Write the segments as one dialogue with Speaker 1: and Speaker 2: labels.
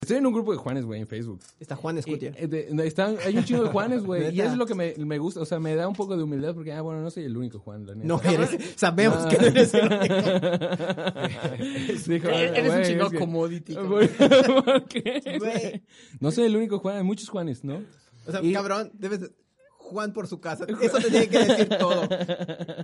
Speaker 1: Estoy en un grupo de Juanes, güey, en Facebook.
Speaker 2: Está Juan Escutia.
Speaker 1: Eh, de- de- están- hay un chingo de Juanes, güey. y
Speaker 2: Neta.
Speaker 1: eso es lo que me, me gusta. O sea, me da un poco de humildad porque, ah, bueno, no soy el único Juan, la neta.
Speaker 2: no eres, sabemos que no eres el único.
Speaker 1: Dijo, "Ah,
Speaker 3: Eres un
Speaker 1: güey,
Speaker 3: chingado
Speaker 1: es que-
Speaker 3: commodity,
Speaker 1: Güey, ¿por qué?
Speaker 2: Güey.
Speaker 1: No soy el único Juan, hay muchos Juanes, ¿no?
Speaker 2: O sea,
Speaker 1: Y-
Speaker 2: cabrón, debes. de- Juan por su casa. Eso te tiene que decir todo.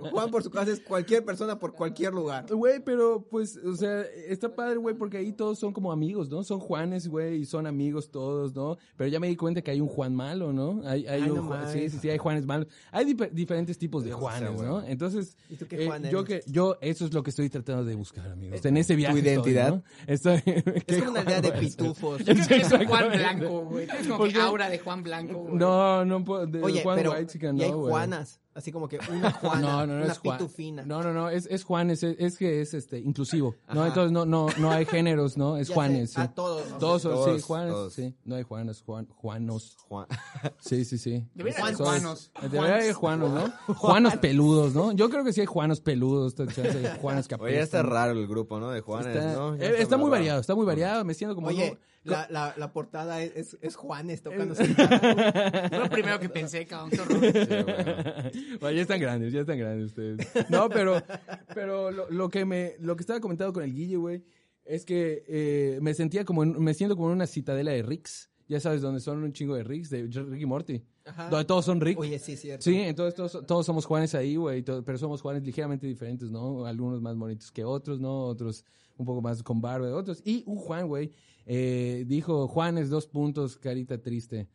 Speaker 2: Juan por su casa es cualquier persona por cualquier lugar.
Speaker 1: Güey, pero pues, o sea, está padre, güey, porque ahí todos son como amigos, ¿no? Son Juanes, güey, y son amigos todos, ¿no? Pero ya me di cuenta que hay un Juan malo, ¿no? Hay, hay
Speaker 2: Ay,
Speaker 1: un
Speaker 2: no
Speaker 1: Juan-
Speaker 2: más.
Speaker 1: sí, sí, sí, hay Juanes malos. Hay dipe- diferentes tipos de Juanes, ¿no? Entonces, eh,
Speaker 2: ¿Y tú qué Juan
Speaker 1: yo que,
Speaker 2: eres? Eh,
Speaker 1: yo, eso es lo que estoy tratando de buscar, amigos. En ese viaje. estoy,
Speaker 2: identidad?
Speaker 1: ¿no? Estoy,
Speaker 2: Es como una aldea de pitufos.
Speaker 3: Yo creo que eres un Juan Blanco, güey. Tienes como que aura de Juan Blanco, güey.
Speaker 1: No, no puedo. de
Speaker 2: Oye,
Speaker 1: Juan
Speaker 2: pero
Speaker 1: Whitexican,
Speaker 2: y hay
Speaker 1: no, güey.
Speaker 2: Juanas. Así como que una Juana,
Speaker 1: No, no, no
Speaker 2: una
Speaker 1: es Juan.
Speaker 2: pitufina.
Speaker 1: No, no, no, es, es Juan, es, es que es este inclusivo. No,
Speaker 2: Ajá.
Speaker 1: entonces no, no, no hay géneros, ¿no? Es
Speaker 2: Ya sé,
Speaker 1: Juanes. sí.
Speaker 2: A todos.
Speaker 1: Todos, son-
Speaker 4: Todos,
Speaker 1: sí, Juanes,
Speaker 4: todos.
Speaker 1: sí. No hay Juanes, Juan, Juanos.
Speaker 4: Juan.
Speaker 1: Sí, sí, sí.
Speaker 3: Debería haber
Speaker 1: Todos-
Speaker 3: Juanos.
Speaker 1: Debería haber Juanos, ¿no? Juanos peludos, ¿no? Yo creo que sí hay Juanos peludos, esta chance de Juanos que
Speaker 4: Oye, ya está
Speaker 1: apestan.
Speaker 4: raro el grupo, ¿no? De Juanes,
Speaker 1: Está,
Speaker 4: ¿no?
Speaker 1: eh,
Speaker 4: Ya
Speaker 1: está muy
Speaker 4: raro.
Speaker 1: variado, está muy variado. Me siento como...
Speaker 2: Oye,
Speaker 1: algo-
Speaker 2: la, la, la portada es, es, es Juanes tocando
Speaker 3: Fue lo primero que pensé, cabrón. Qué horror.
Speaker 4: Sí, bueno.
Speaker 1: Bueno, ya están grandes, ya están grandes ustedes. No, pero, pero lo, lo que me, lo que estaba comentando con el Guille, güey, es que eh, me sentía como, en- me siento como en una citadela de Ricks. Ya sabes, donde son un chingo de Ricks, de Rick y Morty.
Speaker 2: Ajá.
Speaker 1: Donde todos son Rick.
Speaker 2: Oye, sí, cierto.
Speaker 1: Sí, entonces todos, todos somos Juanes ahí, güey, to- pero somos Juanes ligeramente diferentes, ¿no? Algunos más bonitos que otros, ¿no? Otros un poco más con barba de otros. Y un Juan, güey, eh, dijo, Juanes, dos puntos, carita triste.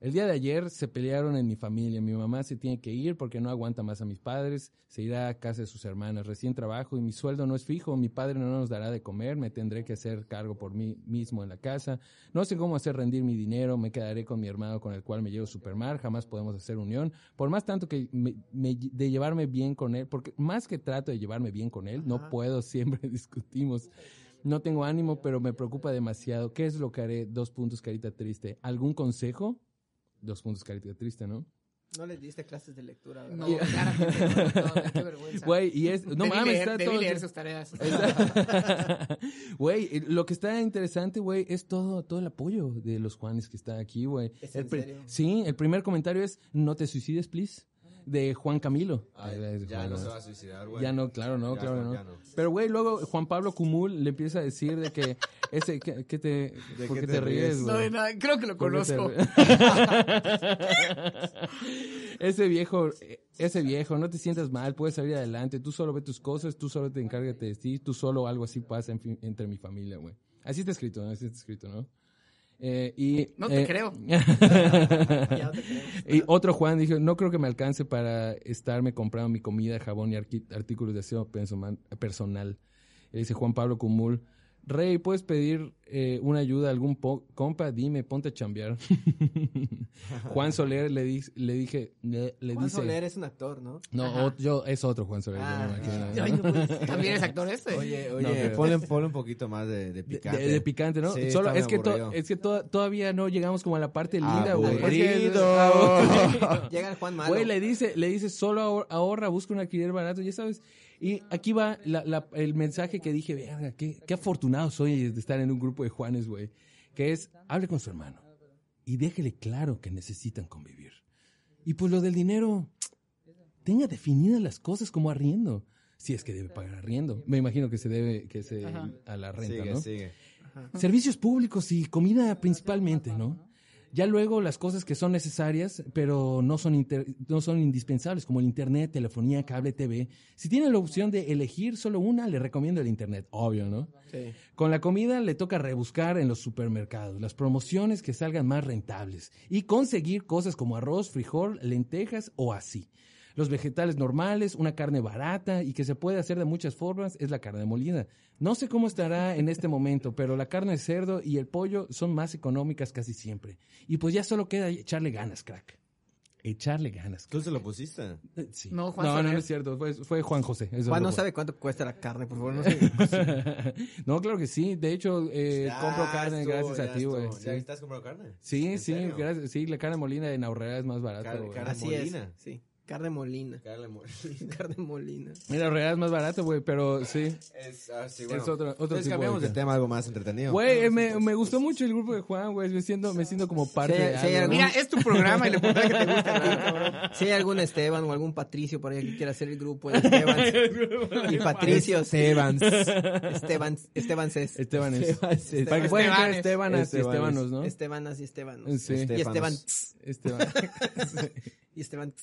Speaker 1: El día de ayer se pelearon en mi familia. Mi mamá se tiene que ir porque no aguanta más a mis padres. Se irá a casa de sus hermanas. Recién trabajo y mi sueldo no es fijo. Mi padre no nos dará de comer. Me tendré que hacer cargo por mí mismo en la casa. No sé cómo hacer rendir mi dinero. Me quedaré con mi hermano con el cual me llevo supermar. Jamás podemos hacer unión. Por más tanto que me- me- de llevarme bien con él, porque más que trato de llevarme bien con él, no puedo. Siempre discutimos. No tengo ánimo, pero me preocupa demasiado. ¿Qué es lo que haré? Dos puntos, carita triste. ¿Algún consejo? Dos puntos, carita triste, ¿no?
Speaker 2: No les diste clases de lectura, ¿verdad?
Speaker 3: No, claramente. no, no, qué vergüenza.
Speaker 1: Güey, y es... No
Speaker 3: Debí
Speaker 1: mames,
Speaker 3: leer-
Speaker 1: está
Speaker 3: debí
Speaker 1: todo...
Speaker 3: leer sus tareas.
Speaker 1: Está- Güey, eh, lo que está interesante, güey, es todo, todo el apoyo de los Juanes que están aquí, güey.
Speaker 2: ¿Es
Speaker 1: El
Speaker 2: en
Speaker 1: pri-
Speaker 2: serio?
Speaker 1: Sí, el primer comentario es, no te suicides, please, de Juan Camilo. Ahí va, es
Speaker 4: Ah, Ya
Speaker 1: Juan,
Speaker 4: no
Speaker 1: ¿no?
Speaker 4: se va a suicidar, güey.
Speaker 1: Ya no, claro, no,
Speaker 4: Ya
Speaker 1: claro,
Speaker 4: no,
Speaker 1: no.
Speaker 4: ya no.
Speaker 1: Pero, güey, luego Juan Pablo Cumul le empieza a decir de que ese, que, que te,
Speaker 4: ¿De
Speaker 1: ¿por
Speaker 4: qué
Speaker 1: qué te,
Speaker 4: te
Speaker 1: ríes,
Speaker 4: ríes?
Speaker 3: No,
Speaker 1: güey?
Speaker 3: de nada, creo que lo
Speaker 1: ¿Por qué te
Speaker 3: conozco.
Speaker 1: ríes? ese viejo, eh, ese viejo, no te sientas mal, puedes salir adelante, tú solo ve tus cosas, tú solo te encárgate de ti, tú solo algo así pasa en fin- entre mi familia, güey. Así está escrito, ¿no? Así está escrito, ¿no? Eh, y,
Speaker 3: No te
Speaker 1: eh,
Speaker 3: creo.
Speaker 2: Ya no te creo.
Speaker 1: Y otro Juan dijo, no creo que me alcance para estarme comprando mi comida, jabón y arqui- artículos de aseo pensoman- personal. Y dice Juan Pablo Cumul, Rey, ¿puedes pedir eh, una ayuda a algún po- compa? Dime, ponte a chambear. Juan Soler le, di- le dije, le, le
Speaker 2: Juan
Speaker 1: dice...
Speaker 2: Soler es un actor, ¿no?
Speaker 1: No, ot- yo, es otro Juan Soler. yo
Speaker 2: Ah.
Speaker 1: no me imagino, ¿no?
Speaker 3: Ay, no puede ser. También es actor este.
Speaker 4: Oye,
Speaker 1: No,
Speaker 4: oye,
Speaker 1: pero-
Speaker 4: ponle, ponle un poquito más de, de
Speaker 1: De-
Speaker 4: picante.
Speaker 1: De, de picante, ¿no?
Speaker 4: Sí,
Speaker 1: Solo
Speaker 4: está
Speaker 1: es que, to-
Speaker 4: aburrido.
Speaker 1: es que to- todavía no llegamos como a la parte linda, güey. Es que-
Speaker 4: Aburrido.
Speaker 2: Llega el Juan Malo.
Speaker 1: Güey, le dice, le dice, solo ahor- ahorra, busca un alquiler barato, ya sabes. Y aquí va la- la- el mensaje que dije, verga, qué, qué afortunado soy de estar en un grupo de Juanes, güey. Que es, hable con su hermano y déjele claro que necesitan convivir. Y pues lo del dinero, tenga definidas las cosas como arriendo. Si es que debe pagar arriendo. Me imagino que se debe, que se,
Speaker 3: Ajá.
Speaker 1: a la renta,
Speaker 4: Sigue,
Speaker 1: ¿no?
Speaker 4: sigue.
Speaker 1: Servicios públicos y comida principalmente, ¿no? Ya luego las cosas que son necesarias, pero no son, inter- no son indispensables, como el Internet, telefonía, cable, TV. Si tiene la opción de elegir solo una, le recomiendo el Internet, obvio, ¿no?
Speaker 2: Sí.
Speaker 1: Con la comida le toca rebuscar en los supermercados, las promociones que salgan más rentables y conseguir cosas como arroz, frijol, lentejas o así. los vegetales normales, una carne barata y que se puede hacer de muchas formas es la carne molida. No sé cómo estará en este momento, pero la carne de cerdo y el pollo son más económicas casi siempre. Y pues ya solo queda echarle ganas, crack. Echarle ganas.
Speaker 4: Tú se lo pusiste.
Speaker 1: Eh, sí.
Speaker 3: No, Juan
Speaker 1: no, no,
Speaker 3: Soler.
Speaker 1: es cierto. Fue, fue Juan José. eso
Speaker 2: Juan
Speaker 1: fue
Speaker 2: no
Speaker 1: Juan.
Speaker 2: sabe cuánto cuesta la carne, por favor. No sé.
Speaker 1: no, claro que sí. De hecho, eh,
Speaker 4: Ya
Speaker 1: compro carne
Speaker 4: estuvo,
Speaker 1: gracias
Speaker 4: ya
Speaker 1: a ti,
Speaker 4: estuvo.
Speaker 1: güey.
Speaker 4: ¿Ya
Speaker 1: Sí,
Speaker 4: estás comprando carne?
Speaker 1: sí,
Speaker 4: ¿En
Speaker 1: sí,
Speaker 4: serio?
Speaker 1: gracias. Sí, la carne molina de Naurrea es más barata,
Speaker 4: Carne-
Speaker 1: güey.
Speaker 4: carne-
Speaker 2: Así
Speaker 4: molina.
Speaker 2: es. Sí, carne molina.
Speaker 4: Carne molida.
Speaker 2: Carne molina.
Speaker 1: En Naurrea es más barato, güey, pero sí.
Speaker 4: Es, ah, sí, bueno.
Speaker 1: Es otro- otro
Speaker 4: Entonces
Speaker 1: tipo de
Speaker 4: cambiamos de
Speaker 1: carne.
Speaker 4: tema, algo más entretenido.
Speaker 1: Güey, eh, me, me gustó mucho el grupo de Juan, güey. Me siento, me siento como parte
Speaker 2: Sí,
Speaker 1: de
Speaker 2: sí,
Speaker 1: algo,
Speaker 2: algún-
Speaker 1: ¿no?
Speaker 3: Mira, es tu programa y le pongo que te gusta. ¿verdad?
Speaker 2: Si hay algún Esteban o algún Patricio por ahí que quiera hacer el grupo de Esteban y Patricio Esteban Esteban Esteban
Speaker 1: Esteban es.
Speaker 2: Esteban.
Speaker 1: Para que puedan entrar Estebanas y
Speaker 4: Estebanes.
Speaker 1: Estebanos, ¿no?
Speaker 2: Estebanas y Estebanos.
Speaker 1: Sí.
Speaker 2: Y Esteban
Speaker 4: Estefanos.
Speaker 1: Esteban.
Speaker 2: y Esteban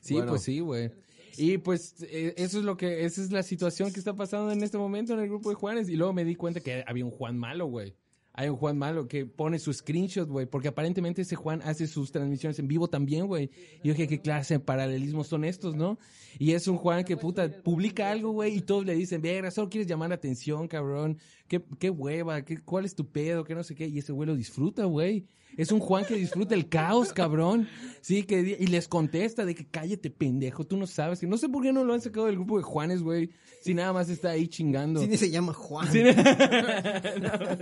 Speaker 1: Sí,
Speaker 4: Bueno.
Speaker 1: pues sí, güey. Y pues eh, eso es lo que, esa es la situación que está pasando en este momento en el grupo de Juanes. Y luego me di cuenta que había un Juan malo, güey. Hay un Juan malo que pone sus screenshots, güey, porque aparentemente ese Juan hace sus transmisiones en vivo también, güey. Y yo dije, ¿qué clase de paralelismos son estos, no? Y es un Juan que, puta, publica algo, güey, y todos le dicen, verga, solo quieres llamar la atención, cabrón. ¿Qué, qué hueva? ¿Qué, ¿Cuál es tu pedo? ¿Qué no sé qué? Y ese güey lo disfruta, güey. Es un Juan que disfruta el caos, cabrón. Sí, que di- y les contesta de que cállate, pendejo, tú no sabes. Que no sé por qué no lo han sacado del grupo de Juanes, güey. Si nada más está ahí chingando.
Speaker 2: Sí, ni se llama Juan.
Speaker 1: Sí, nada-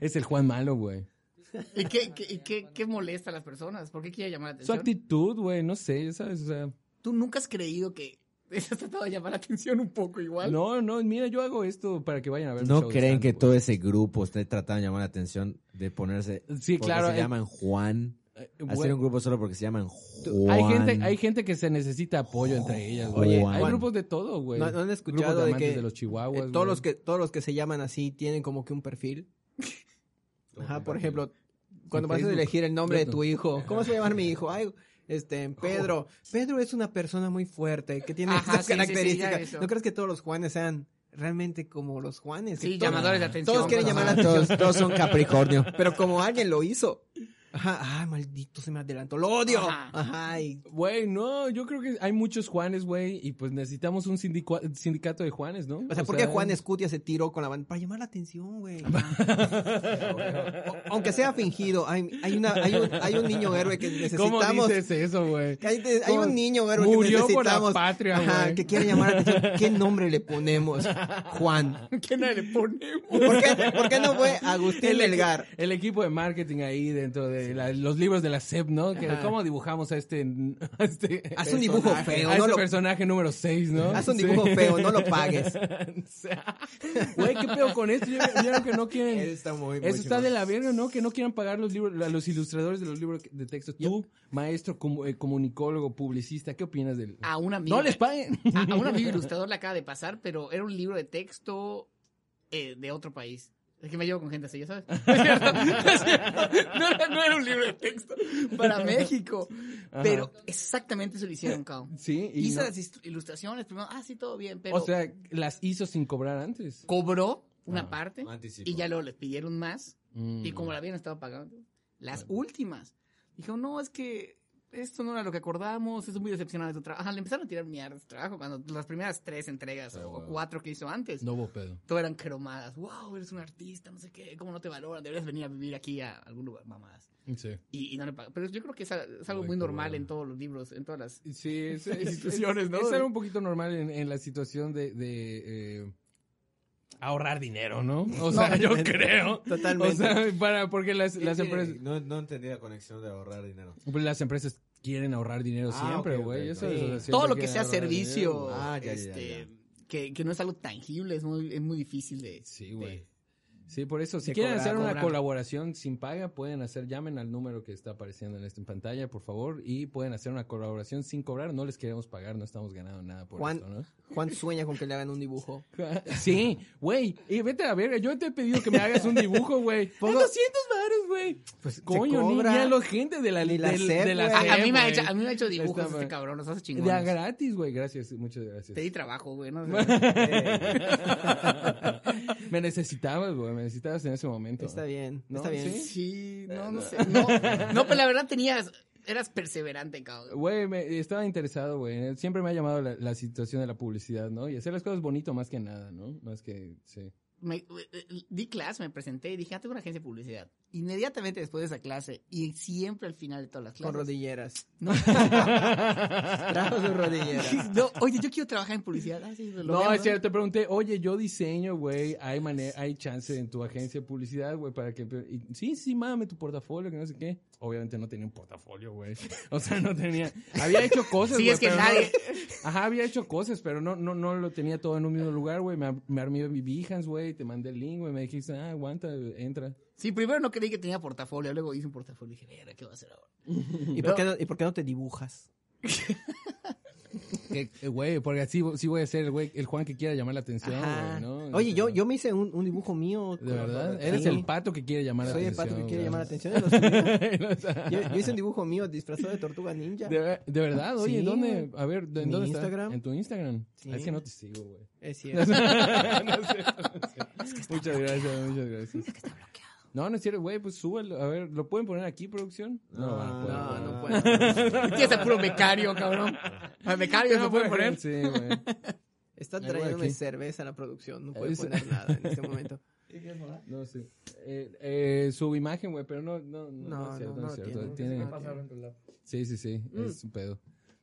Speaker 1: es el Juan malo, güey.
Speaker 3: ¿Y qué, qué, y qué, qué molesta a las personas? ¿Por qué quiere llamar la
Speaker 1: Su
Speaker 3: atención?
Speaker 1: actitud, güey, no sé, ya ¿sabes? O sea,
Speaker 3: ¿Tú nunca has creído que has tratado de llamar la atención un poco igual?
Speaker 1: no, no, mira, yo hago esto para que vayan a ver. mi
Speaker 4: ¿No
Speaker 1: show de
Speaker 4: creen que
Speaker 1: stand-up,
Speaker 4: todo ese grupo esté tratando de llamar la atención de ponerse...
Speaker 1: Sí,
Speaker 4: porque
Speaker 1: claro,
Speaker 4: se
Speaker 1: eh,
Speaker 4: llaman Juan.
Speaker 1: güey. Eh,
Speaker 4: Hacer
Speaker 1: güey,
Speaker 4: un grupo solo porque se llaman Juan.
Speaker 1: Hay gente, hay gente que se necesita apoyo entre ellas, güey.
Speaker 4: Oye,
Speaker 1: Hay
Speaker 4: Juan.
Speaker 1: grupos de todo, güey.
Speaker 2: ¿No, no han
Speaker 1: Grupos
Speaker 2: escuchado de,
Speaker 1: amantes
Speaker 2: que,
Speaker 1: de los chihuahuas,
Speaker 2: eh, todos
Speaker 1: güey.
Speaker 2: los que todos los que se llaman así tienen como que un perfil? Ajá, por ejemplo, cuando vas a
Speaker 1: Facebook.
Speaker 2: elegir el nombre de
Speaker 1: Exacto.
Speaker 2: tu hijo, ¿cómo se va a llamar mi hijo? Ay, este, Pedro. Pedro es una persona muy fuerte que tiene
Speaker 3: Ajá,
Speaker 2: estas
Speaker 3: sí, sí, sí, ya
Speaker 2: características.
Speaker 3: eso.
Speaker 2: ¿No crees que todos los Juanes sean realmente como los Juanes?
Speaker 3: Sí,
Speaker 2: Que todos-
Speaker 3: llamadores de atención.
Speaker 2: Todos quieren llamar la
Speaker 3: personas.
Speaker 2: atención,
Speaker 4: Todos son Capricornio.
Speaker 2: pero como alguien lo hizo. Ajá, ay, maldito, se me adelantó, lo odio.
Speaker 3: Ajá.
Speaker 2: Ajá, y
Speaker 1: Güey, no, yo creo que hay muchos Juanes, güey, y pues necesitamos un sindicua- sindicato de Juanes, ¿no?
Speaker 2: O sea, ¿por qué Juan Escutia se tiró con la banda? Para llamar la atención, güey. O- Aunque sea fingido, hay, hay, una, hay, un, hay un niño héroe que
Speaker 1: ¿Cómo
Speaker 2: necesitamos.
Speaker 1: dices eso, güey?
Speaker 2: Hay, de- hay
Speaker 1: ¿Cómo?
Speaker 2: un niño héroe
Speaker 1: Murió
Speaker 2: que
Speaker 1: por la
Speaker 2: necesitamos.
Speaker 1: patria,
Speaker 2: Ajá,
Speaker 1: güey.
Speaker 2: que quiere llamar la atención. ¿Qué nombre le ponemos? Juan.
Speaker 3: ¿Qué nadie le pone?
Speaker 2: ¿Por qué, por qué no fue Agustín
Speaker 1: El, equi-
Speaker 2: Melgar?
Speaker 1: el equipo de marketing ahí dentro de la- los libros de la SEP, ¿no? Que, ¿Cómo dibujamos a este... a este
Speaker 2: Haz un dibujo feo,
Speaker 1: a
Speaker 2: no
Speaker 1: este
Speaker 2: lo-
Speaker 1: personaje número 6, ¿no?
Speaker 2: Haz un
Speaker 1: Sí.
Speaker 2: dibujo feo, no lo pagues.
Speaker 1: O sea, Güey, ¿qué pedo con esto? Yo, yo creo que no quieren...
Speaker 2: Él está muy-
Speaker 1: Eso
Speaker 2: mucho
Speaker 1: está
Speaker 2: más.
Speaker 1: de la verga, ¿no? Que no quieran pagar los libros, a los ilustradores de los libros de texto. Tú, maestro, como, eh, comunicólogo, publicista, ¿qué opinas del...?
Speaker 2: Ah,
Speaker 3: A un amigo.
Speaker 1: No les paguen.
Speaker 3: A, a un amigo ilustrador le acaba de pasar, pero era un libro de texto eh, de otro país. Es que me llevo con gente así, ya sabes. No es cierto, no es cierto. No, era, no era un libro de texto para México. Pero exactamente eso lo hicieron, Cao.
Speaker 1: Sí, y
Speaker 3: Hizo
Speaker 1: no-
Speaker 3: las ist- ilustraciones primero. Ah, sí, todo bien, pero
Speaker 1: O sea, las hizo sin cobrar antes.
Speaker 3: cobró una parte
Speaker 4: anticipo.
Speaker 3: y ya luego les pidieron más.
Speaker 1: Mm.
Speaker 3: Y como la habían estado pagando, las últimas. Dijo, no, es que esto no era lo que acordamos, es muy decepcionante tu trabajo. Ajá, le empezaron a tirar mierda a su trabajo cuando las primeras tres entregas o cuatro que hizo antes,
Speaker 1: Mm. No hubo pedo.
Speaker 3: todo eran cromadas. Wow, eres un artista, no sé qué, cómo no te valoran, deberías venir a vivir aquí a algún lugar, mamadas.
Speaker 1: Sí.
Speaker 3: Y, y no le pagan. Pero yo creo que es, a- es algo
Speaker 1: Ay,
Speaker 3: muy
Speaker 1: qué
Speaker 3: normal
Speaker 1: hueva.
Speaker 3: en todos los libros, en todas las...
Speaker 1: Sí, es,
Speaker 3: Instituciones,
Speaker 1: es-
Speaker 3: ¿no?
Speaker 1: Es algo un poquito normal en, en la situación de, de, eh, ahorrar dinero, ¿no? O sea, yo creo.
Speaker 2: Totalmente.
Speaker 1: O sea, para, porque las,
Speaker 4: ¿Qué
Speaker 1: las
Speaker 4: tiene?
Speaker 1: empresas...
Speaker 4: No, no entendí la conexión de ahorrar dinero.
Speaker 1: Pues las empresas quieren ahorrar dinero
Speaker 4: Ah,
Speaker 1: siempre,
Speaker 4: ok, ok,
Speaker 1: güey.
Speaker 4: ok.
Speaker 1: Eso es, o sea, siempre
Speaker 3: todo lo que
Speaker 1: quieren
Speaker 3: sea
Speaker 1: ahorrar dinero,
Speaker 3: servicio,
Speaker 1: güey.
Speaker 4: Ah, ya, ya,
Speaker 3: este, Que, que no es algo tangible, es muy, es muy difícil de...
Speaker 1: Sí, güey. Sí, por eso, si
Speaker 3: de
Speaker 1: quieren
Speaker 3: cobrar,
Speaker 1: hacer una
Speaker 3: cobrar.
Speaker 1: colaboración sin paga, pueden hacer, llamen al número que está apareciendo en esta en pantalla, por favor, y pueden hacer una colaboración sin cobrar, no les queremos pagar, no estamos ganando nada por
Speaker 2: Juan-
Speaker 1: esto, ¿no?
Speaker 2: Juan sueña con que le hagan un dibujo.
Speaker 1: Sí, güey, y vete a ver, yo te he pedido que me hagas un dibujo, güey. Pongo 200 baros, güey. Pues coño, ni,
Speaker 2: cobra.
Speaker 1: ni a la gente de la
Speaker 2: Ni la
Speaker 1: del-
Speaker 2: SEP,
Speaker 1: de la
Speaker 2: güey.
Speaker 3: A, a
Speaker 1: SEP,
Speaker 3: mí me ha
Speaker 1: güey.
Speaker 3: hecho, a mí me ha hecho dibujos
Speaker 1: Está,
Speaker 3: este
Speaker 1: güey.
Speaker 3: cabrón, nos hace
Speaker 1: De a
Speaker 3: chingones.
Speaker 1: gratis, güey, gracias, muchas gracias.
Speaker 3: Te di trabajo, güey. ¿no?
Speaker 1: me necesitabas, güey, me necesitabas en ese momento.
Speaker 2: Está bien,
Speaker 1: No,
Speaker 2: está bien.
Speaker 1: sí.
Speaker 3: sí, no, no sé. No, no, pero la verdad tenías. eras perseverante, cabrón.
Speaker 1: Güey, me- estaba interesado, güey. Siempre me ha llamado la, la situación de la publicidad, ¿no? Y hacer las cosas bonito más que nada, ¿no? Más que, sí.
Speaker 3: Me- eh, di clase, me presenté y dije, ah, tengo una agencia de publicidad. Inmediatamente después de esa clase, y siempre al final de todas las
Speaker 2: Con
Speaker 3: clases.
Speaker 2: rodilleras.
Speaker 3: No.
Speaker 2: Trajo sus rodilleras.
Speaker 3: No, oye, yo quiero trabajar en publicidad. Ah, sí, lo
Speaker 1: No,
Speaker 3: veo,
Speaker 2: ¿eh?
Speaker 1: es cierto, te pregunté, oye, yo diseño, güey, hay mane- hay chance en tu agencia de publicidad, güey, para que... y, sí, sí, mame tu portafolio, que no sé qué. Obviamente no tenía un portafolio, güey. O sea, no tenía... Había hecho cosas,
Speaker 3: Sí,
Speaker 1: güey,
Speaker 3: es que
Speaker 1: pero no-
Speaker 3: nadie-
Speaker 1: ajá, había hecho cosas, pero no, no, no lo tenía todo en un mismo lugar, güey. Me, ar- me armé mi Behance, güey, te mandé el link, güey, me dijiste, ah, aguanta, entra.
Speaker 3: Sí, primero no creí que tenía portafolio, luego hice un portafolio y dije, verga, ¿qué voy a hacer ahora?
Speaker 2: ¿Y por, qué no, ¿Y por qué no te dibujas?
Speaker 1: Que, eh, Güey, porque así vo- sí voy a ser el güey, el Juan que quiera llamar la atención,
Speaker 2: Ajá.
Speaker 1: güey, ¿no?
Speaker 2: Oye, yo, yo me hice un, un dibujo mío.
Speaker 1: De verdad,
Speaker 2: Sí.
Speaker 1: eres el pato que quiere llamar la
Speaker 2: Soy el
Speaker 1: atención.
Speaker 2: pato que quiere
Speaker 1: güey.
Speaker 2: llamar la atención. y lo subí.
Speaker 1: Los-
Speaker 2: Yo, yo hice un dibujo mío disfrazado de tortuga ninja.
Speaker 1: De, ver- de verdad, oye,
Speaker 2: Sí,
Speaker 1: ¿dónde?
Speaker 2: güey.
Speaker 1: A ver, ¿de-
Speaker 2: Mi
Speaker 1: ¿dónde
Speaker 2: Instagram.
Speaker 1: está? En tu Instagram. Ah,
Speaker 2: Sí.
Speaker 1: Es que no te sigo, güey.
Speaker 2: Es cierto.
Speaker 1: Muchas gracias, muchas gracias. No, no es cierto, güey, pues súbelo. A ver, ¿lo pueden poner aquí, producción? No, va, puede,
Speaker 2: No,
Speaker 1: güey.
Speaker 2: no puedo.
Speaker 3: Tienes a Ah. puro becario, cabrón. A becario
Speaker 1: No
Speaker 3: se puede poner.
Speaker 1: Sí, güey.
Speaker 2: Está
Speaker 1: Ahí voy
Speaker 2: trayéndome
Speaker 1: aquí.
Speaker 2: cerveza a la producción. No puedo
Speaker 1: Es-
Speaker 2: poner nada en este momento.
Speaker 1: No sé. Eh, eh, su imagen, güey, pero no, no, no,
Speaker 2: No,
Speaker 1: no es cierto,
Speaker 2: no,
Speaker 1: no, es
Speaker 2: no
Speaker 1: cierto.
Speaker 2: tiene,
Speaker 1: Tiene-
Speaker 2: no tiene.
Speaker 1: Sí, sí, sí, es un pedo.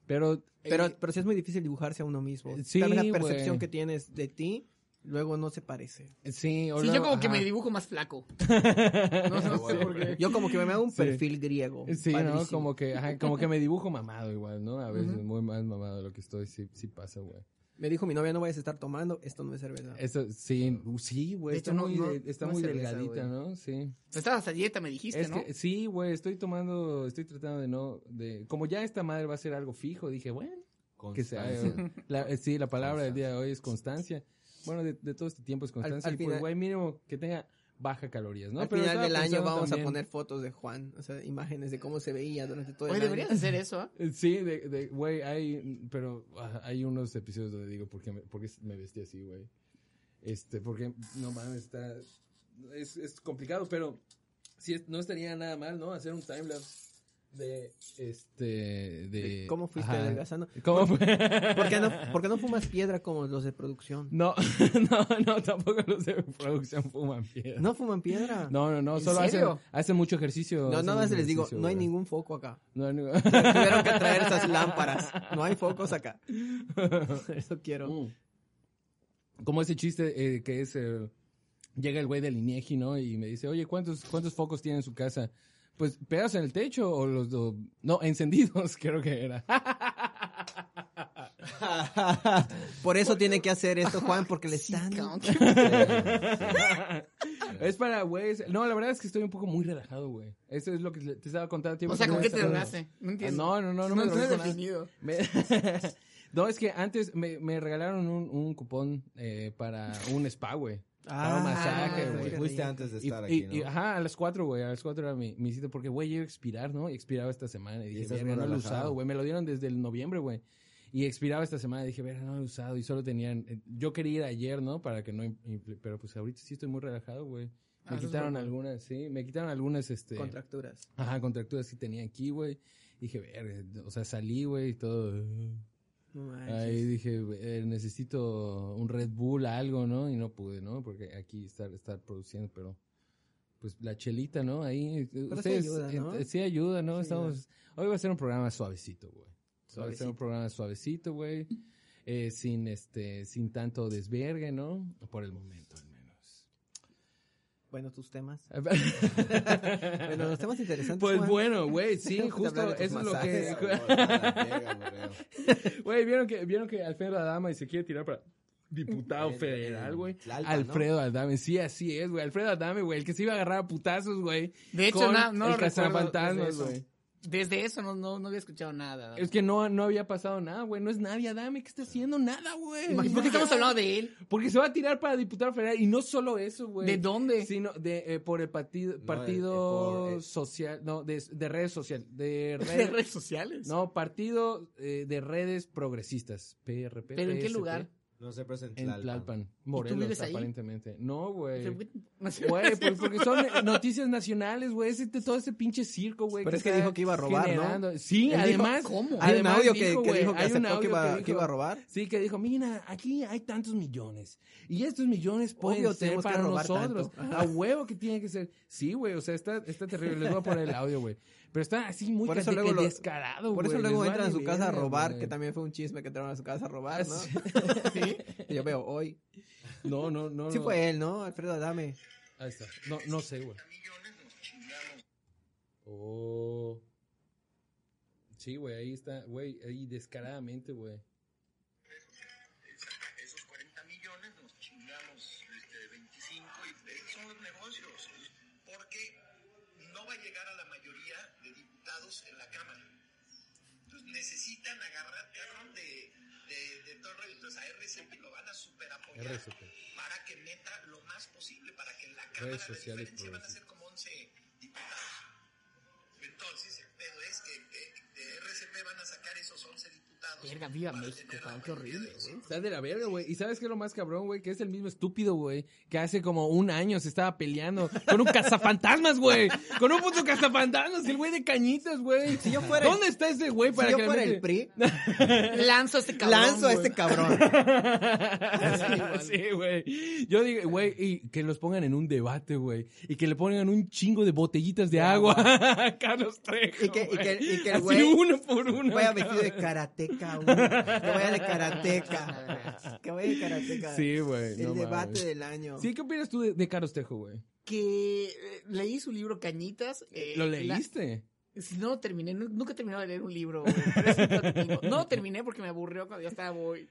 Speaker 1: Pero, eh,
Speaker 2: Pero, pero sí es muy difícil dibujarse a uno mismo.
Speaker 1: Sí,
Speaker 2: Tal vez la
Speaker 1: güey.
Speaker 2: percepción que tienes de ti, luego no se parece.
Speaker 1: eh, sí, o
Speaker 3: Sí, yo
Speaker 1: luego-
Speaker 3: como que
Speaker 1: ajá.
Speaker 3: me dibujo más flaco. No, no sé por qué.
Speaker 2: Yo como que me hago un perfil griego.
Speaker 1: Sí, ¿no?
Speaker 2: padrísimo.
Speaker 1: Como que, ajá, como que me dibujo mamado igual, ¿no? A veces muy más mamado de lo que estoy, sí, sí pasa, güey.
Speaker 2: Me dijo mi novia, no vayas a estar tomando, esto no es cerveza.
Speaker 1: Eso, sí, uh, sí, güey,
Speaker 3: De
Speaker 1: está
Speaker 3: hecho, no-
Speaker 1: muy,
Speaker 3: no-
Speaker 1: de- está
Speaker 3: no es
Speaker 1: muy
Speaker 3: cerveza,
Speaker 1: delgadita,
Speaker 3: güey.
Speaker 1: ¿no? Sí.
Speaker 3: Estabas a dieta, me dijiste,
Speaker 1: Es
Speaker 3: ¿no?
Speaker 1: que, sí, güey, estoy tomando, estoy tratando de no, de, como ya esta madre va a ser algo fijo, dije, bueno, que sea.
Speaker 4: Constancia.
Speaker 1: la- eh, sí, la palabra del día de hoy es constancia. Bueno, de, de todo este tiempo es constancia.
Speaker 2: al
Speaker 1: y pues,
Speaker 2: final-
Speaker 1: güey, mínimo que tenga baja calorías, ¿no?
Speaker 2: Al
Speaker 1: Pero
Speaker 2: final
Speaker 1: estaba
Speaker 2: del año
Speaker 1: pensando
Speaker 2: vamos a
Speaker 1: también-
Speaker 2: poner fotos de Juan, o sea, imágenes de cómo se veía durante todo
Speaker 3: Oye,
Speaker 2: el año.
Speaker 3: deberías hacer eso, ¿ah?
Speaker 1: Eh, Sí, de, de, güey, hay, pero ah, hay unos episodios donde digo, ¿por qué me, por qué me vestí así, güey? Este, porque, no mames, está, es, es complicado, pero sí, es- no estaría nada mal, ¿no? Hacer un timelapse de, este, de...
Speaker 2: De cómo fuiste
Speaker 1: ajá.
Speaker 2: adelgazando.
Speaker 1: ¿Cómo fue?
Speaker 2: ¿Por qué, no, por qué no fumas piedra como los de producción?
Speaker 1: No, no, no, tampoco los de producción fuman piedra.
Speaker 2: ¿No fuman piedra?
Speaker 1: No, no, no,
Speaker 3: ¿En
Speaker 1: solo hacen,
Speaker 3: serio?
Speaker 1: hacen mucho ejercicio.
Speaker 2: No,
Speaker 1: hacen
Speaker 2: nada más
Speaker 1: mucho
Speaker 2: les digo,
Speaker 1: ejercicio,
Speaker 2: no hay
Speaker 1: güey.
Speaker 2: ningún foco acá.
Speaker 1: No hay ningún...
Speaker 2: Tuvieron que traer esas lámparas. No hay focos acá. Eso quiero.
Speaker 1: Mm. Como ese chiste eh, que es, eh, llega el güey del Inegi, ¿no? Y me dice, oye, ¿cuántos, cuántos focos tiene en su casa? Pues, ¿pegados en el techo o los dos? No, encendidos, creo que era.
Speaker 2: Por eso tiene que hacer esto, Juan, porque le
Speaker 3: Sí,
Speaker 2: están...
Speaker 3: cabrón.
Speaker 1: es para, güey, es- no, la verdad es que estoy un poco muy relajado, güey. Eso es lo que le- te estaba contando. tiempo
Speaker 3: O sea, ¿con qué te
Speaker 1: atrás.
Speaker 3: drogaste? No entiendo.
Speaker 1: Ah, no, no, no, no me
Speaker 3: no,
Speaker 1: drogué
Speaker 3: es
Speaker 1: con nada.
Speaker 3: definido.
Speaker 1: Me- no, es que antes me, me regalaron un, un cupón eh, para un spa, güey.
Speaker 2: Ah,
Speaker 1: Para un masaje,
Speaker 2: qué
Speaker 1: güey.
Speaker 4: Fuiste antes de
Speaker 1: Y,
Speaker 4: estar
Speaker 1: y-
Speaker 4: aquí, ¿no?
Speaker 1: y, ajá, a las 4, güey. A las 4 era mi, mi cita porque, güey, yo iba a expirar, ¿no? Y expiraba esta semana. Y dije,
Speaker 4: estás
Speaker 1: verga,
Speaker 4: muy
Speaker 1: no lo he
Speaker 4: relajado.
Speaker 1: usado, güey. Me lo dieron desde el noviembre, güey. Y expiraba esta semana. Y dije, verga, no lo he usado. Y solo tenían... eh, Yo quería ir ayer, ¿no? Para que no... impl- Pero pues ahorita sí estoy muy relajado, güey.
Speaker 3: Ah,
Speaker 1: Me
Speaker 3: eso es
Speaker 1: quitaron
Speaker 3: bueno.
Speaker 1: algunas, sí. Me quitaron algunas, este...
Speaker 2: Contracturas.
Speaker 1: Ajá, contracturas que tenía aquí, güey. Dije, verga, o sea, salí, güey, y todo... eh.
Speaker 2: No manches.
Speaker 1: Ahí dije, eh, necesito un Red Bull, algo, ¿no? Y no pude, ¿no? Porque aquí estar, estar produciendo, pero pues la chelita, ¿no? Ahí eh,
Speaker 2: sí
Speaker 1: ustedes
Speaker 2: ayuda, ¿no?
Speaker 1: ent- sí ayuda, ¿no?
Speaker 2: Sí
Speaker 1: Estamos hoy va a ser un programa suavecito, güey. Va a ser
Speaker 2: Suavecito.
Speaker 1: un programa suavecito, güey. Eh, sin este sin tanto desvergue, ¿no? Por el momento al menos.
Speaker 2: Bueno, tus temas. Bueno, los temas interesantes,
Speaker 1: Pues
Speaker 2: Juan.
Speaker 1: bueno, güey, sí,
Speaker 2: Tengo que hablar
Speaker 1: justo
Speaker 2: de tus
Speaker 1: eso es lo
Speaker 2: masajes.
Speaker 1: que Güey, ¿vieron que, vieron que Alfredo Adame se quiere tirar para diputado federal, güey.
Speaker 4: Tlalpan,
Speaker 1: Alfredo Adame, sí, así es, güey. Alfredo Adame, güey, el que se iba a agarrar a putazos, güey.
Speaker 3: De hecho,
Speaker 1: con
Speaker 3: na- no lo
Speaker 1: el
Speaker 3: recuerdo
Speaker 1: cazafantasmas,
Speaker 3: desde
Speaker 1: güey.
Speaker 3: eso. Desde eso no, no, no había escuchado nada.
Speaker 1: Es que no, no había pasado nada, güey. No es nadie Adame que está haciendo nada, güey.
Speaker 3: ¿Y por qué estamos hablando de él?
Speaker 1: Porque se va a tirar para diputado federal y no solo eso, güey.
Speaker 3: ¿De dónde?
Speaker 1: Sino de, eh, por el partido,
Speaker 4: No,
Speaker 1: partido
Speaker 4: eh, por, eh.
Speaker 1: social, no, de, de redes sociales, de
Speaker 3: ¿De
Speaker 1: redes,
Speaker 3: redes sociales?
Speaker 1: no, partido eh, de redes progresistas, PRP.
Speaker 3: ¿Pero en qué
Speaker 1: PSP.
Speaker 3: lugar?
Speaker 4: No sé, pero es en
Speaker 1: en
Speaker 4: Tlalpan.
Speaker 1: Tlalpan,
Speaker 3: vives
Speaker 1: Morelos,
Speaker 3: ahí?
Speaker 1: aparentemente. No, güey.
Speaker 3: No sé.
Speaker 1: Güey, por- porque son eh, noticias nacionales, güey. ese- todo ese pinche circo, güey.
Speaker 2: Pero es que dijo que iba a robar, ¿no?
Speaker 1: ¿no? Sí,
Speaker 2: Él dijo,
Speaker 1: además.
Speaker 3: ¿cómo?
Speaker 2: Hay un
Speaker 1: además
Speaker 2: audio que, que
Speaker 1: güey,
Speaker 2: dijo que
Speaker 1: hay un
Speaker 2: aceptó que
Speaker 1: audio
Speaker 2: iba,
Speaker 1: dijo-
Speaker 2: que iba a robar.
Speaker 1: Sí, que dijo, mira, aquí hay tantos millones. Y estos millones pueden
Speaker 2: Obvio,
Speaker 1: ser
Speaker 2: pues tenemos que
Speaker 1: para
Speaker 2: robar
Speaker 1: nosotros.
Speaker 2: tanto.
Speaker 1: A huevo que tiene que ser. Sí, güey, o sea, está, está terrible. Les voy a poner el audio, güey. Pero está así muy
Speaker 2: Por eso
Speaker 1: casi que
Speaker 2: luego lo-
Speaker 1: descarado,
Speaker 2: Por eso
Speaker 1: güey,
Speaker 2: luego
Speaker 1: les
Speaker 2: entran a
Speaker 1: vale
Speaker 2: su casa a
Speaker 1: verga,
Speaker 2: robar,
Speaker 1: güey.
Speaker 2: que también fue un chisme que entraron a su casa a robar, ¿no?
Speaker 1: Ah,
Speaker 2: sí. Yo veo hoy.
Speaker 1: No, no, no.
Speaker 2: Sí
Speaker 1: no.
Speaker 2: fue él, ¿no? Alfredo Adame.
Speaker 1: Ahí está. No, no sé, güey. Oh. Sí, güey, ahí está, güey, ahí descaradamente, güey.
Speaker 5: esos 40 millones nos chingamos este, 25 y esos son los negocios porque no va a llegar a la mayoría de diputados en la Cámara. Entonces necesitan agarrar cabrón de, de, de Torre, entonces a RCP lo van a super apoyar
Speaker 1: RCP.
Speaker 5: para que meta lo más posible, para que en la Cámara la
Speaker 1: sociales
Speaker 5: diferencia van a
Speaker 1: progresistas.
Speaker 5: ser como 11 diputados. Entonces el pedo es que de, de RCP van a sacar esos 11 diputados.
Speaker 3: Verga, viva
Speaker 5: para
Speaker 3: México,
Speaker 5: tener la
Speaker 3: cabrón, qué
Speaker 5: mayoría
Speaker 3: horrible,
Speaker 5: de los
Speaker 3: güey.
Speaker 1: Está de la verga, güey. ¿Y sabes qué es lo más cabrón, güey? Que es el mismo estúpido, güey, que hace como un año se estaba peleando con un cazafantasmas, güey. Con un puto cazafantasmas, el güey de cañitas, güey.
Speaker 2: Si yo fuera el-
Speaker 1: ¿Dónde está ese güey para
Speaker 2: si yo
Speaker 1: que
Speaker 2: fuera el
Speaker 1: realmente-
Speaker 2: PRI,
Speaker 3: Lanzo a este cabrón.
Speaker 2: lanzo a
Speaker 3: güey.
Speaker 2: este cabrón.
Speaker 1: sí, güey. Yo digo, güey, y que los pongan en un debate, güey. Y que le pongan un chingo de botellitas de agua a Carlos Trejo.
Speaker 2: Y que- y que- y que el
Speaker 1: Así
Speaker 2: güey
Speaker 1: uno por uno.
Speaker 2: Vaya vestido de karateca, güey. Que vaya de karateca. Que vaya de karateca.
Speaker 1: Sí, güey.
Speaker 2: El
Speaker 1: no
Speaker 2: debate
Speaker 1: mames.
Speaker 2: del año.
Speaker 1: Sí, ¿qué opinas tú de, de Carlos Trejo, güey?
Speaker 3: Que eh, leí su libro Cañitas. eh,
Speaker 1: ¿Lo
Speaker 3: la-
Speaker 1: leíste?
Speaker 3: Sí, no terminé, nu- nunca he terminado de leer un libro. güey, pero es un plato tengo. no terminé porque me aburrió cuando ya estaba muy,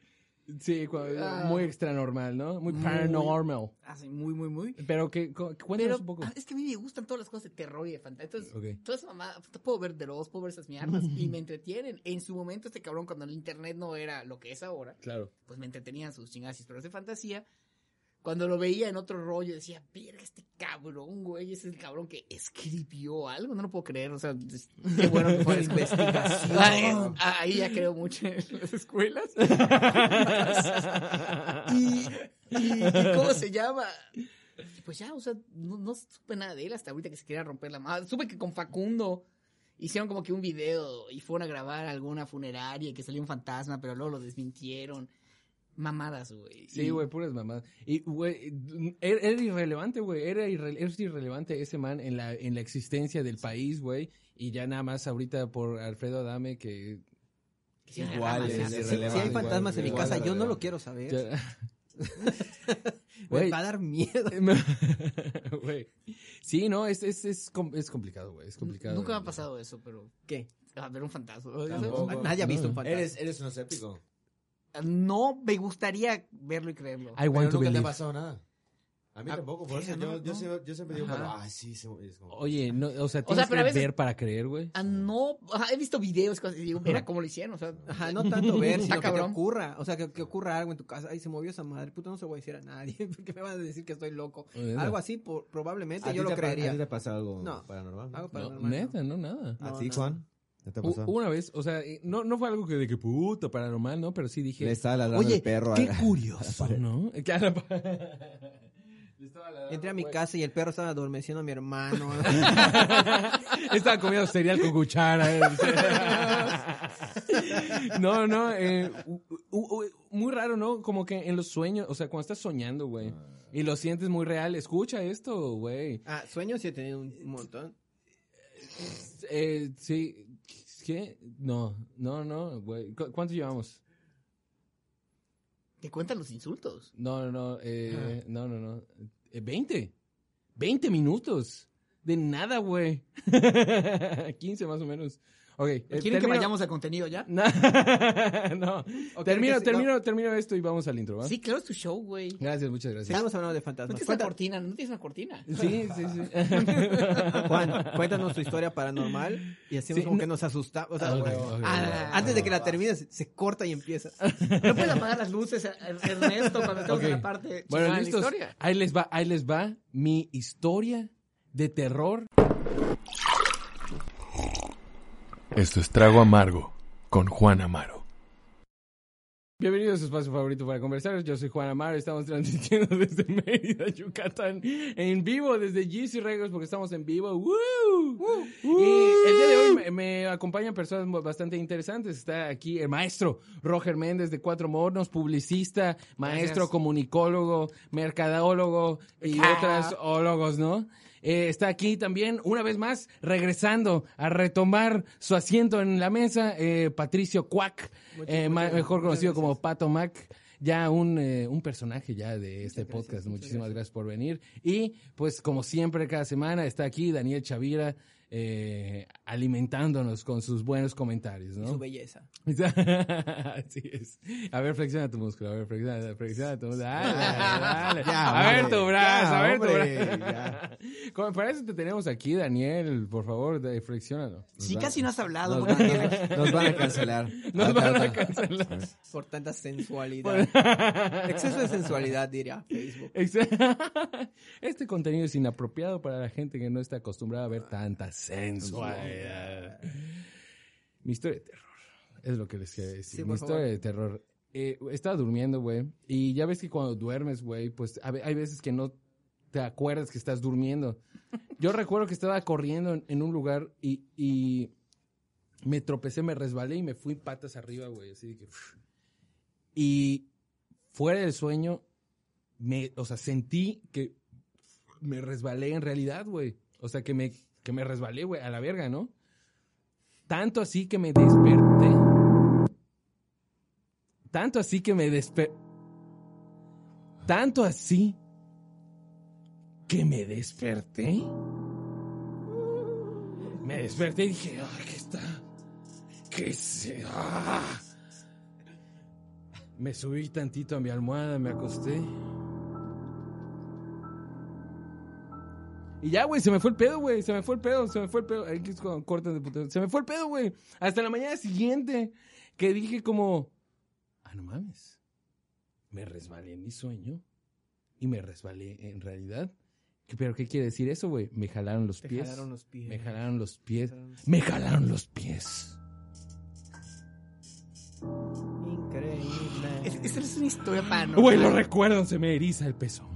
Speaker 1: Sí, cu-
Speaker 3: Ah.
Speaker 1: muy extra normal, ¿no? Muy paranormal.
Speaker 3: así, muy, muy, muy.
Speaker 1: Pero que, cu- cuéntanos
Speaker 3: Pero
Speaker 1: un poco.
Speaker 3: ah, es que a mí me gustan todas las cosas de terror y de fantasía. Entonces,
Speaker 1: Ok.
Speaker 3: toda esa mamada, puta, puedo ver de los, puedo ver esas mierdas y me entretienen. En su momento, este cabrón, cuando el internet no era lo que es ahora,
Speaker 1: Claro.
Speaker 3: pues me entretenían sus chingadas historias de fantasía. Cuando lo veía en otro rollo, decía, verga, este cabrón, güey, ese es el cabrón que escribió algo, no lo puedo creer, o sea, es- qué bueno que fue investigación. Ah, eh, ahí ya creo mucho en las escuelas. y, y- y ¿cómo se llama? Y Pues ya, o sea, no, no supe nada de él hasta ahorita que se quería romper la madre. Supe que con Facundo hicieron como que un video y fueron a grabar alguna funeraria y que salió un fantasma, pero luego lo desmintieron. Mamadas, güey.
Speaker 1: Sí,
Speaker 3: Y-
Speaker 1: güey, puras mamás. Y, güey, era, era irrelevante, güey. Era, irre- es irrelevante ese man en la, en la existencia del país, güey. Y ya nada más ahorita por Alfredo Adame que...
Speaker 3: que sí, una
Speaker 4: Igual,
Speaker 3: rama,
Speaker 4: es
Speaker 3: o sea,
Speaker 2: Si-
Speaker 4: irrelevante.
Speaker 2: Si hay fantasmas en mi
Speaker 1: Igual,
Speaker 2: casa, yo no
Speaker 1: irrelevante.
Speaker 2: lo quiero saber.
Speaker 1: ya-
Speaker 2: Me
Speaker 1: Güey,
Speaker 2: va a dar miedo.
Speaker 1: güey. Sí, no, es, es, es, com- es complicado, güey. Es complicado.
Speaker 3: Nunca me ha pasado eso, pero
Speaker 2: ¿Qué?
Speaker 3: a ver un fantasma.
Speaker 4: Tampoco.
Speaker 2: Nadie ha visto un fantasma.
Speaker 4: Eres, eres un escéptico.
Speaker 3: No me gustaría verlo y creerlo.
Speaker 1: I
Speaker 4: Pero
Speaker 1: want to
Speaker 4: nunca te ha
Speaker 1: believe.
Speaker 4: pasado nada. A mí
Speaker 3: Ah,
Speaker 4: tampoco, por eso
Speaker 3: verga,
Speaker 4: yo,
Speaker 3: no,
Speaker 4: yo
Speaker 3: no.
Speaker 4: siempre, yo siempre digo,
Speaker 1: Ajá.
Speaker 4: cuando, ah, sí, se- es como-
Speaker 1: Oye, no, o sea, tienes
Speaker 3: O sea, pero
Speaker 1: que
Speaker 3: a veces-
Speaker 1: ver para creer, güey.
Speaker 3: Ah, no, ajá, he visto videos cosas, y digo, mira cómo lo hicieron, o sea,
Speaker 2: Ajá, no tanto ver,
Speaker 3: Está
Speaker 2: sino que te
Speaker 3: cabrón.
Speaker 2: ocurra. O sea, que, que ocurra algo en tu casa. Ay, se movió esa madre. Puta, no se voy a decir a nadie. Porque me van a decir que estoy loco.
Speaker 1: Bueno.
Speaker 2: Algo así, por- probablemente,
Speaker 4: ¿A ti
Speaker 2: yo lo
Speaker 4: te ha pa- ¿A ti te
Speaker 2: creería.
Speaker 4: ha pasado algo
Speaker 2: No.
Speaker 4: paranormal?
Speaker 2: Algo
Speaker 1: No,
Speaker 2: paranormal.
Speaker 1: neta, no, nada.
Speaker 4: ¿A
Speaker 2: No,
Speaker 4: ti,
Speaker 2: no.
Speaker 4: Juan? ¿Qué te ha
Speaker 1: U-
Speaker 4: pasado?
Speaker 1: Una vez, o sea, eh, no, no fue algo que de que puta paranormal, ¿no? Pero sí dije.
Speaker 4: Le estaba ladrando
Speaker 1: Oye,
Speaker 4: el perro.
Speaker 1: qué
Speaker 4: a-
Speaker 1: curioso, ¿no? Eh, que a la pa- Le estaba ladrando,
Speaker 2: Entré a mi
Speaker 1: güey.
Speaker 2: casa y el perro estaba adormeciendo a mi hermano.
Speaker 1: Estaba comiendo cereal con cuchara. eh. no, no, eh, u- u- u- muy raro, ¿no? Como que en los sueños, o sea, cuando estás soñando, güey, y lo sientes muy real, escucha esto, güey.
Speaker 2: ah, sueños sí he tenido un montón.
Speaker 1: Eh, sí, ¿qué? No, no, no, güey. ¿Cu- ¿Cuánto llevamos?
Speaker 3: te cuentan los insultos.
Speaker 1: No, no, no, eh,
Speaker 3: Ah.
Speaker 1: no, no, no. Eh, 20. 20 minutos. De nada, güey. 15 más o menos. Ok. eh,
Speaker 3: ¿Quieren que
Speaker 1: termino-
Speaker 3: vayamos al contenido ya?
Speaker 1: No. no.
Speaker 2: Ok,
Speaker 1: termino,
Speaker 2: que sí,
Speaker 1: termino, termino esto y vamos al intro, ¿va?
Speaker 3: Sí, claro, es tu show, güey.
Speaker 1: Gracias, muchas gracias.
Speaker 2: Estábamos hablando de
Speaker 3: No
Speaker 2: fantasmas.
Speaker 3: tienes una
Speaker 2: Cuenta-
Speaker 3: cortina, no tienes una cortina.
Speaker 1: Sí, sí, sí.
Speaker 2: Juan, cuéntanos tu historia paranormal. Y hacemos
Speaker 1: Sí,
Speaker 2: como
Speaker 1: no-
Speaker 2: que nos asustamos. O sea,
Speaker 1: Ok,
Speaker 2: güey,
Speaker 1: ok.
Speaker 3: Ah,
Speaker 2: Antes de que la termines, se corta y empieza.
Speaker 3: No puedes apagar las luces, Er- Ernesto, cuando estamos
Speaker 1: ah.
Speaker 3: en
Speaker 1: Ok.
Speaker 3: la parte chingona de
Speaker 1: Bueno,
Speaker 3: la
Speaker 1: listos.
Speaker 3: historia.
Speaker 1: Ahí les va, ahí les va mi historia de terror.
Speaker 6: Esto es Trago Amargo con Juan Amaro.
Speaker 1: Bienvenidos a su espacio favorito para conversar. Yo soy Juan Amaro. Estamos transmitiendo desde Mérida, Yucatán, en vivo desde GC Records porque estamos en vivo. ¡Woo! Y el día de hoy me, me acompañan personas mu- bastante interesantes. Está aquí el maestro Roger Méndez de Cuatro Monos, publicista, maestro
Speaker 3: Gracias.
Speaker 1: comunicólogo, mercadólogo y otras ólogos, ¿no? Eh, está aquí también, una vez más, regresando a retomar su asiento en la mesa, eh, Patricio Cuac, eh, ma- mejor conocido como Pato Mac, ya un, eh, un personaje ya de este podcast. Muchísimas gracias. por venir. Y pues como siempre, cada semana está aquí Daniel Chavira eh, alimentándonos con sus buenos comentarios, ¿no?
Speaker 2: Su belleza.
Speaker 1: Así es. A ver, flexiona tu músculo, a ver, flexiona, flexiona tu músculo. Dale, dale, dale. a ver tu brazo, a ver tu brazo. Como para eso te tenemos aquí, Daniel, por favor, de- flexiónalo.
Speaker 2: Sí, casi no has hablado
Speaker 4: Nos
Speaker 2: por, tantas-
Speaker 4: van, nos van a cancelar.
Speaker 1: Nos
Speaker 4: Ahorita,
Speaker 1: van a
Speaker 4: ahorita.
Speaker 1: cancelar.
Speaker 2: por tanta sensualidad. Exceso de sensualidad, diría Facebook.
Speaker 1: Ex- Este contenido es inapropiado para la gente que no está acostumbrada a ver tanta sensualidad. Mi historia de terror. Es lo que les quiero decir.
Speaker 2: Sí, por
Speaker 1: Mi historia
Speaker 2: favor.
Speaker 1: de terror. Eh, estaba durmiendo, güey. Y ya ves que cuando duermes, güey, pues a ve- hay veces que no te acuerdas que estás durmiendo. Yo recuerdo que estaba corriendo en, en un lugar y, y me tropecé, me resbalé y me fui patas arriba, güey. Así de que. uff. Y fuera del sueño, me, o sea, sentí que me resbalé en realidad, güey. O sea, que me, que me resbalé, güey, a la verga, ¿no? Tanto así que me desperté. Tanto así que me desperté. Tanto así que me desperté. Me desperté y dije, ah, ¿qué está? ¿Qué se? ah". Me subí tantito a mi almohada, me acosté. Y ya, güey, se me fue el pedo, güey. Se me fue el pedo, se me fue el pedo. Ahí que es cuando cortan de putero. Se me fue el pedo, güey. Hasta la mañana siguiente que dije como, ah, no mames. Me resbalé en mi sueño y me resbalé en realidad. ¿Qué- ¿Pero qué quiere decir eso, güey? Me jalaron los
Speaker 2: Te
Speaker 1: pies.
Speaker 2: jalaron los pies.
Speaker 1: Me jalaron los pies.
Speaker 2: Te jalaron los-
Speaker 1: Me jalaron los pies.
Speaker 2: Increíble.
Speaker 3: Es- Esa es una historia para no.
Speaker 1: Güey, lo recuerdo, se me eriza el peso.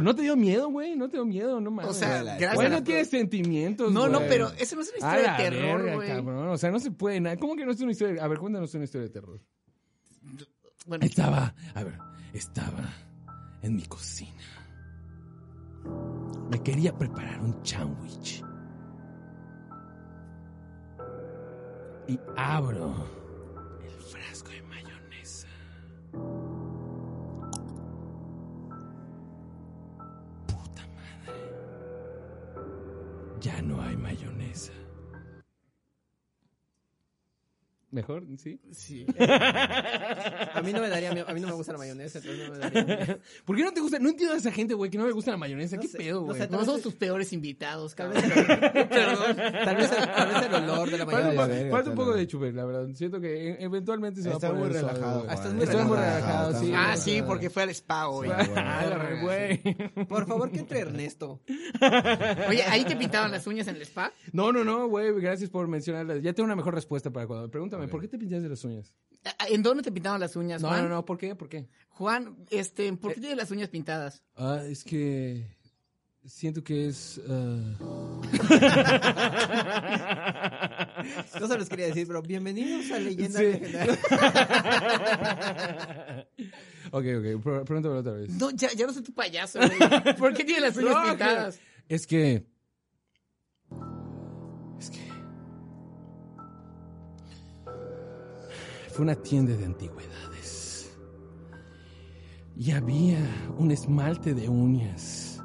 Speaker 1: No te dio miedo, güey, no te dio miedo, no mames.
Speaker 3: O sea,
Speaker 4: Güey,
Speaker 3: gracias.
Speaker 1: Güey,
Speaker 3: a la-
Speaker 1: no tienes sentimientos.
Speaker 3: No, no,
Speaker 1: güey.
Speaker 3: pero esa no es una
Speaker 1: A
Speaker 3: historia
Speaker 1: la
Speaker 3: de terror,
Speaker 1: verga,
Speaker 3: güey.
Speaker 1: cabrón. O sea, no se puede nada. ¿Cómo que no es una historia? A ver, cuéntanos una historia de terror.
Speaker 3: Bueno,
Speaker 1: Estaba, a ver, estaba en mi cocina. Me quería preparar un sandwich. Y abro el frasco de mayonesa. Puta madre. Ya no hay mayonesa. Mejor, sí.
Speaker 3: sí.
Speaker 2: A mí no me daría miedo. A mí no me gusta la mayonesa, entonces no me daría miedo.
Speaker 1: ¿Por qué no te gusta? No entiendo a esa gente, güey, que no le gusta la mayonesa.
Speaker 2: No
Speaker 1: ¿Qué
Speaker 2: sé,
Speaker 1: pedo,
Speaker 2: no
Speaker 1: güey?
Speaker 2: sé,
Speaker 3: No somos tus peores invitados, cabrón. Perdón.
Speaker 2: Tal vez, el, tal vez el olor de la
Speaker 1: Falta,
Speaker 2: mayonesa.
Speaker 1: un
Speaker 4: Vaya
Speaker 1: po-
Speaker 4: verga,
Speaker 1: falta un
Speaker 4: tal
Speaker 1: poco
Speaker 4: vez.
Speaker 1: de chuper, la verdad. Siento que e- eventualmente se va a
Speaker 4: Está
Speaker 1: poner
Speaker 4: muy
Speaker 1: suave,
Speaker 4: relajado,
Speaker 1: güey.
Speaker 4: Juan.
Speaker 2: Estás muy
Speaker 1: Estás muy relajado,
Speaker 2: relajado,
Speaker 1: sí.
Speaker 3: Ah,
Speaker 1: o
Speaker 3: sí,
Speaker 1: sea.
Speaker 3: porque fue al spa hoy.
Speaker 4: Sí, güey.
Speaker 1: Ah, la re, güey.
Speaker 2: Por favor, que entre Ernesto.
Speaker 3: Oye, ahí te pintaban las uñas en el spa.
Speaker 1: No, no, no, güey, gracias por mencionarlas. Ya tengo una mejor respuesta para cuando. Pregúntame, ¿por qué te pintaste las uñas?
Speaker 3: Ah, ¿En dónde te pintaban las uñas,
Speaker 1: No,
Speaker 3: Juan?
Speaker 1: no, Eh, no, ¿por qué? ¿Por qué?
Speaker 3: Juan, este, ¿por qué tienes las uñas pintadas?
Speaker 1: Ah, es que siento que es ah,
Speaker 2: No se los quería decir, pero bienvenidos a Leyendas
Speaker 1: Sí.
Speaker 2: Legendarias.
Speaker 1: Ok, ok, pr- pregúntamelo otra vez.
Speaker 3: No, ya, ya no soy tu payaso, güey. ¿Por qué tienes las uñas
Speaker 1: No,
Speaker 3: pintadas?
Speaker 1: Es que. Es que. Fue una tienda de antigüedades. Y había un esmalte de uñas.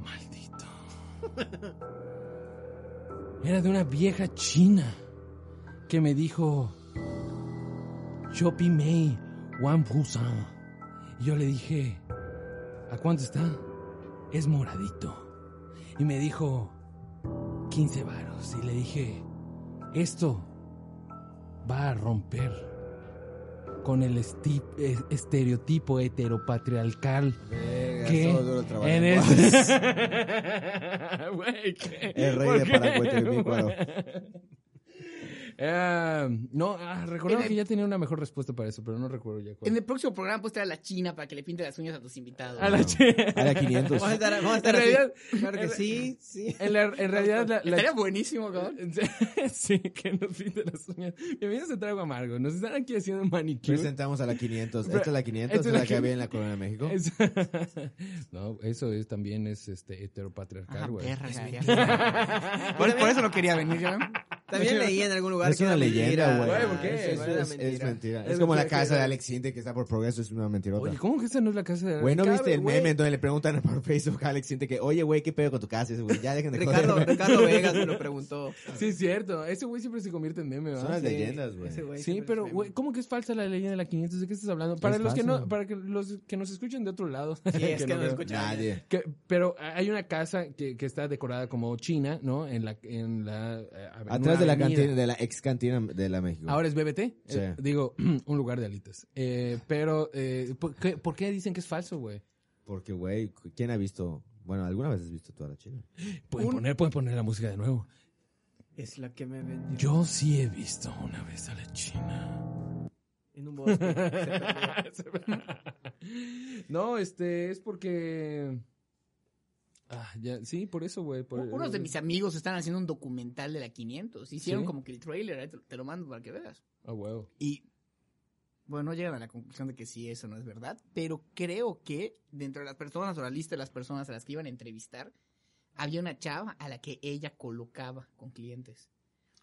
Speaker 1: Maldito. Era de una vieja china que me dijo. Chopi Mei Wan Busan. Y yo le dije. ¿A cuánto está? es moradito. Y me dijo 15 varos. Y le dije, esto va a romper con el esti- eh, estereotipo heteropatriarcal.
Speaker 4: Verga,
Speaker 1: ¿Qué?
Speaker 4: estuvo duro el trabajo.
Speaker 1: Eres... Güey, ¿qué?
Speaker 4: El rey
Speaker 1: ¿Por
Speaker 4: de
Speaker 1: qué?
Speaker 4: Paracuete, mi cuero.
Speaker 1: Ah, no, ah, recordaba
Speaker 3: En el-
Speaker 1: que ya tenía una mejor respuesta para eso, pero no recuerdo ya cuál.
Speaker 3: En el próximo programa puedes traer a la China para que le pinte las uñas a tus invitados.
Speaker 1: A la che-
Speaker 4: A la 500.
Speaker 2: Vamos a estar, vamos a estar
Speaker 1: En
Speaker 2: así.
Speaker 1: realidad-
Speaker 2: Claro que sí, sí.
Speaker 1: En, la- en realidad, la, la-
Speaker 3: Estaría buenísimo, cabrón.
Speaker 1: sí, que nos pinte las uñas. Bienvenidos a Trago Amargo. Nos están aquí haciendo manicure.
Speaker 4: Presentamos a la 500.
Speaker 1: Pero-
Speaker 4: Esta es la 500,
Speaker 1: esta es
Speaker 4: esta es
Speaker 1: la
Speaker 4: la que
Speaker 1: quin-
Speaker 4: había en la Corona de México.
Speaker 1: Es- no, eso es, también es este heteropatriarcal,
Speaker 3: Ah,
Speaker 1: güey.
Speaker 3: perra,
Speaker 2: Pues
Speaker 3: ya. por, por eso no quería venir, ¿ya
Speaker 2: También leí en algún lugar
Speaker 4: es una leyenda, güey.
Speaker 1: Güey, ¿por qué?
Speaker 4: Es, es-
Speaker 2: una
Speaker 4: es- es mentira. Es,
Speaker 1: Es
Speaker 4: como la
Speaker 1: mentira,
Speaker 4: casa
Speaker 1: que-
Speaker 4: de Alex Sinte que está por progreso, es una mentirota.
Speaker 1: Oye, ¿cómo que esa no es la casa de
Speaker 4: Bueno,
Speaker 1: Cabe,
Speaker 4: viste el
Speaker 1: güey.
Speaker 4: meme en donde le preguntan por Facebook a Alex Sinte que, oye, güey, ¿qué pedo con tu casa? Y ese güey, ya dejen de
Speaker 2: Ricardo,
Speaker 4: joder.
Speaker 2: Ricardo Vegas me lo preguntó.
Speaker 1: Sí, es cierto. Ese güey siempre se convierte en meme,
Speaker 4: Son
Speaker 1: ¿verdad?
Speaker 4: las
Speaker 2: Sí,
Speaker 4: leyendas, güey.
Speaker 2: ese güey
Speaker 1: Sí,
Speaker 2: siempre
Speaker 1: pero,
Speaker 2: es
Speaker 1: güey,
Speaker 2: meme.
Speaker 1: ¿cómo que es falsa la leyenda de la 500? ¿De qué estás hablando? Para los que
Speaker 4: falsa.
Speaker 1: no, para que los que nos escuchen de otro lado.
Speaker 2: Sí, es que, no,
Speaker 1: veo.
Speaker 2: escucha.
Speaker 4: Nadie.
Speaker 1: Que- pero hay una casa que, que está decorada como china, ¿no? En la, en la, eh, en una
Speaker 4: Atrás de la
Speaker 1: avenida.
Speaker 4: cantina, de la ex cantina de la México.
Speaker 1: Ahora es BBT,
Speaker 4: Sí.
Speaker 1: eh, digo, un lugar de alitas. Eh, pero, eh, ¿por, qué, por qué dicen que es falso, güey?
Speaker 4: Porque, güey, ¿quién ha visto? Bueno, ¿alguna vez has visto tú a la China?
Speaker 1: Pueden poner, pueden poner la música de nuevo.
Speaker 2: Es la que me vendió
Speaker 1: Yo sí he visto una vez a la China.
Speaker 2: en un bosque. Se perdió.
Speaker 1: no, este, es porque... Ah, ya, sí, por eso, güey. por-
Speaker 3: Unos de mis amigos están haciendo un documental de la 500. Hicieron
Speaker 1: ¿Sí?
Speaker 3: como que el trailer, ahí te, te lo mando para que veas.
Speaker 1: Ah, huevo.
Speaker 3: Y, bueno, no llegan a la conclusión de que sí, eso no es verdad, pero creo que dentro de las personas o la lista de las personas a las que iban a entrevistar, había una chava a la que ella colocaba con clientes.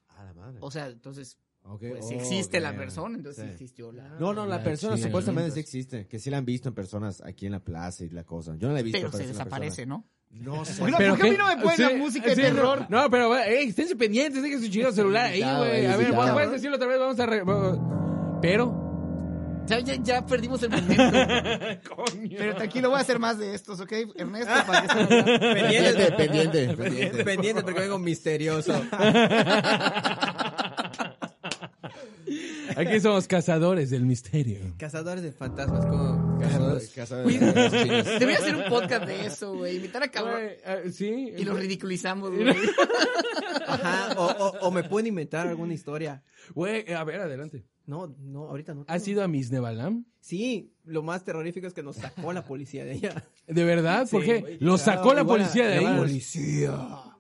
Speaker 4: A la madre.
Speaker 3: O sea, entonces,
Speaker 4: Ok,
Speaker 3: pues, si
Speaker 4: oh,
Speaker 3: existe la
Speaker 4: ok.
Speaker 3: persona, entonces
Speaker 4: Sí.
Speaker 3: existió la...
Speaker 4: No, no, la,
Speaker 1: La
Speaker 4: persona
Speaker 1: China.
Speaker 4: supuestamente sí existe. Que sí la han visto en personas aquí en la plaza y la cosa. Yo no la he visto.
Speaker 3: pero se
Speaker 4: es una
Speaker 3: desaparece, ¿no?
Speaker 4: persona. No sé.
Speaker 3: Oiga,
Speaker 1: Pero
Speaker 3: ¿por qué a mí no me ponen la música de terror?
Speaker 1: No, pero, güey, ey, esténse pendientes, dejen su chingado celular ahí,
Speaker 4: Invitado,
Speaker 1: güey.
Speaker 4: eh,
Speaker 1: A ver,
Speaker 4: invitado.
Speaker 1: vamos a decirlo otra vez, vamos a... re- va- Pero...
Speaker 3: Ya, ya, ya perdimos el momento.
Speaker 1: Coño.
Speaker 3: pero tranquilo, voy a hacer más de estos, ¿ok? Ernesto, para que se
Speaker 4: Pendiente, pendiente, pendiente.
Speaker 2: Pendiente porque vengo misterioso.
Speaker 1: Aquí somos cazadores del misterio.
Speaker 2: Cazadores de fantasmas como Carlos.
Speaker 4: Casa de-
Speaker 3: Oye, Debería hacer un podcast de eso, güey. Invitar a cabrón.
Speaker 1: Güey, eh, sí.
Speaker 3: Y lo ridiculizamos, güey.
Speaker 2: Ajá, o, o- o me pueden inventar alguna historia.
Speaker 1: Güey, eh, a ver, adelante.
Speaker 2: No, no, ahorita no.
Speaker 1: ¿Has ido a Miss Nevalam?
Speaker 2: Sí, lo más terrorífico es que nos sacó la policía de allá.
Speaker 1: ¿De verdad? ¿Por
Speaker 2: Sí,
Speaker 1: qué?
Speaker 2: güey,
Speaker 1: lo
Speaker 2: claro,
Speaker 1: sacó la
Speaker 2: igual a-
Speaker 1: policía de
Speaker 2: igual a-
Speaker 1: ahí.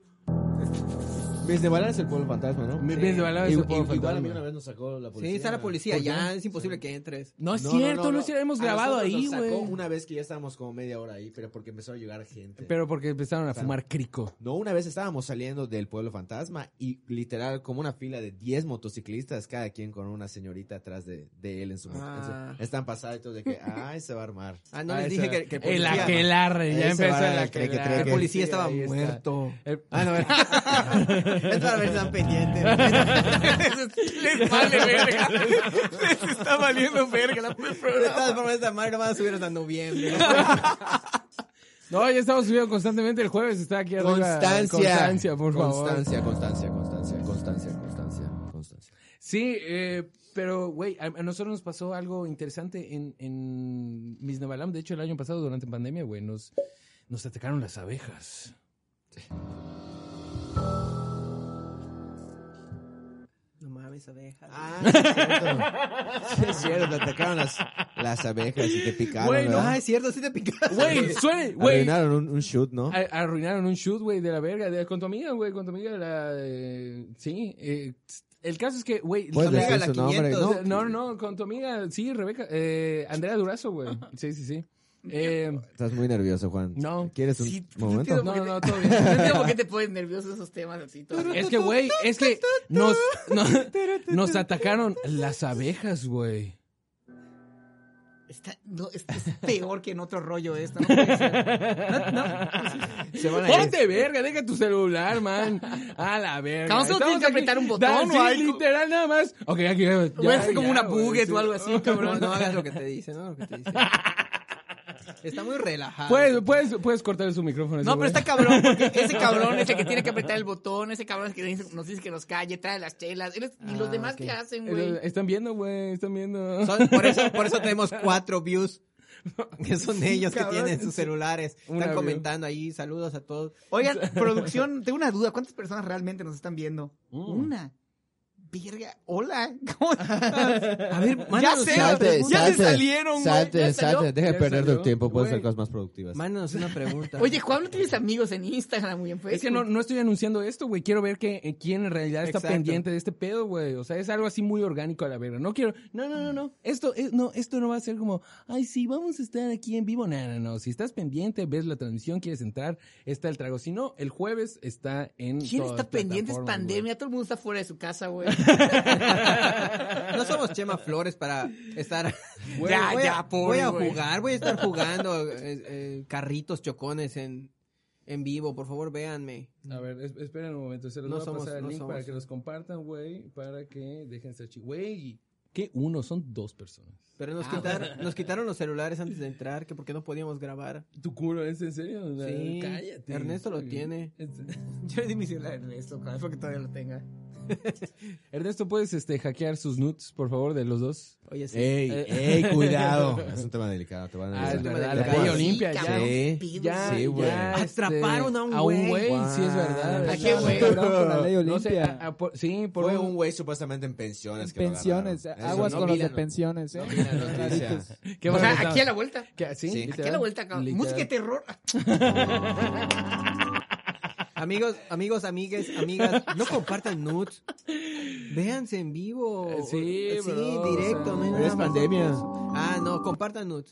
Speaker 4: Desde Balán es el pueblo fantasma, ¿no?
Speaker 1: Mi- Miss Nevalam es
Speaker 4: I-
Speaker 1: un
Speaker 4: i-
Speaker 1: pueblo
Speaker 4: Igual a mí
Speaker 1: fantasma.
Speaker 4: una vez nos sacó la policía.
Speaker 2: Sí, está la policía
Speaker 4: ¿Por qué?
Speaker 2: allá, es imposible que entres.
Speaker 1: No es cierto, no, hemos
Speaker 4: A
Speaker 1: grabado
Speaker 4: nosotros
Speaker 1: ahí,
Speaker 4: nos sacó
Speaker 1: güey.
Speaker 4: Una vez que ya estábamos como media hora ahí, pero porque empezó a llegar gente.
Speaker 1: Pero porque empezaron a fumar crico.
Speaker 4: No, una vez estábamos saliendo del pueblo fantasma y literal como una fila de 10 motociclistas, cada quien con una señorita atrás de, de él en su moto.
Speaker 2: Ah.
Speaker 4: En su- Están pasados y todo de que, ay, se va a armar.
Speaker 2: Ah, no
Speaker 1: Ah,
Speaker 2: les
Speaker 1: esa-
Speaker 2: dije que, que el
Speaker 1: El
Speaker 2: policía,
Speaker 1: aquelarre, ya
Speaker 4: Ese
Speaker 1: empezó
Speaker 4: va
Speaker 1: el
Speaker 4: al treque,
Speaker 1: aquelarre.
Speaker 4: treque.
Speaker 2: el policía estaba
Speaker 1: ahí está.
Speaker 2: muerto.
Speaker 1: El-
Speaker 2: Ah, no, es para ver si están pendientes.
Speaker 3: Les vale verga. Les está valiendo verga la
Speaker 2: De
Speaker 3: programa.
Speaker 2: todas formas, esta madre no va a subir hasta noviembre.
Speaker 1: No, ya estamos subiendo constantemente. El jueves está aquí arriba.
Speaker 4: Constancia.
Speaker 1: Constancia, por favor.
Speaker 4: Constancia, constancia, constancia, constancia, constancia, constancia.
Speaker 1: Sí, eh, pero, güey, a, a nosotros nos pasó algo interesante en, en Miss Nevalam. De hecho, el año pasado, durante pandemia, güey, nos, nos atacaron las abejas.
Speaker 2: No mames, abejas.
Speaker 4: Ah, sí, es cierto, te atacaron las, las abejas y te picaron.
Speaker 1: Güey, no,
Speaker 4: ¿verdad?
Speaker 2: Ah, es cierto, sí te picaron.
Speaker 1: Güey, suene, güey.
Speaker 4: Arruinaron un, un shoot, ¿no?
Speaker 1: A- Arruinaron un shoot, güey, de la verga. De, con tu amiga, güey, con tu amiga, la. eh, sí. eh, el caso es que, güey.
Speaker 4: Puedes
Speaker 1: Rebeca-
Speaker 4: decir
Speaker 2: la
Speaker 4: su nombre,
Speaker 2: 500,
Speaker 4: ¿no?
Speaker 1: No, no, no, con tu amiga, sí, Rebeca. Eh, Andrea Durazo, güey. Sí, sí, sí. Eh,
Speaker 4: Estás muy nervioso, Juan.
Speaker 1: No.
Speaker 4: ¿Quieres un
Speaker 3: Sí,
Speaker 4: momento?
Speaker 1: no,
Speaker 3: sentido-
Speaker 1: no, todo bien.
Speaker 3: No entiendo por qué te pones nervioso esos temas así. todo.
Speaker 1: Es que, güey, es que nos, no- nos atacaron las abejas, güey.
Speaker 3: Está, no, es, es peor que en otro rollo esto. No puede ser. No, no.
Speaker 2: Se van a ir.
Speaker 1: Ponte verga, deja tu celular, man. A la verga.
Speaker 3: Cabrón,
Speaker 1: Estamos
Speaker 3: solo tienes que
Speaker 1: aquí-
Speaker 3: apretar un botón,
Speaker 1: Sí,
Speaker 3: o algo.
Speaker 1: literal, nada más. Ok, aquí. ya,
Speaker 3: Voy a hacer como
Speaker 1: ya,
Speaker 3: una
Speaker 1: güey,
Speaker 3: buget
Speaker 1: sí.
Speaker 3: o algo así,
Speaker 2: No,
Speaker 3: cabrón.
Speaker 2: no hagas lo que te dice, no hagas lo que te dice. Está muy
Speaker 3: Ah,
Speaker 2: relajado.
Speaker 1: Puedes, puedes, puedes cortar su micrófono. ese
Speaker 3: No,
Speaker 1: güey.
Speaker 3: pero está cabrón, porque ese cabrón es el que tiene que apretar el botón, ese cabrón es el que dice- nos dice que nos calle, trae las chelas. Eres- y los
Speaker 2: Ah,
Speaker 3: demás
Speaker 2: ok.
Speaker 3: que hacen,
Speaker 1: Eh,
Speaker 3: güey.
Speaker 1: Están viendo, güey, están viendo.
Speaker 2: Son- por, eso, por eso tenemos cuatro views. Que son ellos que
Speaker 1: Cabrón,
Speaker 2: tienen sus celulares.
Speaker 1: Una
Speaker 2: Están
Speaker 1: view.
Speaker 2: comentando ahí. Saludos a todos.
Speaker 1: Mm.
Speaker 3: Oigan, producción, tengo una duda. ¿Cuántas personas realmente nos están viendo? Una. verga, hola, ¿cómo estás?
Speaker 2: A ver,
Speaker 3: ya
Speaker 2: mándanos
Speaker 3: sé,
Speaker 2: una
Speaker 3: ya
Speaker 2: pregunta.
Speaker 3: se salieron, güey.
Speaker 4: Salte,
Speaker 3: ya salió.
Speaker 4: salte, deja de
Speaker 1: Ya
Speaker 4: perder
Speaker 1: salió,
Speaker 4: tu tiempo, puedes hacer
Speaker 1: güey.
Speaker 4: cosas más productivas.
Speaker 2: Mándanos una pregunta.
Speaker 3: Oye, Juan, ¿no tienes amigos en Instagram y en Facebook?
Speaker 1: Es que no, no estoy anunciando esto, güey. Quiero ver que, eh, quién en realidad está
Speaker 2: Exacto.
Speaker 1: pendiente de este pedo, güey. O sea, es algo así muy orgánico a la verga. No quiero. No, no, no, no. Esto, es- no, esto no va a ser como, ay, sí, vamos a estar aquí en vivo. No, no, no. Si estás pendiente, ves la transmisión, quieres entrar, está el trago. Si no, el jueves está en.
Speaker 3: ¿Quién
Speaker 1: todas
Speaker 3: está pendiente?
Speaker 1: plataformas,
Speaker 3: Es
Speaker 1: güey.
Speaker 3: pandemia, todo el mundo está fuera de su casa, güey.
Speaker 2: No somos Chema Flores para estar.
Speaker 3: Güey, Ya,
Speaker 2: voy a-
Speaker 3: ya,
Speaker 2: Voy
Speaker 3: pobre,
Speaker 2: a
Speaker 3: güey.
Speaker 2: jugar, voy a estar jugando eh, eh, carritos chocones en, en vivo. Por favor, véanme.
Speaker 1: A ver, es- esperen un momento. Se los
Speaker 2: No
Speaker 1: voy a
Speaker 2: somos-
Speaker 1: pasar el
Speaker 2: no
Speaker 1: link para
Speaker 2: somos.
Speaker 1: que los compartan, güey. Para que dejen ser chi- Güey, ¿qué uno? Son dos personas.
Speaker 2: Pero nos,
Speaker 3: Ah,
Speaker 2: quitaron, nos quitaron los celulares antes de entrar, que porque no podíamos grabar.
Speaker 1: ¿Tu culo es en serio? O sea,
Speaker 2: Sí,
Speaker 1: Cállate.
Speaker 2: Ernesto lo tiene.
Speaker 1: Es-
Speaker 3: Yo le di mi celular a Ernesto, cabrón, porque todavía lo tenga.
Speaker 1: Ernesto, ¿puedes este, hackear sus nudes, por favor, de los dos?
Speaker 2: Oye, sí.
Speaker 4: Ey, ey, cuidado. Es un tema delicado, te van a
Speaker 1: Ah, es
Speaker 4: analizar.
Speaker 1: verdad,
Speaker 2: la
Speaker 4: Te
Speaker 2: ley
Speaker 4: van a-
Speaker 1: Olimpia. ya.
Speaker 4: Sí.
Speaker 3: Ya,
Speaker 4: Sí, güey.
Speaker 1: este,
Speaker 2: Atraparon a un güey.
Speaker 1: sí, es verdad.
Speaker 3: ¿A qué güey?
Speaker 6: Por la ley
Speaker 1: No sé,
Speaker 6: Olimpia.
Speaker 1: a- a por- sí, por
Speaker 4: Fue
Speaker 1: un-
Speaker 4: un güey supuestamente en pensiones. que lo
Speaker 6: pensiones.
Speaker 4: agarraron. Eso,
Speaker 6: Aguas
Speaker 4: no
Speaker 6: con los
Speaker 4: vi la
Speaker 6: de
Speaker 4: no-
Speaker 6: pensiones,
Speaker 4: no
Speaker 6: ¿eh?
Speaker 4: vi la noticia.
Speaker 1: qué
Speaker 3: o sea,
Speaker 1: barbaridad.
Speaker 3: aquí a la vuelta.
Speaker 1: Que- sí,
Speaker 4: Sí. Aquí
Speaker 3: Aquí a la vuelta, cabrón.
Speaker 1: Literal.
Speaker 3: Música de terror.
Speaker 2: Amigos, amigos, amigues, amigas, no compartan nudes. Véanse en vivo.
Speaker 1: Eh, sí,
Speaker 2: sí,
Speaker 1: bro.
Speaker 2: directo. no hay
Speaker 4: Pero
Speaker 2: nada
Speaker 4: es
Speaker 2: más.
Speaker 4: pandemia.
Speaker 2: Ah, no, compartan nudes.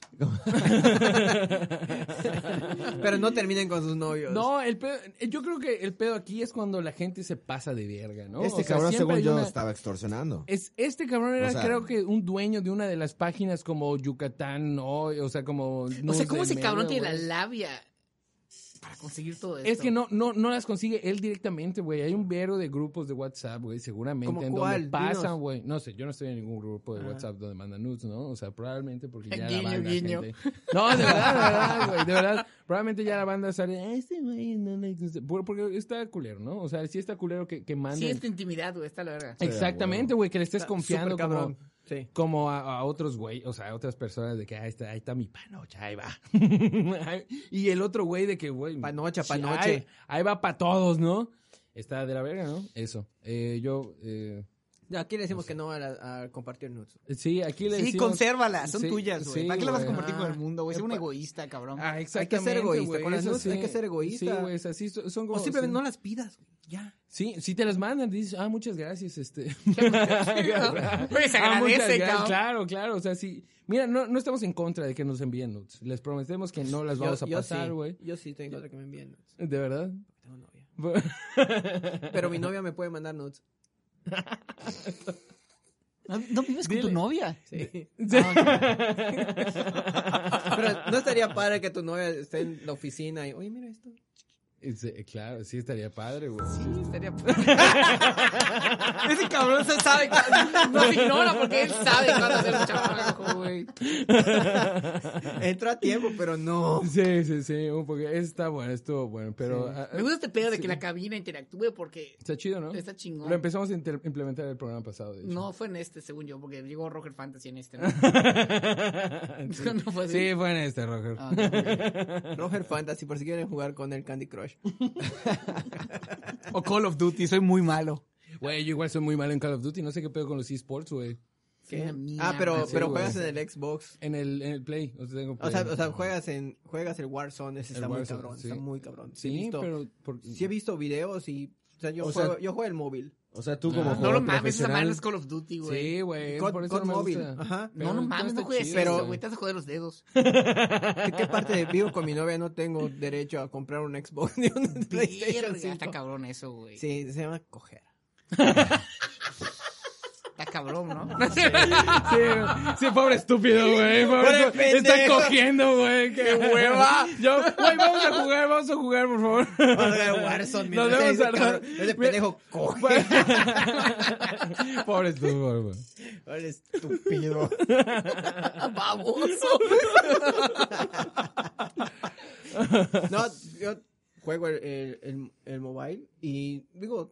Speaker 2: Pero no terminen con sus novios.
Speaker 1: No, el pedo, yo creo que el pedo aquí es cuando la gente se pasa de verga, ¿no?
Speaker 4: Este
Speaker 1: O sea,
Speaker 4: cabrón,
Speaker 1: siempre
Speaker 4: según
Speaker 1: hay
Speaker 4: yo,
Speaker 1: una-
Speaker 4: estaba extorsionando.
Speaker 1: Es, este cabrón era,
Speaker 4: O sea-
Speaker 1: creo que, un dueño de una de las páginas como Yucatán, ¿no? O sea, como...
Speaker 3: O sea,
Speaker 1: nudes
Speaker 3: ¿cómo
Speaker 1: del
Speaker 3: ese cabrón
Speaker 1: medio,
Speaker 3: tiene la
Speaker 1: güey.
Speaker 3: labia para conseguir todo esto?
Speaker 1: Es que no, no, no las consigue él directamente, güey. Hay un vero de grupos de WhatsApp, güey, seguramente.
Speaker 2: ¿Cómo
Speaker 1: en
Speaker 2: cuál?
Speaker 1: Donde pasan,
Speaker 2: Dinos.
Speaker 1: güey. No sé, yo no estoy en ningún grupo de
Speaker 2: Ah.
Speaker 1: WhatsApp donde mandan nudes, ¿no? O sea, probablemente porque ya
Speaker 3: Guiño,
Speaker 1: la banda.
Speaker 3: guiño.
Speaker 1: gente- No, de verdad, de verdad, güey. De verdad. Probablemente ya la banda sale. "Ah, Este güey no le gusta". Por- Porque está culero, ¿no? O sea, sí está culero que, que manden.
Speaker 3: Sí, este es tu intimidad, güey, está la verga.
Speaker 1: Exactamente, güey, que le estés
Speaker 2: Está
Speaker 1: confiando
Speaker 2: súper
Speaker 1: como,
Speaker 2: cabrón. Sí.
Speaker 1: como a, a otros güey, o sea, a otras personas de que ahí está, ahí está mi panocha, ahí va. y el otro güey de que, güey.
Speaker 2: Panocha,
Speaker 1: sí,
Speaker 2: panoche.
Speaker 1: Ahí, ahí va para todos, ¿no? Está de la verga, ¿no? Eso. Eh, yo, eh,
Speaker 2: No, aquí le decimos que no a, la- a compartir nudes.
Speaker 1: sí, aquí le
Speaker 3: Sí,
Speaker 1: decimos-
Speaker 3: consérvalas, son
Speaker 1: Sí,
Speaker 3: tuyas, güey.
Speaker 1: sí,
Speaker 3: ¿Para qué las vas a
Speaker 1: Ah, güey.
Speaker 3: compartir con el mundo, güey? Es un
Speaker 2: Ah,
Speaker 3: egoísta, cabrón.
Speaker 1: Ah,
Speaker 2: ser
Speaker 1: exactamente,
Speaker 2: egoísta,
Speaker 1: güey,
Speaker 2: con las
Speaker 1: eso
Speaker 2: nudes hay
Speaker 1: sí.
Speaker 2: que ser egoísta.
Speaker 1: Sí, güey, es así, son son
Speaker 2: O
Speaker 1: como...
Speaker 2: simplemente
Speaker 1: son-
Speaker 2: no las pidas, güey. Ya.
Speaker 1: Sí, si te las mandan, dices, ah, muchas gracias, este.
Speaker 3: Güey, se
Speaker 1: Ah, muchas
Speaker 3: agradece,
Speaker 1: gracias.
Speaker 3: cabrón.
Speaker 1: Claro, claro, o sea, sí. Mira, no, no estamos en contra de que nos envíen nudes. Les prometemos que no las vamos a pasar,
Speaker 2: sí.
Speaker 1: güey.
Speaker 2: Yo sí tengo otra que me envíen nudes.
Speaker 1: ¿De verdad?
Speaker 2: Tengo novia.
Speaker 1: Bu-
Speaker 2: Pero mi novia me puede mandar nudes.
Speaker 3: ¿No, no vives con tu novia?
Speaker 2: Sí.
Speaker 1: Sí.
Speaker 2: Pero no estaría padre que tu novia esté en la oficina y, oye, mira esto.
Speaker 1: Sí, claro, sí estaría padre, güey.
Speaker 3: Sí, estaría...
Speaker 2: Ese cabrón se sabe.
Speaker 3: No ignora porque él sabe cuándo hacer un trabajo, güey.
Speaker 2: Entró a tiempo, pero no.
Speaker 1: Sí, sí, sí, un poco. Está bueno, estuvo bueno, pero ah, ah,
Speaker 3: Me gusta este pedo de que la cabina interactúe porque
Speaker 1: está chido, ¿no?
Speaker 3: está chingón.
Speaker 1: Lo empezamos a inter- implementar el programa pasado, de hecho.
Speaker 3: No, fue en este, según yo, porque llegó Roger Fantasy en este. ¿no?
Speaker 1: sí.
Speaker 3: No fue así.
Speaker 1: Sí, fue en este, Roger.
Speaker 3: pues Ah, ok, ok.
Speaker 2: Roger Fantasy, por si quieren jugar con el Candy Crush.
Speaker 3: o Call of Duty, soy muy malo.
Speaker 1: Güey, yo igual soy muy malo en Call of Duty. No sé qué pedo con los eSports, güey.
Speaker 3: Sí, una mierda.
Speaker 2: Ah, pero,
Speaker 1: Sí,
Speaker 2: pero
Speaker 1: güey.
Speaker 2: juegas en el Xbox.
Speaker 1: En el, en el Play. O sea, tengo
Speaker 2: O
Speaker 1: Play.
Speaker 2: sea, o sea, juegas en juegas el Warzone, ese
Speaker 1: El
Speaker 2: está muy
Speaker 1: Warzone,
Speaker 2: cabrón,
Speaker 1: sí.
Speaker 2: está muy cabrón. he
Speaker 1: Sí,
Speaker 2: visto-
Speaker 1: pero... por-
Speaker 2: sí he visto videos y o sea, yo
Speaker 4: O sea,
Speaker 2: juego, yo juego el móvil.
Speaker 4: O sea, tú como
Speaker 3: No lo
Speaker 4: jugador
Speaker 3: mames, esa madre
Speaker 4: profesional...
Speaker 3: es Call of Duty, güey.
Speaker 1: Sí, güey.
Speaker 2: COD-
Speaker 1: Por eso
Speaker 2: COD
Speaker 1: no me
Speaker 2: móvil,
Speaker 1: gusta.
Speaker 2: ajá.
Speaker 1: Pero
Speaker 3: No, no
Speaker 1: está
Speaker 3: mames, no juegues
Speaker 1: chido,
Speaker 3: eso,
Speaker 2: pero-
Speaker 3: güey. Te vas a joder los dedos.
Speaker 2: ¿Qué, qué parte de vivo con mi novia no tengo derecho a comprar un Xbox ni un PlayStation
Speaker 3: Verga,
Speaker 2: 5?
Speaker 3: Está cabrón eso, güey.
Speaker 2: Sí, se llama coger.
Speaker 3: Está cabrón, ¿no?
Speaker 1: Sí, sí, pobre estúpido, güey. Pobre
Speaker 2: Pobre
Speaker 1: estúpido. está
Speaker 2: pendejo.
Speaker 1: cogiendo, güey. Qué hueva. Yo, güey, vamos a jugar, vamos a jugar, por favor.
Speaker 2: Warzone,
Speaker 1: Nos
Speaker 2: mientras
Speaker 1: vemos
Speaker 2: ese
Speaker 1: al
Speaker 2: cabrón-
Speaker 1: rato.
Speaker 2: Ese pendejo coge.
Speaker 1: Pobre estúpido, güey.
Speaker 2: Ahora estúpido.
Speaker 3: Baboso.
Speaker 2: No, yo juego el, el, el- el mobile y digo,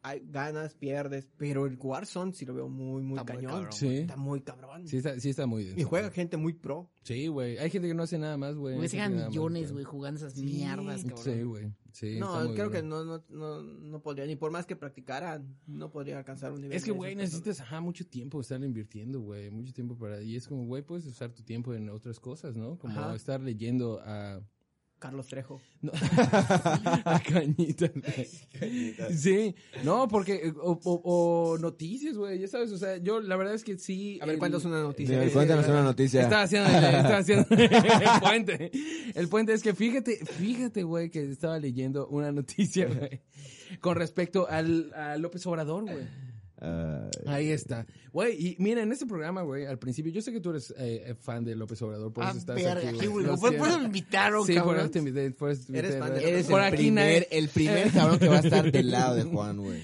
Speaker 2: hay, ganas, pierdes, pero el Warzone sí lo veo muy, muy
Speaker 3: Está muy
Speaker 2: cañón.
Speaker 3: cabrón,
Speaker 1: güey.
Speaker 2: Está muy cabrón.
Speaker 1: Sí está, sí está muy denso.
Speaker 2: Y juega gente muy pro.
Speaker 1: Sí, güey. Hay gente que no hace nada más, güey.
Speaker 3: Güey, se ganan
Speaker 1: Nada más,
Speaker 3: millones, güey, jugando esas mierdas, cabrón.
Speaker 1: Sí, güey. Sí,
Speaker 2: no,
Speaker 1: está muy
Speaker 2: creo
Speaker 1: duro.
Speaker 2: que no, no, no, no podría, ni por más que practicara, no podría alcanzar un nivel.
Speaker 1: Es que,
Speaker 2: de
Speaker 1: güey,
Speaker 2: esas personas.
Speaker 1: necesitas, ajá, mucho tiempo estar invirtiendo, güey, mucho tiempo para... Y es como, güey, puedes usar tu tiempo en otras cosas, ¿no? Como
Speaker 2: Ajá.
Speaker 1: estar leyendo a...
Speaker 2: Carlos Trejo.
Speaker 1: no, a cañitas, güey. Sí, no, porque... eh, O, o- o noticias, güey, ya sabes, o sea, yo la verdad es que sí...
Speaker 2: A ver,
Speaker 1: el-
Speaker 2: ¿cuántas una noticia?
Speaker 4: ver, cuéntanos una noticia.
Speaker 1: Estaba haciendo, el, estaba haciendo el puente. El puente es que fíjate, fíjate, güey, que estaba leyendo una noticia, güey, con respecto al, a López Obrador, güey.
Speaker 4: Ah,
Speaker 1: Ahí está. Güey, y mira, en este programa, güey, al principio, yo sé que tú eres eh, eh, fan de López Obrador, por
Speaker 3: Ah,
Speaker 1: eso estás
Speaker 3: verga,
Speaker 1: aquí,
Speaker 3: aquí, güey.
Speaker 1: Lo
Speaker 3: Por por eso me
Speaker 1: siento.
Speaker 3: invitaron,
Speaker 1: Sí, por
Speaker 3: cabrón.
Speaker 1: eso te invité, por eso te
Speaker 2: Eres
Speaker 1: invité,
Speaker 2: fan de
Speaker 1: ¿verdad?
Speaker 2: López
Speaker 4: Eres
Speaker 1: por
Speaker 4: el
Speaker 1: aquí
Speaker 4: primer,
Speaker 1: nadie-
Speaker 4: el primer cabrón que va a estar del lado de Juan, güey.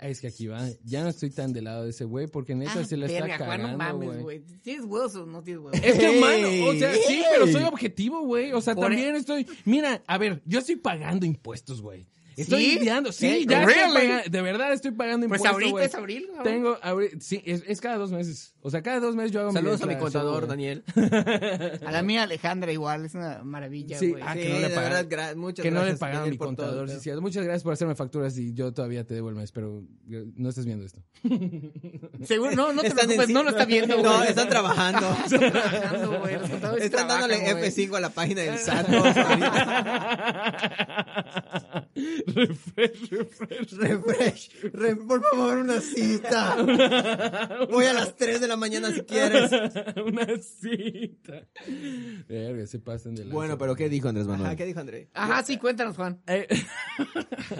Speaker 1: Es que aquí va, ya no estoy tan del lado de ese güey, porque en esa
Speaker 3: Ah,
Speaker 1: se la
Speaker 3: verga,
Speaker 1: está
Speaker 3: Juan, no
Speaker 1: cagando,
Speaker 3: mames,
Speaker 1: güey.
Speaker 3: güey. ¿Tienes huevos o no tienes huevos?
Speaker 1: Es que,
Speaker 4: ¡Ey!
Speaker 1: mano, o sea, sí,
Speaker 4: ¡Ey!
Speaker 1: pero soy objetivo, güey. O sea,
Speaker 3: Por e-
Speaker 1: también estoy. Mira, a ver, yo estoy pagando impuestos, güey. Estoy
Speaker 3: ¿Sí?
Speaker 1: lidiando, sí,
Speaker 3: Eh,
Speaker 1: ya estoy
Speaker 3: really?
Speaker 1: pagando- de verdad estoy pagando
Speaker 3: Pues
Speaker 1: impuestos,
Speaker 3: ahorita
Speaker 1: güey.
Speaker 3: es abril, cabrón.
Speaker 1: Tengo, abri- sí, es, es cada dos meses. O sea, cada dos meses yo hago
Speaker 2: Saludos a mi
Speaker 1: declaración,
Speaker 2: contador,
Speaker 1: güey.
Speaker 2: Daniel.
Speaker 3: A la mía Alejandra igual, es una maravilla,
Speaker 1: Sí,
Speaker 3: güey.
Speaker 1: ah,
Speaker 2: Sí,
Speaker 1: que no le
Speaker 2: de
Speaker 1: pagaron.
Speaker 2: verdad, gra- muchas
Speaker 1: Que no le
Speaker 2: gracias,
Speaker 1: pagaron a mi
Speaker 2: Daniel, por todo,
Speaker 1: contador. sí,
Speaker 2: pero-
Speaker 1: cierto. Muchas gracias por hacerme facturas y yo todavía te devuelvo el mes, pero eh, no estás viendo esto.
Speaker 3: Seguro, no, no te
Speaker 2: Están en
Speaker 3: preocupes, no
Speaker 2: sí-
Speaker 3: lo está viendo, güey.
Speaker 2: No, están trabajando.
Speaker 3: Están trabajando, güey. Los contadores
Speaker 2: Están
Speaker 3: trabajan,
Speaker 2: dándole
Speaker 3: Pues güey.
Speaker 2: F5 a la página del SAT. todos ahorita.
Speaker 1: Refresh, refresh.
Speaker 2: Refresh. Re- por favor, una cita. Voy a las 3 de la mañana si quieres.
Speaker 1: Una cita. Verga, se pasan de lanza.
Speaker 4: Bueno, pero ¿qué dijo Andrés Manuel?
Speaker 2: Ajá, Ah, ¿qué dijo André?
Speaker 3: Ajá, sí, cuéntanos, Juan.
Speaker 1: Eh,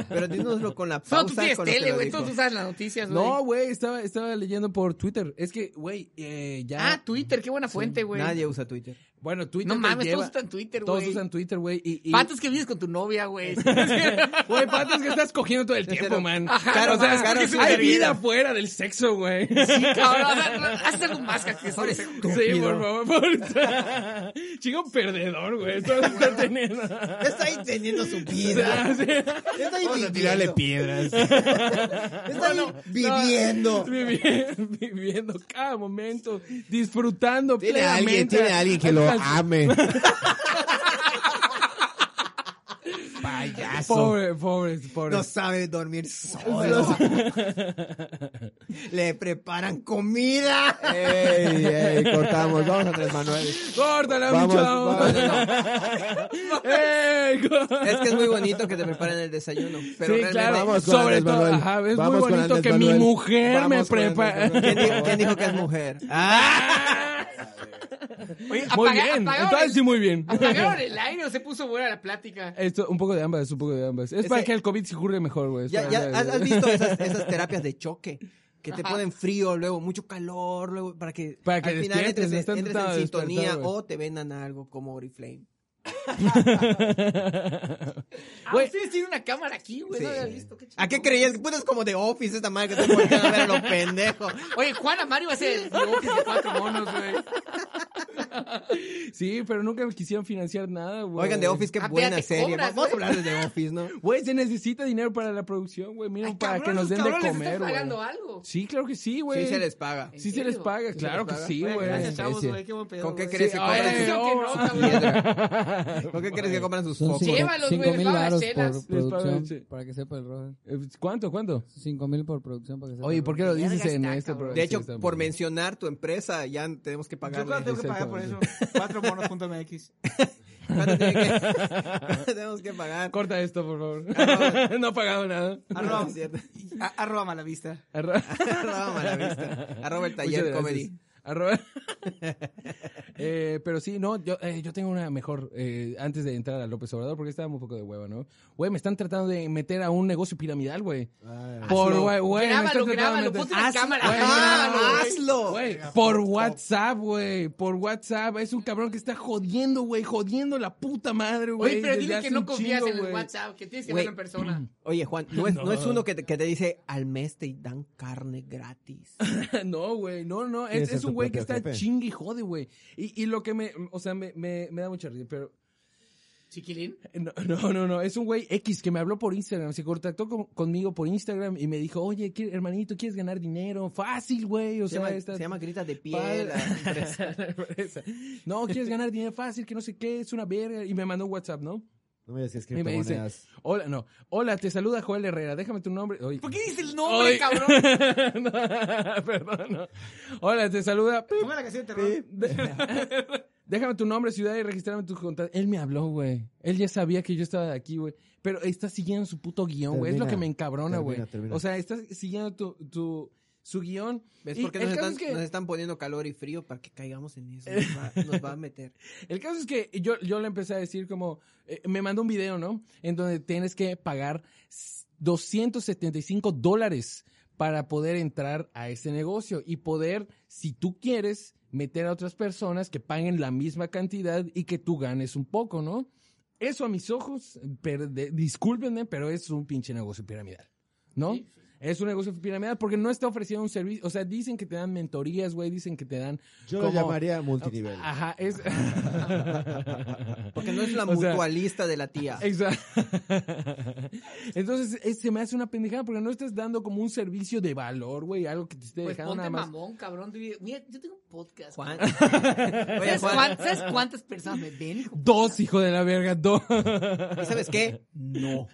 Speaker 2: Pero dínoslo con la
Speaker 3: Solo tú
Speaker 2: pausa
Speaker 3: tienes
Speaker 2: con lo que
Speaker 3: tele,
Speaker 2: lo
Speaker 3: güey.
Speaker 2: dijo.
Speaker 3: Solo tú sabes las noticias, güey.
Speaker 1: no, güey, estaba, estaba leyendo por Twitter. Es que, güey, eh, ya.
Speaker 3: Ah, Twitter, qué buena fuente, güey.
Speaker 2: Nadie usa Twitter.
Speaker 1: bueno, Twitter.
Speaker 3: No
Speaker 1: te
Speaker 3: mames,
Speaker 1: lleva-
Speaker 3: todos usan Twitter,
Speaker 1: Todos
Speaker 3: güey.
Speaker 1: usan Twitter, güey. Y, y-
Speaker 3: Patas que vives con tu novia, güey.
Speaker 1: Güey, patas que estás cogiendo todo el tiempo,
Speaker 2: pero-
Speaker 1: man.
Speaker 2: Claro,
Speaker 1: o sea,
Speaker 2: claro,
Speaker 1: hay
Speaker 2: sí,
Speaker 1: vida
Speaker 2: sí.
Speaker 1: fuera del sexo, güey.
Speaker 3: Sí, cabrón. o sea, Haces algo más que eso.
Speaker 1: Sí, por favor. por- Chico perdedor, güey. Todo está teniendo.
Speaker 2: Está entendiendo su vida.
Speaker 1: O sea,
Speaker 2: Está ahí viviendo.
Speaker 4: piedras.
Speaker 2: Está ahí viviendo.
Speaker 1: Viviendo, viviendo cada momento, disfrutando
Speaker 4: Tiene a
Speaker 1: plenamente.
Speaker 4: alguien, tiene a alguien que lo ame. Payaso.
Speaker 1: Pobre, pobre, pobre.
Speaker 2: No sabe dormir solo. Le preparan comida.
Speaker 4: Ey, ey, cortamos. Vamos, Andrés Manuel.
Speaker 1: ¡Córtala,
Speaker 4: Vamos,
Speaker 1: michao!
Speaker 4: vamos.
Speaker 1: ¡Ey, co-
Speaker 2: Es que es muy bonito que te preparen el desayuno. Pero
Speaker 1: sí,
Speaker 2: realmente-
Speaker 1: claro.
Speaker 4: Vamos con
Speaker 1: Sobre
Speaker 4: Andrés
Speaker 1: todo,
Speaker 4: Manuel.
Speaker 1: ajá, es
Speaker 4: Vamos
Speaker 1: muy
Speaker 4: con
Speaker 1: bonito
Speaker 4: Andrés
Speaker 1: que mi
Speaker 4: Manuel.
Speaker 1: mujer me
Speaker 4: Vamos con
Speaker 1: prepara.
Speaker 4: Andrés Manuel.
Speaker 2: ¿Quién dijo, quién dijo que es mujer?
Speaker 3: Oye,
Speaker 1: Ah. Muy
Speaker 3: apaga-
Speaker 1: bien,
Speaker 3: apagaron
Speaker 1: entonces
Speaker 3: el-
Speaker 1: sí, muy bien.
Speaker 3: Apagaron el aire o se puso buena la plática.
Speaker 1: Esto, un poco de ambas, un poco de ambas. Es, para
Speaker 2: que-
Speaker 1: que el COVID se cure mejor, güey. es
Speaker 2: Ya,
Speaker 1: para-
Speaker 2: ya, ¿has, has visto esas, esas terapias de choque? Que te ponen frío, luego mucho calor, luego para que,
Speaker 1: Para que
Speaker 2: al final
Speaker 1: despiertes,
Speaker 2: entres, en-
Speaker 1: están
Speaker 2: entres
Speaker 1: tratando
Speaker 2: en
Speaker 1: de
Speaker 2: sintonía
Speaker 1: despertar, güey.
Speaker 2: o te vendan algo como Oriflame.
Speaker 3: Ah,
Speaker 1: Güey.
Speaker 3: ustedes tienen una cámara aquí, güey. No
Speaker 2: Sí.
Speaker 3: había visto. Qué
Speaker 2: ¿A qué
Speaker 3: chingón.
Speaker 2: creías? Puta, es como de Office esta madre que te voltean a ver a los pendejos.
Speaker 3: Oye, Juan Mario va a ser el office de cuatro monos, güey.
Speaker 1: Sí, pero nunca me quisieron financiar nada, güey.
Speaker 2: Oigan, The Office, qué
Speaker 3: Ah,
Speaker 2: buena
Speaker 3: espérate,
Speaker 2: serie.
Speaker 3: cobras,
Speaker 2: Vamos a
Speaker 3: güey.
Speaker 2: hablar de The Office, ¿no?
Speaker 1: Güey, se necesita dinero para la producción, güey. Mira,
Speaker 3: Ay,
Speaker 1: para
Speaker 3: cabrón,
Speaker 1: que nos
Speaker 3: los
Speaker 1: den de
Speaker 3: cabrones están
Speaker 1: comer,
Speaker 3: pagando
Speaker 1: güey.
Speaker 3: algo.
Speaker 1: Sí, claro que sí, güey.
Speaker 2: Sí, se les paga.
Speaker 1: Sí se les
Speaker 3: serio?
Speaker 1: paga,
Speaker 2: Sí se
Speaker 1: claro
Speaker 2: les
Speaker 1: que
Speaker 2: paga.
Speaker 1: sí,
Speaker 2: Oye,
Speaker 1: güey.
Speaker 3: Gracias,
Speaker 4: Sí,
Speaker 3: chavos,
Speaker 4: sí.
Speaker 3: güey. Qué buen pedo.
Speaker 2: ¿Con qué
Speaker 3: güey.
Speaker 2: crees
Speaker 3: Sí,
Speaker 2: que
Speaker 3: ay,
Speaker 2: cobran?
Speaker 3: dijeron que no, cabrón.
Speaker 2: ¿Por qué crees que compran sus
Speaker 6: Son
Speaker 2: focos?
Speaker 6: cinco,
Speaker 3: Llévalos,
Speaker 6: cinco
Speaker 3: güey,
Speaker 6: mil
Speaker 3: paga las
Speaker 6: varos
Speaker 3: chelas.
Speaker 6: por
Speaker 3: Les
Speaker 1: paga las
Speaker 6: producción,
Speaker 1: chelas.
Speaker 6: para que sepa el Roger.
Speaker 1: Eh, ¿Cuánto, cuánto?
Speaker 6: Cinco mil por producción, para que sepa
Speaker 1: Oye,
Speaker 6: el
Speaker 1: ¿por
Speaker 6: Roger.
Speaker 1: qué lo
Speaker 3: Verga
Speaker 1: dices en
Speaker 3: está,
Speaker 1: este
Speaker 3: cabrón.
Speaker 1: programa?
Speaker 2: De hecho,
Speaker 1: Sí, está
Speaker 2: por
Speaker 1: bien.
Speaker 2: mencionar tu empresa, ya tenemos que
Speaker 7: Yo creo que
Speaker 2: pagarle.
Speaker 7: tengo que pagar por eso. Cuatro monos punto MX.
Speaker 2: ¿Cuánto tiene que- tenemos que pagar?
Speaker 1: Corta esto, por favor. no ha pagado nada.
Speaker 2: Arroba, es cierto.
Speaker 7: A- Arroba Malavista.
Speaker 1: Arroba-
Speaker 2: Arroba Malavista. Arroba el taller
Speaker 1: Muchas
Speaker 2: comedy.
Speaker 1: gracias. Arroba- Eh, pero sí, no, yo, eh, yo tengo una mejor eh, antes de entrar a López Obrador porque estaba un poco de hueva, ¿no? Güey, me están tratando de meter a un negocio piramidal, güey.
Speaker 4: Ah,
Speaker 1: Por
Speaker 2: Hazlo.
Speaker 1: güey, güey, me están
Speaker 3: Grábalo,
Speaker 1: tratando de
Speaker 3: grábalo,
Speaker 1: meter-
Speaker 3: ponte la cámara.
Speaker 1: güey,
Speaker 3: Grábalo,
Speaker 1: grábalo,
Speaker 3: güey.
Speaker 2: hazlo.
Speaker 1: Güey, por WhatsApp, güey, por WhatsApp. Es un cabrón que está jodiendo, güey, jodiendo la puta madre, güey.
Speaker 3: Oye, pero
Speaker 1: desde
Speaker 3: dile que
Speaker 1: hace
Speaker 3: no
Speaker 1: un
Speaker 3: confías
Speaker 1: chingo,
Speaker 3: en el
Speaker 1: güey.
Speaker 3: WhatsApp, que tienes que
Speaker 2: Güey.
Speaker 3: verlo en persona.
Speaker 2: Oye, Juan, no es, no es uno que te, que te dice, al mes te dan carne gratis.
Speaker 1: No, güey, no, no.
Speaker 4: ¿Quieres
Speaker 1: Es,
Speaker 4: ser
Speaker 1: es un
Speaker 4: tu
Speaker 1: güey que
Speaker 4: propio
Speaker 1: está
Speaker 4: jefe?
Speaker 1: chingue y jode, güey. Y, y lo que me, o sea, me, me, me da mucha risa, pero
Speaker 3: ¿Chiquilín?
Speaker 1: No, no, no, no, es un güey X que me habló por Instagram, se contactó con- conmigo por Instagram y me dijo, oye, ¿qué- hermanito, ¿quieres ganar dinero? Fácil, güey, o
Speaker 2: Pues se,
Speaker 1: sea,
Speaker 2: llama,
Speaker 1: estás-
Speaker 2: se llama grita de
Speaker 1: Padre.
Speaker 2: piel. la empresa.
Speaker 1: Empresa. No, quieres ganar dinero fácil, que no sé qué, es una verga. Y me mandó un WhatsApp, ¿no?
Speaker 4: No me decías
Speaker 1: Y me dice-
Speaker 4: criptomonedas.
Speaker 1: Hola, no. Hola, te saluda Joel Herrera. Déjame tu nombre. Oye.
Speaker 3: ¿Por qué dice el nombre,
Speaker 1: Ay.
Speaker 3: cabrón?
Speaker 1: No, perdón, no. Hola, te saluda.
Speaker 7: ¿Cómo es la canción de terror?
Speaker 1: Déjame tu nombre, ciudad y registrame tu contacto. Él me habló, güey. Él ya sabía que yo estaba aquí, güey. Pero está siguiendo su puto guión, güey. Es lo
Speaker 4: Termina,
Speaker 1: que me encabrona,
Speaker 4: termina,
Speaker 1: güey.
Speaker 4: termina.
Speaker 1: O sea, está siguiendo tu, tu, su guión.
Speaker 2: ¿Ves
Speaker 1: Y
Speaker 2: por qué
Speaker 1: el
Speaker 2: nos
Speaker 1: caso
Speaker 2: están,
Speaker 1: es que-
Speaker 2: nos están poniendo calor y frío para que caigamos en eso? Nos va, nos va a meter.
Speaker 1: El caso es que yo, yo le empecé a decir como, eh, me mandó un video, ¿no? En donde tienes que pagar s- 275 dólares para poder entrar a ese negocio y poder, si tú quieres, meter a otras personas que paguen la misma cantidad y que tú ganes un poco, ¿no? Eso a mis ojos, per- de- discúlpenme, pero es un pinche negocio piramidal, ¿no?
Speaker 3: Sí,
Speaker 1: Es un negocio piramidal porque no está ofreciendo un servicio, o sea, dicen que te dan mentorías, güey, dicen que te dan...
Speaker 4: Yo lo
Speaker 1: como-
Speaker 4: llamaría multinivel.
Speaker 1: Ajá, es...
Speaker 2: Porque no es la
Speaker 1: O sea,
Speaker 2: mutualista de la tía.
Speaker 1: Exacto. Entonces, es- se me hace una pendejada porque no estás dando como un servicio de valor, güey, algo que te esté
Speaker 3: Pues
Speaker 1: dejando
Speaker 3: ponte
Speaker 1: nada más.
Speaker 3: mamón, cabrón. Dile, Mira, yo tengo un podcast.
Speaker 2: Juan. Oye,
Speaker 3: ¿Sabes,
Speaker 2: Juan.
Speaker 3: cuán- sabes cuántas personas me ven? hijo?
Speaker 1: Dos, hijo de la verga, dos.
Speaker 2: ¿Y sabes qué? No.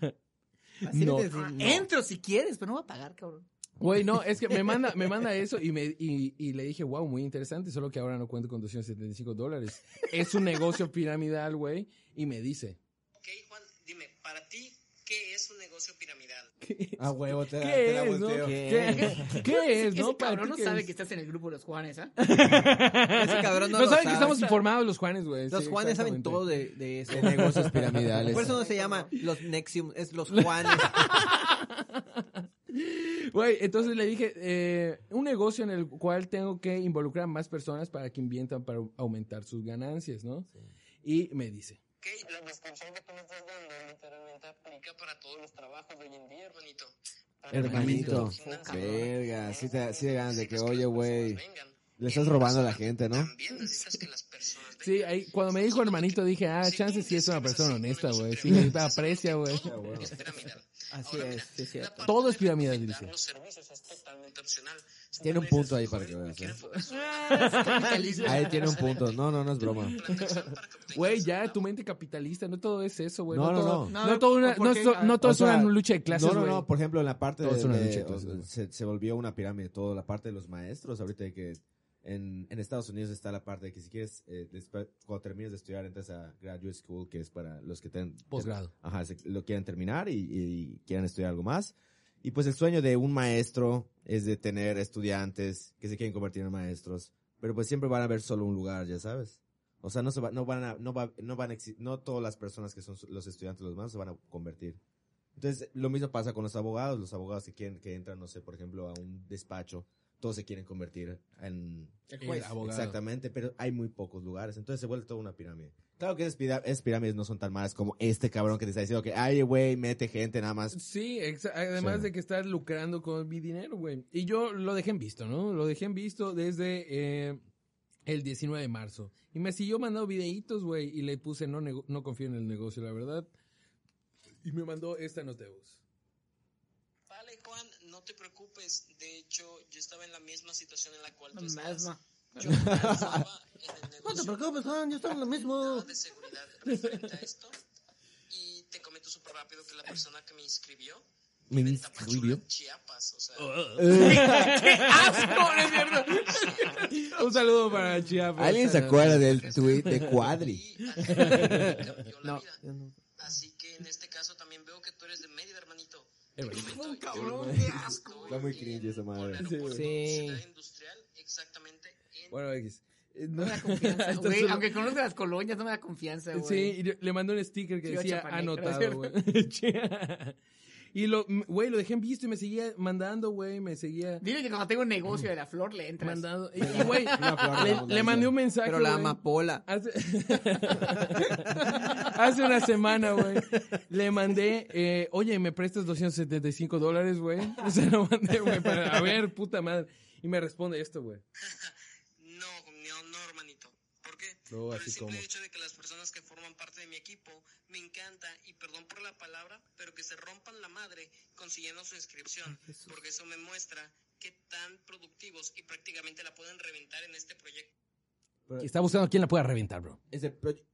Speaker 2: Así
Speaker 1: No.
Speaker 2: no. decir, no.
Speaker 1: ¿Eh?
Speaker 3: Entro si quieres, pero no voy a pagar, cabrón.
Speaker 1: Güey, no, es que me manda, me manda eso y, me, y, y le dije, wow, muy interesante, solo que ahora no cuento con 275 dólares. Es un negocio piramidal, güey, y me dice,
Speaker 8: Ok, Juan, dime, para ti, ¿qué es un negocio piramidal?
Speaker 4: A huevo, te, la- te
Speaker 1: ¿qué
Speaker 4: la
Speaker 1: es, no?
Speaker 4: volteo.
Speaker 1: ¿Qué, qué es,
Speaker 3: Ese
Speaker 1: Pues no? ¿Para
Speaker 3: cabrón
Speaker 1: ti
Speaker 3: no
Speaker 1: qué
Speaker 3: sabe
Speaker 1: es?
Speaker 3: que estás en el grupo de los Juanes, ¿ah?
Speaker 2: Ese cabrón no,
Speaker 1: No
Speaker 2: lo
Speaker 1: saben que
Speaker 2: sabe.
Speaker 1: estamos informados los Juanes, güey.
Speaker 2: Los
Speaker 1: sí,
Speaker 2: Juanes saben
Speaker 1: exactamente.
Speaker 2: todo de, de eso.
Speaker 4: De negocios piramidales.
Speaker 2: Por eso no se llama los Nexium, es los Juanes.
Speaker 1: Güey, entonces le dije, eh, un negocio en el cual tengo que involucrar más personas para que inviertan para aumentar sus ganancias, ¿no? Y me dice,
Speaker 8: Ok, la descripción que tú me estás dando literalmente aplica para todos los trabajos de hoy en día, hermanito. Para
Speaker 4: Hermanito.
Speaker 8: los gimnasios,
Speaker 4: Verga, sí te- sí te ganas de
Speaker 8: necesitas
Speaker 4: que, oye,
Speaker 8: las
Speaker 4: güey,
Speaker 8: personas vengan.
Speaker 4: Le estás robando a la
Speaker 8: Personas
Speaker 4: gente, ¿no?
Speaker 8: También necesitas que las personas
Speaker 1: sí,
Speaker 8: vengan.
Speaker 1: ahí, cuando me dijo hermanito dije, ah,
Speaker 8: Si
Speaker 1: chance
Speaker 8: tú
Speaker 1: sí es una
Speaker 8: describes
Speaker 1: persona
Speaker 8: así un
Speaker 1: honesta,
Speaker 8: negocio
Speaker 1: güey. Sí,
Speaker 8: piramidal,
Speaker 1: me
Speaker 8: estás diciendo
Speaker 1: aprecia,
Speaker 8: que
Speaker 1: güey.
Speaker 8: todo es piramidal.
Speaker 2: Así
Speaker 8: Ahora,
Speaker 2: es,
Speaker 8: mira,
Speaker 2: sí es
Speaker 8: la
Speaker 2: cierto.
Speaker 8: parte
Speaker 1: Todo
Speaker 8: de
Speaker 1: es piramidal,
Speaker 8: recomendar
Speaker 1: dice.
Speaker 8: Los servicios es totalmente opcional.
Speaker 4: Tiene un punto ahí para que veas, ¿eh?
Speaker 3: Ah,
Speaker 4: Ahí tiene un punto. No, no, no es broma.
Speaker 1: Güey, ya, tu mente capitalista, no todo es eso, güey.
Speaker 4: No, no,
Speaker 1: todo,
Speaker 7: no.
Speaker 1: todo una-
Speaker 7: Ah, ¿Por
Speaker 1: no
Speaker 7: qué?
Speaker 1: so- no todo
Speaker 4: O
Speaker 1: es
Speaker 4: sea,
Speaker 1: una lucha de clases,
Speaker 4: No,
Speaker 1: güey.
Speaker 4: no, no. Por ejemplo, en la parte
Speaker 1: Todo
Speaker 4: de,
Speaker 1: es una
Speaker 4: de-
Speaker 1: lucha de
Speaker 4: o-
Speaker 1: clases, güey.
Speaker 4: se, se volvió una pirámide, toda la parte de los maestros. Ahorita de que en, en Estados Unidos está la parte de que si quieres, eh, después, cuando termines de estudiar, entras a graduate school, que es para los que ten,
Speaker 1: Posgrado.
Speaker 4: ajá, se- lo quieren terminar y, y quieren estudiar algo más. Y pues el sueño de un maestro es de tener estudiantes que se quieren convertir en maestros, pero pues siempre van a haber solo un lugar, ya sabes. O sea, no se va- no van a, no va- no van a exi- no todas las personas que son su- los estudiantes los más se van a convertir. Entonces, lo mismo pasa con los abogados, los abogados que quieren, que entran, no sé, por ejemplo, a un despacho, todos se quieren convertir en
Speaker 1: El juez. abogado.
Speaker 4: Exactamente, pero hay muy pocos lugares, entonces se vuelve toda una pirámide. Claro que esas, pira- esas pirámides no son tan malas como este cabrón que te está diciendo que, ay, güey, mete gente nada más.
Speaker 1: Sí, exa- además
Speaker 4: Sí.
Speaker 1: de que estar lucrando con mi dinero, güey. Y yo lo dejé en visto, ¿no? Lo dejé en visto desde eh, el 19 de marzo. Y me siguió mandando videitos, güey, y le puse no, nego- no confío en el negocio, la verdad. Y me mandó esta nota de voz.
Speaker 8: Vale, Juan, no te preocupes. De hecho, yo estaba en la misma situación en la cual tú estás.
Speaker 3: Más,
Speaker 8: Yo estaba en el
Speaker 2: No te
Speaker 8: negocio
Speaker 2: preocupes, Juan, yo estoy en lo mismo.
Speaker 8: de seguridad referente a esto. Y te comento súper rápido que la persona que me inscribió
Speaker 4: Me
Speaker 8: vive en Tapachula,
Speaker 4: inscribió.
Speaker 8: Chiapas, o sea,
Speaker 1: ¡Asco! no es cierto! Un saludo para Chiapas.
Speaker 4: ¿Alguien se acuerda del tweet de Cuadri?
Speaker 8: y a ti te cambió la
Speaker 2: No,
Speaker 8: vida.
Speaker 2: yo no.
Speaker 8: Así que en este caso también veo que tú eres de Mérida, hermanito.
Speaker 1: Eh, bueno.
Speaker 8: Estoy-
Speaker 3: cabrón,
Speaker 8: estoy
Speaker 3: qué asco.
Speaker 4: Está muy cringe esa madre.
Speaker 8: por el aeropuerto
Speaker 2: Sí.
Speaker 8: Ciudad Industrial, exactamente en
Speaker 1: Bueno, X. Eh,
Speaker 3: No
Speaker 1: no-
Speaker 3: me da confianza,
Speaker 1: Esto
Speaker 3: güey.
Speaker 1: es un-
Speaker 3: Aunque conozca las colonias, no me da confianza, Este güey.
Speaker 1: Sí, y le- le mandó un sticker que
Speaker 3: Tío
Speaker 1: decía
Speaker 3: chapaneca,
Speaker 1: anotado,
Speaker 3: ¿no
Speaker 1: güey.
Speaker 3: es
Speaker 1: y lo, m- güey, lo dejé en visto y me seguía mandando, güey, me seguía
Speaker 3: Dile que cuando tengo un negocio de la flor le entras.
Speaker 1: mandando. Y, y, güey, le, le mandé un mensaje.
Speaker 2: Pero la
Speaker 1: güey.
Speaker 2: amapola.
Speaker 1: Hace, Hace una semana, güey, le mandé, eh, oye, ¿me prestas 275 dólares, güey? Se lo mandé, güey, para, a ver, puta madre. Y me responde esto, güey.
Speaker 8: No, no, no, hermanito. Por por qué.
Speaker 1: No,
Speaker 8: por
Speaker 1: así
Speaker 8: el simple
Speaker 1: como.
Speaker 8: hecho de que las personas que forman parte de mi equipo me encanta, y perdón por la palabra, pero que se rompan la madre consiguiendo su inscripción, porque eso me muestra qué tan productivos y prácticamente la pueden reventar en este proyecto.
Speaker 1: Está buscando quién la pueda reventar, bro.
Speaker 4: Es el proyecto.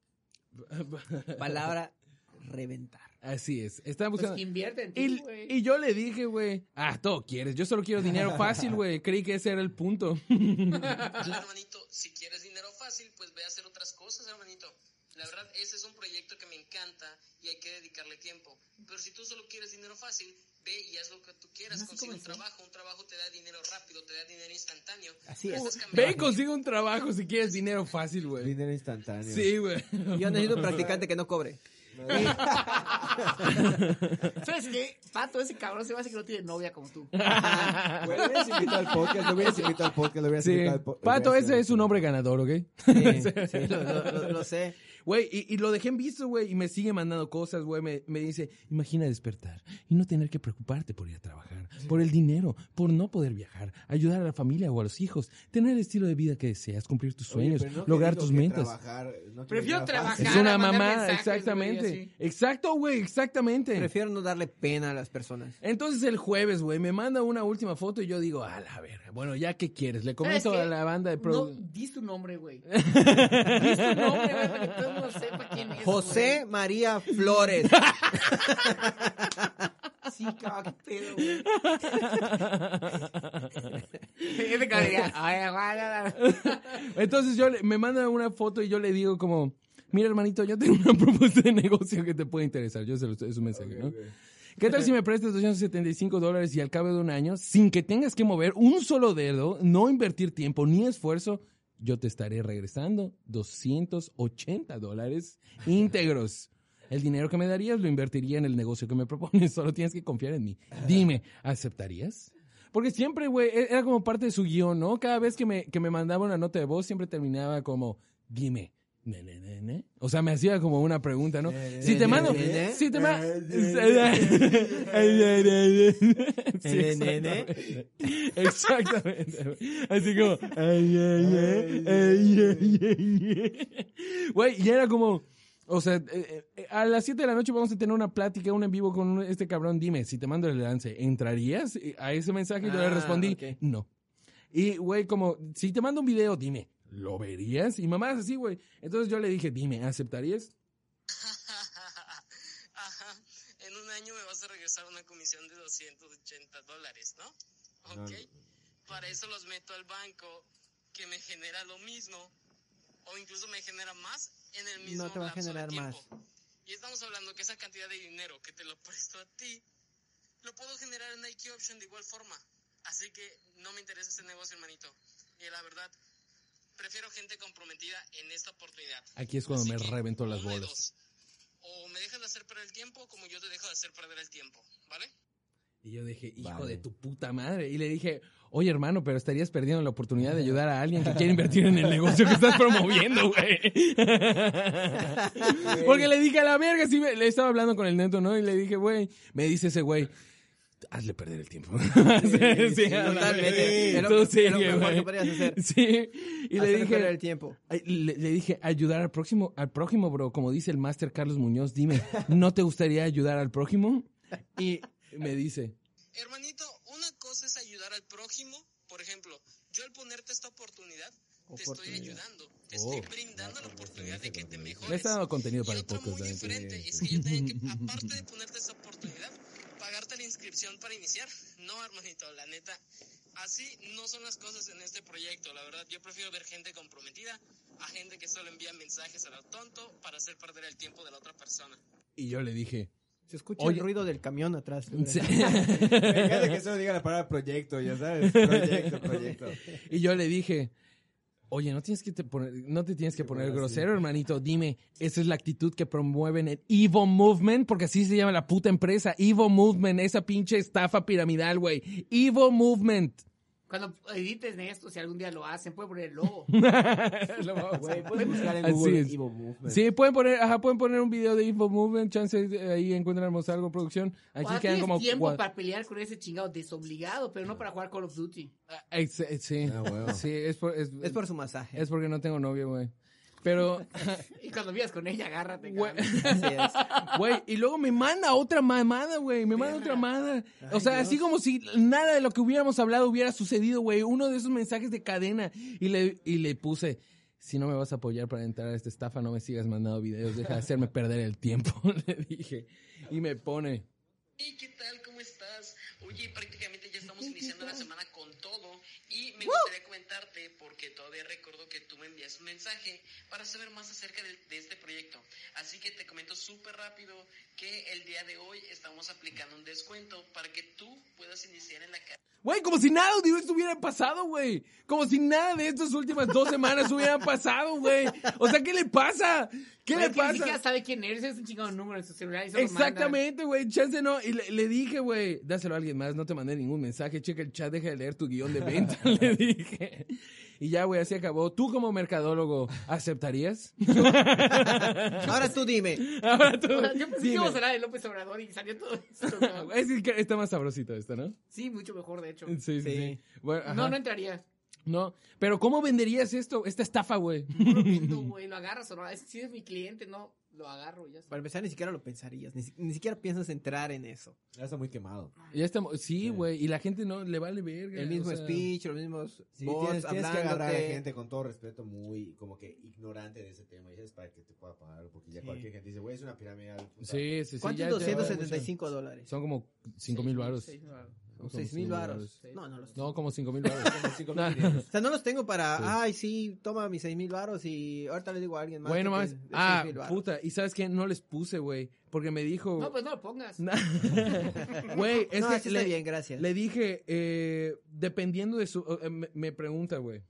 Speaker 2: Palabra reventar.
Speaker 1: Así es. Está
Speaker 3: Pues
Speaker 1: buscando.
Speaker 3: que invierte en ti,
Speaker 1: Y,
Speaker 3: güey.
Speaker 1: y yo le dije, güey, ah, todo quieres. Yo solo quiero dinero fácil, güey. Creí que ese era el punto.
Speaker 8: Claro, Pues, hermanito, si quieres dinero fácil, pues ve a hacer otras cosas, hermanito. La verdad, ese es un proyecto que me encanta y hay que dedicarle tiempo. Pero si tú solo quieres dinero fácil, ve y haz lo que tú quieras. Consigue un trabajo. Un trabajo te da dinero rápido, te da dinero instantáneo.
Speaker 2: Así
Speaker 8: Pero
Speaker 2: es.
Speaker 8: estás cambiando.
Speaker 1: Ve y consigue un trabajo si quieres dinero fácil, güey.
Speaker 4: Dinero instantáneo.
Speaker 1: Sí, güey.
Speaker 2: Yo necesito un practicante que no cobre.
Speaker 3: ¿Sabes qué? Pato, ese cabrón se me hace que no tiene novia como tú.
Speaker 4: Güey, Lo hubieras invitado al podcast, lo hubieras invitado al podcast, lo hubieras
Speaker 1: Sí.
Speaker 4: invitado al podcast.
Speaker 1: Pato, ese es un hombre ganador, ¿ok?
Speaker 2: Sí, sí, lo, lo- lo- lo sé.
Speaker 1: Güey, y, y lo dejé en visto, güey, y me sigue mandando cosas, güey. Me, me dice, imagina despertar y no tener que preocuparte por ir a trabajar, por el dinero, por no poder viajar, ayudar a la familia o a los hijos, tener el estilo de vida que deseas, cumplir tus sueños, lograr tus metas.
Speaker 3: Prefiero trabajar.
Speaker 1: Es
Speaker 3: Cara,
Speaker 1: una
Speaker 3: mandar
Speaker 1: mamá,
Speaker 3: mensajes,
Speaker 1: exactamente.
Speaker 3: güey, así.
Speaker 1: Exacto, güey, exactamente.
Speaker 2: Prefiero no darle pena a las personas.
Speaker 1: Entonces el jueves, güey, me manda una última foto y yo digo, a la verga, bueno, ya que quieres, le
Speaker 3: ¿Sabes
Speaker 1: comento
Speaker 3: qué?
Speaker 1: a la banda de
Speaker 3: No,
Speaker 1: pro...
Speaker 3: di su nombre, güey. Di su nombre, güey, para que todo el mundo sepa quién es.
Speaker 2: José María Flores.
Speaker 3: güey. Sí, cabrón, qué pedo, güey. Yo me quedaría, "Ay, guay, guay, guay".
Speaker 1: Entonces yo le- me manda una foto y yo le digo como, mira hermanito, yo tengo una propuesta de negocio que te puede interesar. Yo se lo estoy, es un mensaje, ¿no? ¿Qué tal si me prestas 275 dólares y al cabo de un año, sin que tengas que mover un solo dedo, no invertir tiempo ni esfuerzo, yo te estaré regresando 280 dólares íntegros. El dinero que me darías lo invertiría en el negocio que me propones. Solo tienes que confiar en mí. Dime, ¿aceptarías? Porque siempre, güey, e- era como parte de su guión, ¿no? Cada vez que me, que me mandaba una nota de voz, siempre terminaba como, dime. ne, ne, ne, ne". O sea, me hacía como una pregunta, ¿no? Si te mando,
Speaker 2: ne, ne.
Speaker 1: si te mando...
Speaker 2: Ne, ne, ne.
Speaker 1: Exactamente. güey. Así como... "Ay, ay, ay, ay, ay, ay". Güey, y era como... O sea, eh, eh, eh, a las 7 de la noche vamos a tener una plática, un en vivo con un- este cabrón. Dime, si te mando el lance, ¿entrarías a ese mensaje? Y yo le
Speaker 2: Ah,
Speaker 1: respondí,
Speaker 2: ok.
Speaker 1: no. Y, güey, como, si te mando un video, dime, ¿lo verías? Y mamá así, güey. Entonces yo le dije, dime, ¿aceptarías?
Speaker 8: Ajá. En un año me vas a regresar una comisión de 280 dólares, ¿no? Ok. Para eso los meto al banco que me genera lo mismo o incluso me genera más en el mismo
Speaker 2: No te va a
Speaker 8: lapso de
Speaker 2: generar
Speaker 8: tiempo. Y estamos hablando que esa cantidad de dinero que te lo presto a ti lo puedo generar en Nike Option de igual forma. Así que no me interesa ese negocio, hermanito. Y la verdad, prefiero gente comprometida en esta oportunidad.
Speaker 1: Aquí es cuando
Speaker 8: Así
Speaker 1: me
Speaker 8: que,
Speaker 1: reventó las
Speaker 8: uno de
Speaker 1: bolas.
Speaker 8: dos. O me dejas de hacer perder el tiempo, como yo te dejo de hacer perder el tiempo, ¿vale?
Speaker 1: Y yo dije, hijo
Speaker 4: Vale.
Speaker 1: de tu puta madre. Y le dije, oye, hermano, pero estarías perdiendo la oportunidad de ayudar a alguien que quiere invertir en el negocio que estás promoviendo, güey. Porque le dije, a la verga, sí, me- le estaba hablando con el neto, ¿no? Y le dije, güey, me dice ese güey, hazle perder el tiempo. Sí, a la
Speaker 2: totalmente.
Speaker 1: verga.
Speaker 2: Es lo-
Speaker 1: Tú
Speaker 2: es lo
Speaker 1: sigue,
Speaker 2: mejor
Speaker 1: güey.
Speaker 2: que podrías hacer.
Speaker 1: Sí. Y le
Speaker 2: Hacerle
Speaker 1: dije,
Speaker 2: perder el tiempo.
Speaker 1: Ay, Le, le dije, ayudar al próximo, al prójimo, bro. Como dice el máster Carlos Muñoz, dime, ¿no te gustaría ayudar al prójimo? Y me dice,
Speaker 8: Hermanito, una cosa es ayudar al prójimo. Por ejemplo, yo al ponerte esta oportunidad, te estoy ayudando. Te estoy
Speaker 1: Oh,
Speaker 8: brindando la oportunidad de que te
Speaker 1: le
Speaker 8: mejores.
Speaker 1: está dando contenido
Speaker 8: Y
Speaker 1: para el
Speaker 8: otro
Speaker 1: podcast.
Speaker 8: muy
Speaker 1: ¿eh?
Speaker 8: diferente es que yo tenía que, aparte de ponerte esa oportunidad, pagarte la inscripción para iniciar. No, hermanito, la neta, así no son las cosas en este proyecto. La verdad, yo prefiero ver gente comprometida a gente que solo envía mensajes a lo tonto para hacer perder el tiempo de la otra persona.
Speaker 1: Y yo le dije,
Speaker 2: Se escucha
Speaker 1: Oye.
Speaker 2: el ruido del camión atrás.
Speaker 1: sí.
Speaker 4: Me encanta que solo diga la palabra proyecto, ya sabes. Proyecto, proyecto.
Speaker 1: y yo le dije, oye, no tienes que te poner, no te tienes que poner grosero, hermanito. Dime, esa es la actitud que promueven el Evo Movement, porque así se llama la puta empresa, Evo Movement, esa pinche estafa piramidal, güey. Evo Movement.
Speaker 3: Cuando edites esto, si algún día lo hacen, puede poner el logo.
Speaker 1: Lo vamos a-
Speaker 4: Güey, puedes buscar en
Speaker 1: Así
Speaker 4: Google
Speaker 1: es.
Speaker 4: Evo Movement.
Speaker 1: Sí, pueden poner, ajá, pueden poner un video de Info Movement, chance eh, ahí encontramos algo producción. Aquí quedan
Speaker 3: Ahora tienes
Speaker 1: como
Speaker 3: tiempo
Speaker 1: cua-
Speaker 3: para pelear con ese chingado desobligado, pero no para jugar Call of Duty.
Speaker 1: Ah, ex- eh, sí.
Speaker 4: Ah, huevo.
Speaker 1: Sí, es por- es-
Speaker 2: Es por su masaje.
Speaker 1: es porque no tengo novio, güey. Pero,
Speaker 3: Y cuando vivas con ella, agárrate.
Speaker 1: Güey.
Speaker 3: cabrón.
Speaker 1: güey, y luego me manda otra mamada, güey. Me manda otra mamada. O sea, así como si nada de lo que hubiéramos hablado hubiera sucedido, güey. Uno de esos mensajes de cadena. Y le, y le puse, si no me vas a apoyar para entrar a esta estafa, no me sigas mandando videos. Deja de hacerme perder el tiempo, le dije. Y me pone,
Speaker 8: Hey, ¿qué tal? ¿Cómo estás? Oye, prácticamente ya estamos iniciando la semana con todo y me gustaría comentarte porque todavía recuerdo que tú me envías un mensaje para saber más acerca de, de este proyecto. Así que te comento súper rápido que el día de hoy estamos aplicando un descuento para que tú puedas iniciar en la carrera.
Speaker 1: Güey, como si nada de esto hubiera pasado, güey. Como si nada de estas últimas dos semanas hubieran pasado, güey. O sea, ¿qué le pasa? ¿Qué
Speaker 3: Güey,
Speaker 1: le
Speaker 3: es que Ni
Speaker 1: pasa?
Speaker 3: siquiera sabe quién eres, es un chingado número en su celular. Y se lo manda.
Speaker 1: Exactamente, güey. Chance no. Y le, le dije, güey, dáselo a alguien más. No te mandé ningún mensaje. Checa el chat. Deja de leer tu guión de venta. le dije. Y ya, güey, así acabó. ¿Tú como mercadólogo aceptarías?
Speaker 2: Ahora tú dime.
Speaker 1: Ahora tú.
Speaker 3: Yo pensé que
Speaker 1: dime.
Speaker 3: íbamos a hablar de López Obrador y salió todo esto. cabrón.
Speaker 1: Es que está más sabrosito esto, ¿no?
Speaker 3: Sí, mucho mejor, de hecho.
Speaker 1: Sí, sí, sí.
Speaker 2: Sí.
Speaker 1: Bueno, ajá.
Speaker 3: No, no entraría.
Speaker 1: no. Pero ¿cómo venderías esto, esta estafa, güey?
Speaker 3: No lo vendo, güey. Lo agarras o no. Es- Si es mi cliente, no. Lo agarro y ya está.
Speaker 2: Para empezar, ni siquiera lo pensarías, ni, si- ni siquiera piensas entrar en eso.
Speaker 4: Ya está muy quemado.
Speaker 1: Ya estamos, sí, güey, y la gente no le vale verga.
Speaker 2: El mismo
Speaker 1: o sea,
Speaker 2: speech, los mismos
Speaker 4: Sí,
Speaker 2: bots
Speaker 4: tienes, tienes que agarrar a
Speaker 2: hablándote.
Speaker 4: gente con todo respeto muy como que ignorante de ese tema, ¿sabes? Para que te pueda pagar, porque ya
Speaker 2: Sí.
Speaker 4: cualquier gente dice, güey, es una pirámide. al puta".
Speaker 1: Sí, sí, sí.
Speaker 2: ¿Cuántos
Speaker 1: ya- ya-
Speaker 2: 275 dólares?
Speaker 1: Son como 5 mil varos.
Speaker 3: Seis mil varos.
Speaker 1: Son como
Speaker 2: 6 mil
Speaker 1: cinco
Speaker 2: varos.
Speaker 3: varos.
Speaker 2: No, no los tengo.
Speaker 1: No, como 5 mil varos. Nah.
Speaker 2: O sea, no los tengo para,
Speaker 1: Sí.
Speaker 2: ay, sí, toma mis 6 mil varos y ahorita le digo a alguien más.
Speaker 1: Bueno,
Speaker 2: que
Speaker 1: más.
Speaker 2: te- de
Speaker 1: Ah,
Speaker 2: 6,000 varos.
Speaker 1: puta. ¿Y sabes qué? No les puse, güey. Porque me dijo.
Speaker 3: No, pues no lo pongas.
Speaker 1: Nah. Güey, es
Speaker 2: no,
Speaker 1: que
Speaker 2: así
Speaker 1: le,
Speaker 2: está bien, gracias.
Speaker 1: le dije, eh, dependiendo de su. eh, me, me pregunta, güey.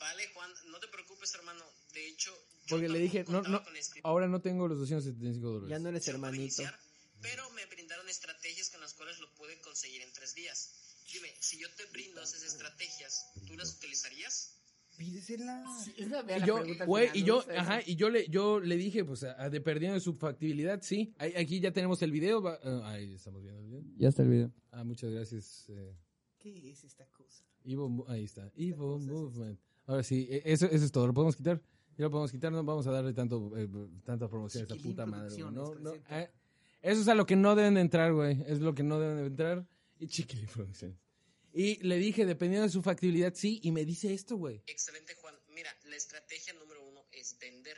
Speaker 8: Vale, Juan, no te preocupes, hermano. De hecho, yo
Speaker 1: Porque le dije,
Speaker 8: tampoco
Speaker 1: no, no.
Speaker 8: contaba con este
Speaker 1: Ahora no tengo los 275 dólares.
Speaker 2: ya no eres
Speaker 8: para
Speaker 2: hermanito.
Speaker 8: iniciar, pero me brindaron estrategias con las cuales lo pude conseguir en tres días. Dime, si yo te brindo esas estrategias, ¿tú las utilizarías?
Speaker 2: Pídesela.
Speaker 3: Sí, Es una
Speaker 1: Y
Speaker 3: vea
Speaker 1: yo,
Speaker 3: la pregunta al
Speaker 1: güey,
Speaker 3: final,
Speaker 1: y
Speaker 3: ¿no?
Speaker 1: yo,
Speaker 3: O sea,
Speaker 2: ¿eh?
Speaker 1: ajá, y yo le, yo le dije, pues, a- a de perdiendo de su factibilidad, sí. Ahí- Aquí ya tenemos el video. va- ah, ahí estamos viendo el video.
Speaker 6: Ya está el video.
Speaker 1: Ah, muchas gracias. eh,
Speaker 3: ¿Qué es esta cosa?
Speaker 1: Evo, Mo- ahí está. Evo Movement. Ahora sí, e- eso, eso es todo. ¿Lo podemos quitar? Ya lo podemos quitar. No vamos a darle tanto, eh, tanta promoción a esta
Speaker 3: Chiquilín
Speaker 1: puta madre. güey. No,
Speaker 3: Producciones
Speaker 1: no,
Speaker 3: presenta.
Speaker 1: eh, eso es a lo que no deben de entrar, güey. Es lo que no deben de entrar. Y Chiquilín Producciones. Y le dije, dependiendo de su factibilidad, sí. Y me dice esto, güey.
Speaker 8: Excelente, Juan. Mira, la estrategia número uno es vender.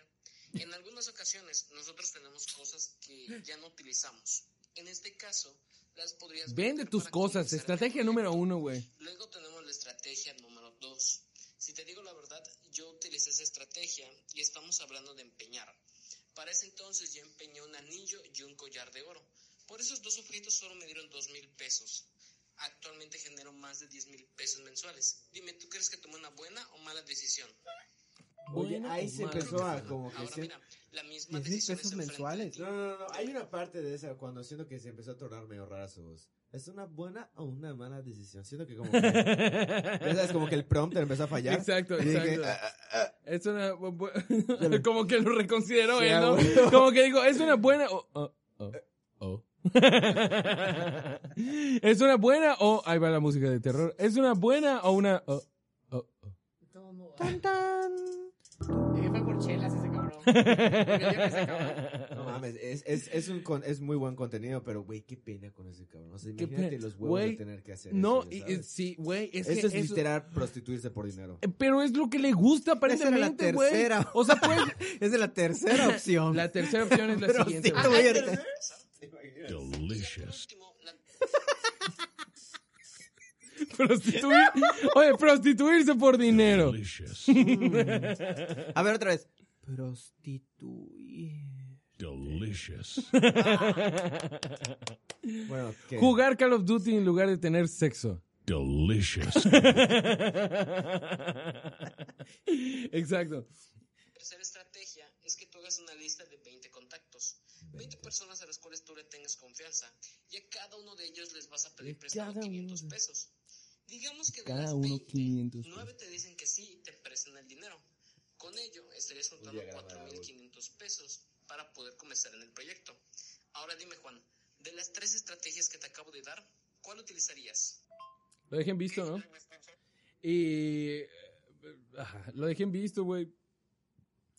Speaker 8: En algunas ocasiones nosotros tenemos cosas que ya no utilizamos. En este caso, las podrías...
Speaker 1: Vende
Speaker 8: vender
Speaker 1: tus
Speaker 8: para
Speaker 1: cosas.
Speaker 8: comenzar
Speaker 1: Estrategia
Speaker 8: el
Speaker 1: número
Speaker 8: proyecto.
Speaker 1: uno, güey.
Speaker 8: Luego tenemos la estrategia número dos. Si te digo la verdad, yo utilicé esa estrategia y estamos hablando de empeñar. Para ese entonces yo empeñé un anillo y un collar de oro. Por esos dos objetos solo me dieron dos mil pesos. Actualmente genero más de diez mil pesos mensuales. Dime, ¿tú crees que tomé una buena o mala decisión?
Speaker 4: Oye,
Speaker 1: Bueno, pues,
Speaker 4: ahí se
Speaker 1: madre.
Speaker 4: empezó a como que...
Speaker 8: Ahora
Speaker 4: se-
Speaker 8: mira, la misma
Speaker 2: 10 mil
Speaker 8: decisión
Speaker 2: pesos
Speaker 8: está enfrente de
Speaker 2: mensuales.
Speaker 8: ti.
Speaker 4: No, no, no, no, hay una parte de esa cuando siento que se empezó a tornar medio rara su voz. ¿Es una buena o una mala decisión? Siento que como que... ya sabes, como que el prompter empezó a fallar.
Speaker 1: Exacto,
Speaker 4: Y dije,
Speaker 1: exacto.
Speaker 4: "Ah, ah, ah".
Speaker 1: Es una. bu- bu- como que lo reconsideró
Speaker 4: Sí,
Speaker 1: él, ¿no?
Speaker 4: a huevo.
Speaker 1: Como que dijo, es una buena. o- o- o- o. es una buena o. Ahí va la música de terror. Es una buena o una. o- o- o.
Speaker 3: No, no. Tan, tan. fue por chelas ese cabrón. Porque ya que se acabó.
Speaker 4: ah, No mames, es, es, es, un con- es muy buen contenido, pero güey, qué pena con ese cabrón. O sea,
Speaker 1: Qué
Speaker 4: imagínate
Speaker 1: pena.
Speaker 4: los huevos
Speaker 1: Güey,
Speaker 4: de tener que hacer
Speaker 1: No,
Speaker 4: eso.
Speaker 1: y,
Speaker 4: ya
Speaker 1: y-
Speaker 4: sabes.
Speaker 1: sí, güey. Es
Speaker 4: Esto es
Speaker 1: que eso-
Speaker 4: literal prostituirse por dinero.
Speaker 1: Pero es lo que le gusta,
Speaker 2: Esa era la
Speaker 1: aparentemente, güey.
Speaker 2: tercera.
Speaker 1: O sea, pues.
Speaker 2: Es de la tercera opción.
Speaker 1: La tercera opción es la
Speaker 2: Pero
Speaker 1: siguiente,
Speaker 2: sí,
Speaker 1: güey.
Speaker 2: te voy a-
Speaker 8: Y ya por último, la
Speaker 1: Prostituir. Oye, prostituirse por dinero.
Speaker 2: A ver, otra vez. Prostituir.
Speaker 4: Bueno, ¿qué?
Speaker 1: Jugar Call of Duty en lugar de tener sexo. Exacto.
Speaker 8: tercera estrategia es que tú hagas una lista de 20 contactos. 20 personas a las cuales tú le tengas confianza. Y a cada uno de ellos les vas a pedir prestado 500 pesos. Digamos que de
Speaker 1: Cada
Speaker 8: las
Speaker 1: uno
Speaker 8: 20,
Speaker 1: 500 pesos.
Speaker 8: 9 te dicen que sí y te prestan el dinero. Con ello estarías juntando 4.500 pesos para poder comenzar en el proyecto. Ahora dime, Juan, de las tres estrategias que te acabo de dar, ¿cuál utilizarías?
Speaker 1: Lo dejen visto, ¿no? Y. eh, ajá, lo dejen visto, güey.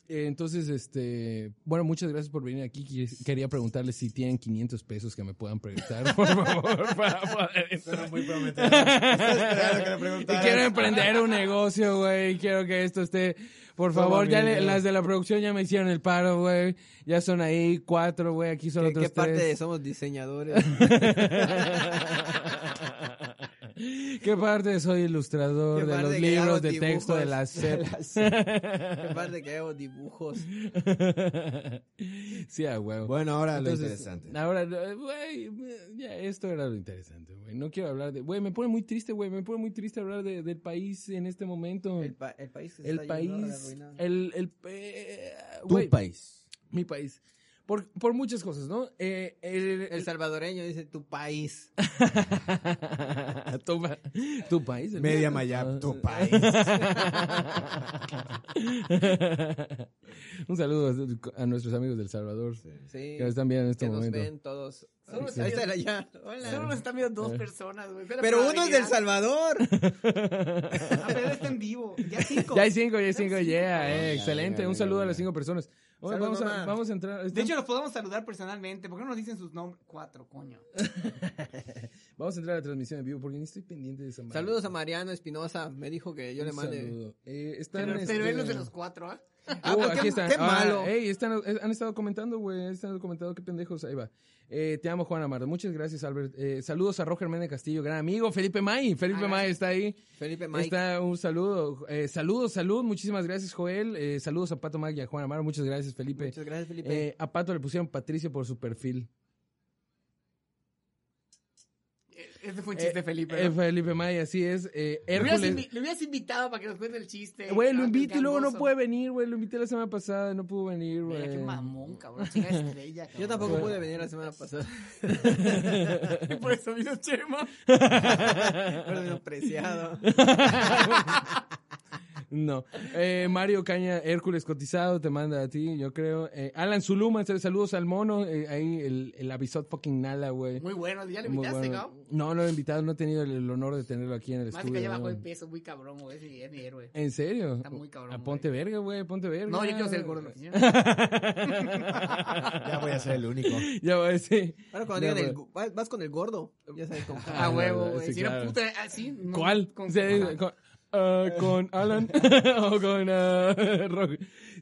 Speaker 1: Eh, Entonces, este, bueno, muchas gracias por venir aquí. Quis- Quería preguntarles si tienen 500 pesos que me puedan prestar, por favor, para poder entrar.
Speaker 4: muy prometedor. Estaba esperando que le
Speaker 1: Y
Speaker 4: preguntaras.
Speaker 1: quiero emprender un negocio, güey. Quiero que esto esté. Por favor, ya le- las de la producción ya me hicieron el paro, güey. Ya son ahí cuatro, güey. Aquí son
Speaker 2: ¿Qué,
Speaker 1: otros
Speaker 2: qué parte de
Speaker 1: tres.
Speaker 2: somos diseñadores?
Speaker 1: ¿Qué parte de soy ilustrador
Speaker 2: ¿Qué
Speaker 1: de
Speaker 2: parte
Speaker 1: los
Speaker 2: que hago
Speaker 1: libros de
Speaker 2: dibujos
Speaker 1: texto de la SEP?
Speaker 2: la SEP? ¿Qué parte que hago dibujos?
Speaker 1: sí, a huevo.
Speaker 4: Bueno, ahora lo
Speaker 1: Entonces,
Speaker 4: interesante.
Speaker 1: Ahora, eh, güey, ya esto era lo interesante, güey. No quiero hablar de... Güey, me pone muy triste, güey. Me pone muy triste hablar de- del país en este momento.
Speaker 2: El,
Speaker 1: El,
Speaker 2: pa- el país que se está yendo a la
Speaker 1: país...
Speaker 2: ruina.
Speaker 1: El, el, eh,
Speaker 4: Tu
Speaker 1: güey,
Speaker 4: país.
Speaker 1: mi país. Por, por muchas cosas, ¿no? Eh, el,
Speaker 2: El salvadoreño dice tu país.
Speaker 1: tu, pa- tu país. el
Speaker 4: Media
Speaker 1: mío.
Speaker 4: Mayab, tu
Speaker 1: Ah.
Speaker 4: país.
Speaker 1: Un saludo a nuestros amigos del Salvador.
Speaker 2: Sí.
Speaker 1: Que nos están viendo en este
Speaker 2: Que nos
Speaker 1: momento.
Speaker 2: ven todos.
Speaker 3: Solo
Speaker 2: Ahí
Speaker 3: sí.
Speaker 2: está el allá.
Speaker 3: Solo
Speaker 2: Hola.
Speaker 3: nos están viendo dos personas, güey. Pero,
Speaker 2: Pero uno es del
Speaker 3: salón.
Speaker 2: Salvador.
Speaker 3: Ah, pero está en vivo. Ya cinco.
Speaker 1: Ya hay cinco, ya hay cinco,
Speaker 3: Ya hay cinco.
Speaker 1: yeah, eh, excelente.
Speaker 4: venga,
Speaker 1: Un saludo
Speaker 4: venga.
Speaker 1: a las cinco personas. Ahora
Speaker 2: Salud,
Speaker 1: vamos, a,
Speaker 2: mamá.
Speaker 1: vamos a entrar.
Speaker 3: De hecho, los podemos saludar personalmente. ¿Por qué no nos dicen sus nombres? Cuatro, coño.
Speaker 1: vamos a entrar a la transmisión en vivo porque ni estoy pendiente de esa madre.
Speaker 2: Saludos a Mariano Espinosa. Me dijo que yo le
Speaker 1: Un
Speaker 2: mande.
Speaker 1: saludo. Eh, están,
Speaker 3: Pero, pero
Speaker 1: este,
Speaker 3: él no es de los cuatro, ¿ah?
Speaker 2: Ah,
Speaker 1: oh,
Speaker 2: pero
Speaker 1: aquí
Speaker 2: qué-
Speaker 1: están.
Speaker 2: qué
Speaker 1: Ah,
Speaker 2: malo.
Speaker 1: ey, están- eh, han estado comentando, güey. Han estado comentando, qué pendejos. Ahí va. Eh, te amo, Juan Amardo. Muchas gracias, Albert. Eh, saludos a Roger Méndez Castillo, gran amigo. Felipe May. Felipe
Speaker 3: Ah,
Speaker 1: May está ahí.
Speaker 2: Felipe Mike.
Speaker 1: Está un saludo. Eh, saludos, salud. Muchísimas gracias, Joel. Eh, saludos a Pato Mag y a Juan Amaro. Muchas gracias, Felipe.
Speaker 2: Muchas gracias, Felipe.
Speaker 1: Eh, a Pato le pusieron Patricio por su perfil.
Speaker 3: Este fue un chiste,
Speaker 1: Eh,
Speaker 3: Felipe.
Speaker 1: eh,
Speaker 3: ¿no?
Speaker 1: Felipe May, así es. Eh,
Speaker 3: Le
Speaker 1: Hércules.
Speaker 3: hubieras
Speaker 1: Eh,
Speaker 3: invi- le hubieras invitado para que nos cuente el chiste.
Speaker 1: Güey, lo
Speaker 3: Ah,
Speaker 1: invité y luego no
Speaker 3: gangoso.
Speaker 1: puede venir, güey. Lo invité la semana pasada, no pudo venir, güey.
Speaker 3: Mira, qué mamón, cabrón. Chica estrella. cabrón.
Speaker 2: Yo tampoco pude venir la semana pasada.
Speaker 3: Y por eso vino Chema.
Speaker 2: Pero menospreciado.
Speaker 1: No. Eh, Mario Caña, Hércules cotizado, te manda a ti, yo creo. Eh, Alan Zuluma, saludos al mono. Eh, ahí el, el avisot fucking Nala, güey.
Speaker 3: Muy bueno, ya lo
Speaker 1: Muy
Speaker 3: invitaste,
Speaker 1: bueno.
Speaker 3: ¿no?
Speaker 1: No, no lo he invitado, no he tenido el, el honor de tenerlo aquí en el
Speaker 3: Más que
Speaker 1: estudio.
Speaker 3: ya bajó
Speaker 1: ¿no?
Speaker 3: de peso, muy cabrón, güey. Es mi, es mi héroe.
Speaker 1: ¿En serio?
Speaker 3: Está muy cabrón,
Speaker 1: Ah, ponte verga, güey, ponte verga.
Speaker 3: No, yo quiero ser el gordo de la oficina.
Speaker 4: Ya voy a ser el único.
Speaker 1: Ya voy a decir.
Speaker 2: Ahora cuando
Speaker 1: Ya,
Speaker 2: digan el
Speaker 1: güey.
Speaker 2: go- vas- vas con el gordo. Ya sabes con
Speaker 1: Ah,
Speaker 3: A huevo,
Speaker 1: no,
Speaker 3: güey.
Speaker 1: sí,
Speaker 3: si era
Speaker 1: claro.
Speaker 3: puta, así. no,
Speaker 1: ¿Cuál?
Speaker 3: con-
Speaker 1: Sí,
Speaker 3: Ajá.
Speaker 1: con, ah, con Alan o con ah, Rock.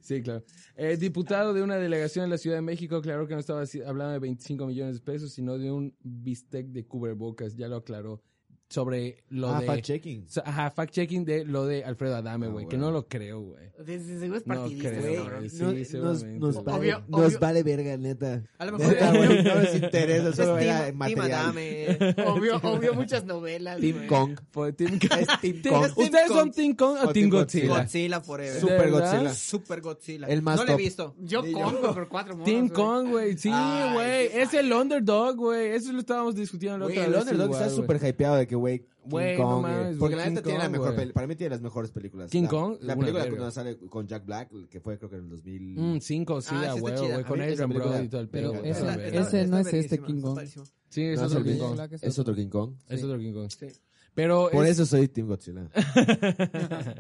Speaker 1: Sí, claro. Eh, diputado de una delegación en la Ciudad de México, claro que no estaba así- hablando de 25 millones de pesos, sino de un bistec de cubrebocas, ya lo aclaró. Sobre lo
Speaker 4: Ah,
Speaker 1: de.
Speaker 4: fact checking.
Speaker 1: so- ajá, fact-checking de lo de Alfredo Adame,
Speaker 4: Ah,
Speaker 1: güey, que
Speaker 4: bueno.
Speaker 1: no lo creo, güey.
Speaker 3: Desde seguro es
Speaker 1: No
Speaker 3: partidista,
Speaker 1: creo,
Speaker 3: ese
Speaker 1: güey.
Speaker 3: cabrón.
Speaker 1: Sí, seguramente.
Speaker 3: Obvio, obvio.
Speaker 4: vale verga, neta.
Speaker 2: A lo mejor
Speaker 4: Neta,
Speaker 2: era-
Speaker 4: güey, no les interesa, solo era
Speaker 2: Tim, Tim
Speaker 4: material.
Speaker 2: Adame.
Speaker 3: Obvio, obvio muchas novelas.
Speaker 4: Team
Speaker 3: güey.
Speaker 4: Kong.
Speaker 1: Fue Tim Kong.
Speaker 2: Es Tim
Speaker 1: Tim-
Speaker 2: Kong.
Speaker 1: ¿Ustedes
Speaker 2: Tim
Speaker 1: son
Speaker 2: Kong.
Speaker 1: Tim Kong o
Speaker 4: O
Speaker 1: Tim
Speaker 4: Tim
Speaker 1: Godzilla?
Speaker 2: Godzilla Forever.
Speaker 1: Su-
Speaker 4: Super
Speaker 1: ¿Verdad?
Speaker 4: Godzilla.
Speaker 2: Super Godzilla.
Speaker 4: El más
Speaker 2: no lo he
Speaker 4: top.
Speaker 2: visto.
Speaker 3: Yo Kong por cuatro monos.
Speaker 1: Tim
Speaker 3: güey.
Speaker 1: Kong, güey. Sí,
Speaker 2: Ay,
Speaker 1: güey.
Speaker 2: qué
Speaker 1: Es el underdog, güey. Eso lo estábamos discutiendo la
Speaker 4: Güey,
Speaker 1: otra
Speaker 4: el
Speaker 1: vez.
Speaker 4: Underdog
Speaker 1: igual,
Speaker 4: está
Speaker 1: güey.
Speaker 4: súper hypeado de que, güey, King
Speaker 1: Güey, no
Speaker 4: Kong.
Speaker 1: mames,
Speaker 4: güey.
Speaker 1: güey,
Speaker 4: porque la
Speaker 1: King
Speaker 4: neta tiene la
Speaker 1: Kong,
Speaker 4: mejor
Speaker 1: güey.
Speaker 4: peli- Para mí tiene las mejores películas.
Speaker 1: King
Speaker 4: La-
Speaker 1: Kong,
Speaker 4: La
Speaker 1: una
Speaker 4: película
Speaker 1: verga.
Speaker 4: cuando sale con Jack Black, que fue creo que en el 2000.
Speaker 1: Mm, cinco, sí,
Speaker 2: Ah, sí
Speaker 1: a
Speaker 2: está
Speaker 1: huevo,
Speaker 2: chida.
Speaker 1: güey.
Speaker 2: A
Speaker 1: Con
Speaker 4: mí me
Speaker 1: Adrian
Speaker 4: película-
Speaker 1: Brody y todo el
Speaker 4: Pero
Speaker 1: pedo. güey.
Speaker 6: esa-
Speaker 1: Está verga.
Speaker 6: esa- Ese no es este
Speaker 2: verguísima,
Speaker 6: King
Speaker 2: está
Speaker 6: Kong.
Speaker 2: padrísimo.
Speaker 1: Sí, es
Speaker 4: No,
Speaker 1: otro
Speaker 4: el
Speaker 1: King
Speaker 4: King
Speaker 1: Kong.
Speaker 6: Black
Speaker 4: Es otro King Kong.
Speaker 1: Es otro King Kong.
Speaker 2: Sí.
Speaker 1: Pero,
Speaker 4: Por
Speaker 1: es-
Speaker 4: eso soy Team Godzilla.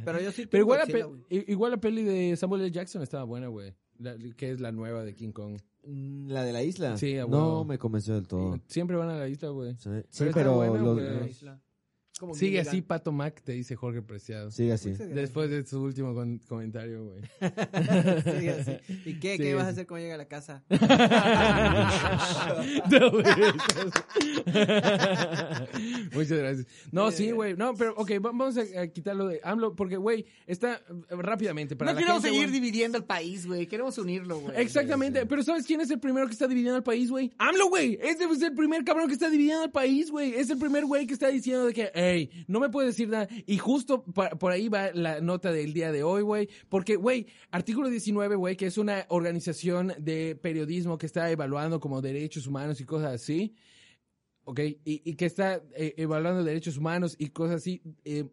Speaker 2: Pero yo sí.
Speaker 1: pero igual, la
Speaker 2: Godzilla,
Speaker 1: pe-
Speaker 2: güey.
Speaker 1: i- igual la peli de Samuel L. Jackson estaba buena, güey. La- Que es la nueva de King Kong.
Speaker 4: Mm, La de la isla.
Speaker 1: Sí, a huevo.
Speaker 4: No me convenció del todo.
Speaker 1: Siempre van a la isla, güey.
Speaker 4: Sí, sí,
Speaker 1: está
Speaker 4: pero.
Speaker 1: buena,
Speaker 4: los-
Speaker 1: güey.
Speaker 4: los-
Speaker 2: Como
Speaker 1: Sigue
Speaker 2: Gilligan.
Speaker 1: así, Pato Mac, te dice Jorge Preciado.
Speaker 4: Sigue así.
Speaker 1: Después de su último con- comentario, güey.
Speaker 2: Sigue así. ¿Y qué,
Speaker 1: Sí,
Speaker 2: qué vas
Speaker 1: sí.
Speaker 2: a hacer cuando llegue a la casa?
Speaker 1: Muchas gracias. No,
Speaker 3: Eh.
Speaker 1: sí, güey. No, pero, ok, va- vamos a, a quitarlo de AMLO, porque, güey, está eh, rápidamente. Para
Speaker 3: No
Speaker 1: la
Speaker 3: queremos
Speaker 1: gente,
Speaker 3: seguir
Speaker 1: güey.
Speaker 3: dividiendo el país, güey. Queremos unirlo, güey.
Speaker 1: Exactamente, pero ¿sabes quién es el primero que está dividiendo al país, güey? AMLO, güey. Ese es el primer cabrón que está dividiendo al país, güey. Es el primer güey que está diciendo de que, hey, no me puede decir nada. Y justo pa- por ahí va la nota del día de hoy, güey. Porque, güey, artículo 19, güey, que es una organización de periodismo que está evaluando como derechos humanos y cosas así. ¿ok? Y, y que está eh, evaluando derechos humanos y cosas así, eh,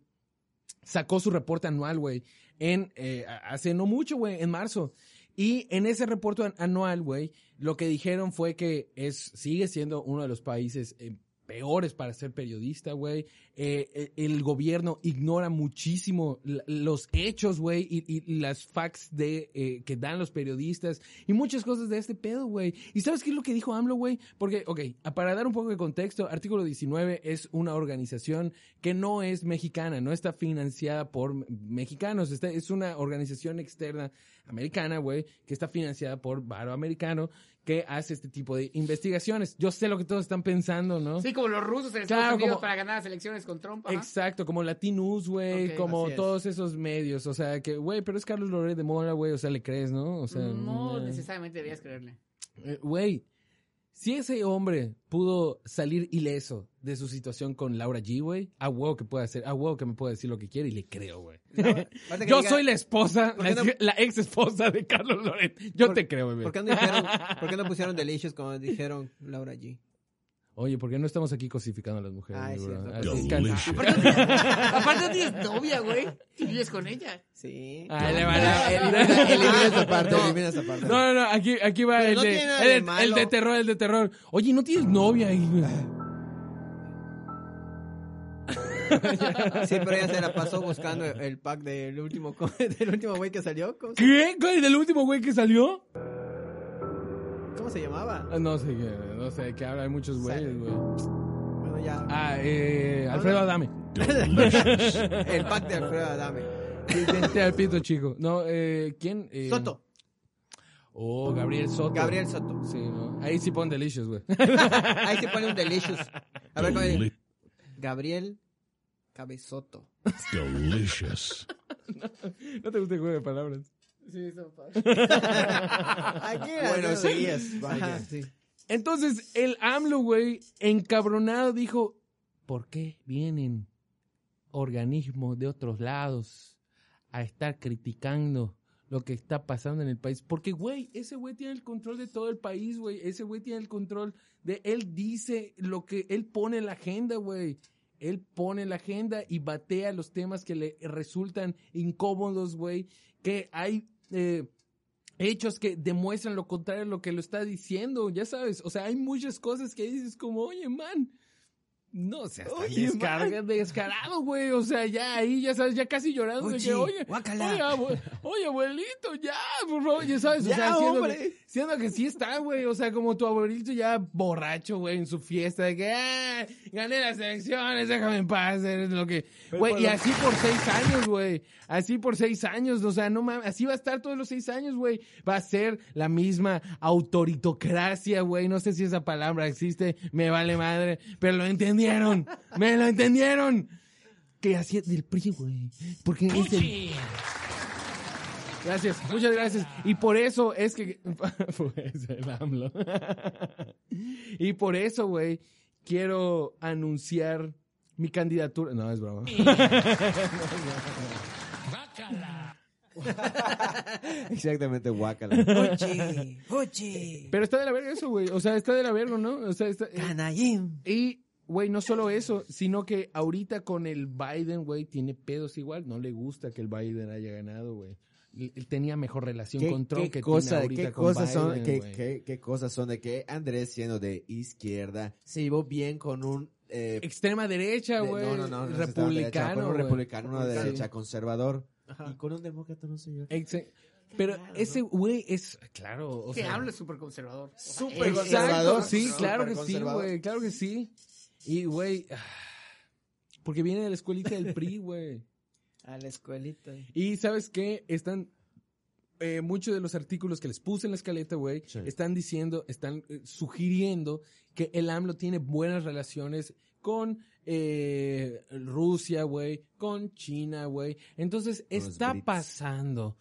Speaker 1: sacó su reporte anual, güey, en, eh, a- hace no mucho, güey, en marzo. Y en ese reporte an- anual, güey, lo que dijeron fue que es, sigue siendo uno de los países eh, peores para ser periodista, güey. Eh, eh, el gobierno ignora muchísimo la- los hechos, güey, y, y las facts de, eh, que dan los periodistas y muchas cosas de este pedo, güey. ¿Y sabes qué es lo que dijo AMLO, güey? Porque, ok, a- para dar un poco de contexto, artículo 19 es una organización que no es mexicana, no está financiada por m- mexicanos, está- es una organización externa americana, güey, que está financiada por varo americano que hace este tipo de investigaciones. Yo sé lo que todos están pensando, ¿no?
Speaker 3: Sí, como los rusos en Estados
Speaker 1: Claro,
Speaker 3: Unidos
Speaker 1: como-
Speaker 3: para ganar las elecciones con Trump. ajá.
Speaker 1: Exacto, como Latinus, güey,
Speaker 3: Ok,
Speaker 1: como
Speaker 3: así es.
Speaker 1: todos esos medios, o sea, que, güey, pero es Carlos Loret de Mola, güey, o sea, le crees, ¿no? O sea,
Speaker 3: no
Speaker 1: nah.
Speaker 3: necesariamente deberías creerle.
Speaker 1: Eh, Güey, si ese hombre pudo salir ileso de su situación con Laura G, güey, a huevo que puede hacer, a huevo que me puede decir lo que quiere y le creo, güey.
Speaker 2: Aparte que
Speaker 1: Yo
Speaker 2: diga-
Speaker 1: soy la esposa,
Speaker 2: ¿Por
Speaker 1: la,
Speaker 2: qué no-
Speaker 1: ex esposa de Carlos Loret. Yo
Speaker 2: ¿Por-
Speaker 1: te creo, bebé.
Speaker 2: ¿Por qué, no dijeron, ¿Por qué no pusieron Delicious como dijeron Laura G?
Speaker 1: Oye, ¿por qué no estamos aquí cosificando a las mujeres?
Speaker 2: Ah, es
Speaker 1: bro?
Speaker 2: cierto.
Speaker 1: Ah, sí, can-
Speaker 3: Aparte, no tienes- aparte no tienes novia, güey. Y vives con ella.
Speaker 2: Sí.
Speaker 1: Ah, le va la-
Speaker 4: Elimina esa parte, elimina esa parte.
Speaker 1: No, no, no, aquí, aquí va
Speaker 2: Pero
Speaker 1: el,
Speaker 2: no
Speaker 1: de,
Speaker 2: tiene nada
Speaker 1: el
Speaker 2: de
Speaker 1: de-
Speaker 2: malo.
Speaker 1: el de terror, el de terror. Oye, ¿no tienes novia ahí?
Speaker 2: Sí, pero ella se la pasó buscando el pack del último co- del último güey que salió. ¿Cómo se,
Speaker 1: ¿Qué? ¿Cuál es el último güey que salió?
Speaker 2: cómo se llamaba?
Speaker 1: Ah, No sé qué, no sé de qué habla, hay muchos güeyes, güey.
Speaker 2: Bueno, ya.
Speaker 1: Ah, eh, Alfredo Adame.
Speaker 2: El pack de Alfredo Adame.
Speaker 1: Vente al pito, chico. No, eh, ¿quién? Eh,
Speaker 2: Soto.
Speaker 1: Oh, Gabriel Soto.
Speaker 2: Gabriel Soto.
Speaker 1: Sí, no. Ahí sí pon delicious, güey.
Speaker 2: Ahí se pone un Delicious. A ver, ¿cómo dice? Gabriel Cabezoto.
Speaker 1: No te gusta el juego de palabras.
Speaker 3: Sí, eso pasa.
Speaker 2: Bueno, seguías. Ajá, sí.
Speaker 1: Entonces, el AMLO, güey, encabronado, dijo, ¿por qué vienen organismos de otros lados a estar criticando lo que está pasando en el país? Porque, güey, ese güey tiene el control de todo el país, güey. Ese güey tiene el control de, él dice lo que, él pone en la agenda, güey. Él pone en la agenda y batea los temas que le resultan incómodos, güey. Que hay... eh, hechos que demuestran lo contrario a lo que lo está diciendo, ya sabes. O sea, hay muchas cosas que dices como, oye, man. No seas tan
Speaker 2: Oye,
Speaker 1: descarga- descarado, güey. O sea, ya ahí, ya sabes, ya casi llorando. de que,
Speaker 2: Oye,
Speaker 1: oye,
Speaker 2: guácala.
Speaker 1: oye, abue- oye, abuelito, ya, por favor, ya sabes. o
Speaker 2: Ya,
Speaker 1: sea, siendo
Speaker 2: hombre.
Speaker 1: que, siendo que sí está, güey. O sea, como tu abuelito ya borracho, güey, en su fiesta, de que, "Ah, gané las elecciones, déjame en paz, eres lo que. Güey, y así por seis años, güey. Así por seis años, o sea, no mames, así va a estar todos los seis años, güey. Va a ser la misma autoritocracia, güey. No sé si esa palabra existe, me vale madre, pero lo entendieron, me lo entendieron. Que así es del PRI, güey. Porque es el- Gracias, muchas gracias. Y por eso es que... pues, el AMLO. y por eso, güey, quiero anunciar mi candidatura. No, es broma.
Speaker 4: Exactamente, guácala.
Speaker 2: Ochi, Ochi.
Speaker 1: Pero está de la verga eso, güey. O sea, está de la verga, ¿no? O sea, está...
Speaker 2: Canallín.
Speaker 1: Y, güey, no solo eso, sino que ahorita con el Biden, güey, tiene pedos igual. No le gusta que el Biden haya ganado, güey. Él él tenía mejor relación con Trump que tiene
Speaker 4: cosa,
Speaker 1: ahorita
Speaker 4: qué
Speaker 1: con
Speaker 4: cosas son,
Speaker 1: Biden,
Speaker 4: qué,
Speaker 1: güey.
Speaker 4: qué- qué cosas son de que Andrés siendo de izquierda se llevó bien con un eh,
Speaker 1: Extrema derecha,
Speaker 4: de-
Speaker 1: güey.
Speaker 4: no, no, no, no, se estaba derecha, con
Speaker 1: republicano,
Speaker 4: un
Speaker 1: güey.
Speaker 4: republicano, una
Speaker 1: Sí.
Speaker 4: derecha conservador y con un demócrata no sé yo.
Speaker 1: Exe- Pero ese güey es, claro, o
Speaker 3: Que
Speaker 1: sea,
Speaker 3: hablo es súper conservador. O sea,
Speaker 4: Súper
Speaker 3: él-
Speaker 4: conservador,
Speaker 1: Exacto, sí,
Speaker 4: súper
Speaker 1: claro que sí,
Speaker 4: conservador.
Speaker 1: güey, claro que sí. Y, güey, ah, porque viene de la escuelita del PRI, güey.
Speaker 2: A la escuelita.
Speaker 1: Y sabes qué, están eh, muchos de los artículos que les puse en la escaleta, güey,
Speaker 4: Sí.
Speaker 1: están diciendo, están eh, sugiriendo que el AMLO tiene buenas relaciones con eh, Rusia, güey, con China, güey. Entonces
Speaker 4: Con los
Speaker 1: está
Speaker 4: Brits.
Speaker 1: pasando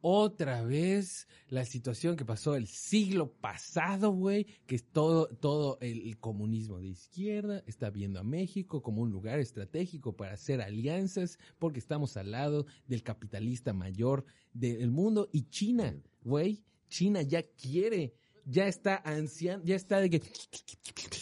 Speaker 1: otra vez la situación que pasó el siglo pasado, güey, que es todo, todo el comunismo de izquierda está viendo a México como un lugar estratégico para hacer alianzas porque estamos al lado del capitalista mayor del mundo y China, güey, China ya quiere ya está anciano, ya está de que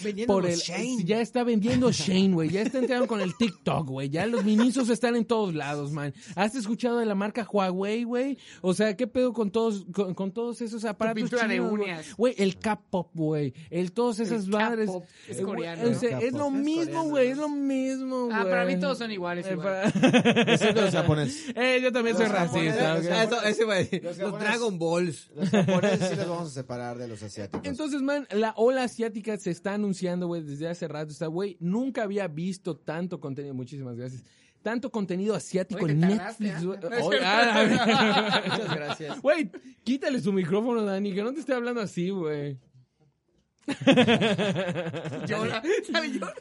Speaker 2: Vendiendo
Speaker 1: por el, eh,
Speaker 2: Shane.
Speaker 1: ya está vendiendo Shane, güey, ya está entrando con el TikTok, güey, ya los ministros están en todos lados, man. ¿Has escuchado de la marca Huawei, güey? O sea, ¿qué pedo con todos con, con todos esos aparatos
Speaker 3: pintura de
Speaker 1: chinos, güey?
Speaker 3: uñas.
Speaker 1: Güey, el K-pop, güey, el todas esas
Speaker 3: El
Speaker 1: madres.
Speaker 3: K-pop es
Speaker 1: Eh, güey,
Speaker 3: coreano,
Speaker 1: o
Speaker 3: ¿no?
Speaker 1: sea, es lo
Speaker 2: K-pop es
Speaker 1: mismo,
Speaker 2: coreano,
Speaker 1: güey,
Speaker 2: ¿no?
Speaker 1: es lo mismo, güey.
Speaker 3: Ah, para mí todos son iguales.
Speaker 1: Eh,
Speaker 3: igual.
Speaker 1: para-
Speaker 4: Excepto los japoneses.
Speaker 1: Eh, yo también soy
Speaker 4: Los
Speaker 1: racista.
Speaker 4: japoneses.
Speaker 1: ¿ok?
Speaker 2: Eso, ese güey.
Speaker 4: Los
Speaker 2: Los,
Speaker 4: japoneses.
Speaker 2: Dragon Balls.
Speaker 4: Los japoneses sí los vamos a separar de los asiáticos.
Speaker 1: Entonces, man, la ola asiática se está anunciando, güey, desde hace rato. Está, güey, nunca había visto tanto contenido. Muchísimas gracias. Tanto contenido asiático
Speaker 3: Oye,
Speaker 1: en
Speaker 3: te tardaste,
Speaker 1: Netflix,
Speaker 3: ¿ah?
Speaker 1: güey.
Speaker 3: No es
Speaker 1: Oye,
Speaker 3: cierto.
Speaker 1: ah, a ver.
Speaker 2: Muchas gracias.
Speaker 1: Güey, quítale su micrófono, Dani, que no te esté hablando así, güey.
Speaker 3: Llora, sale llora.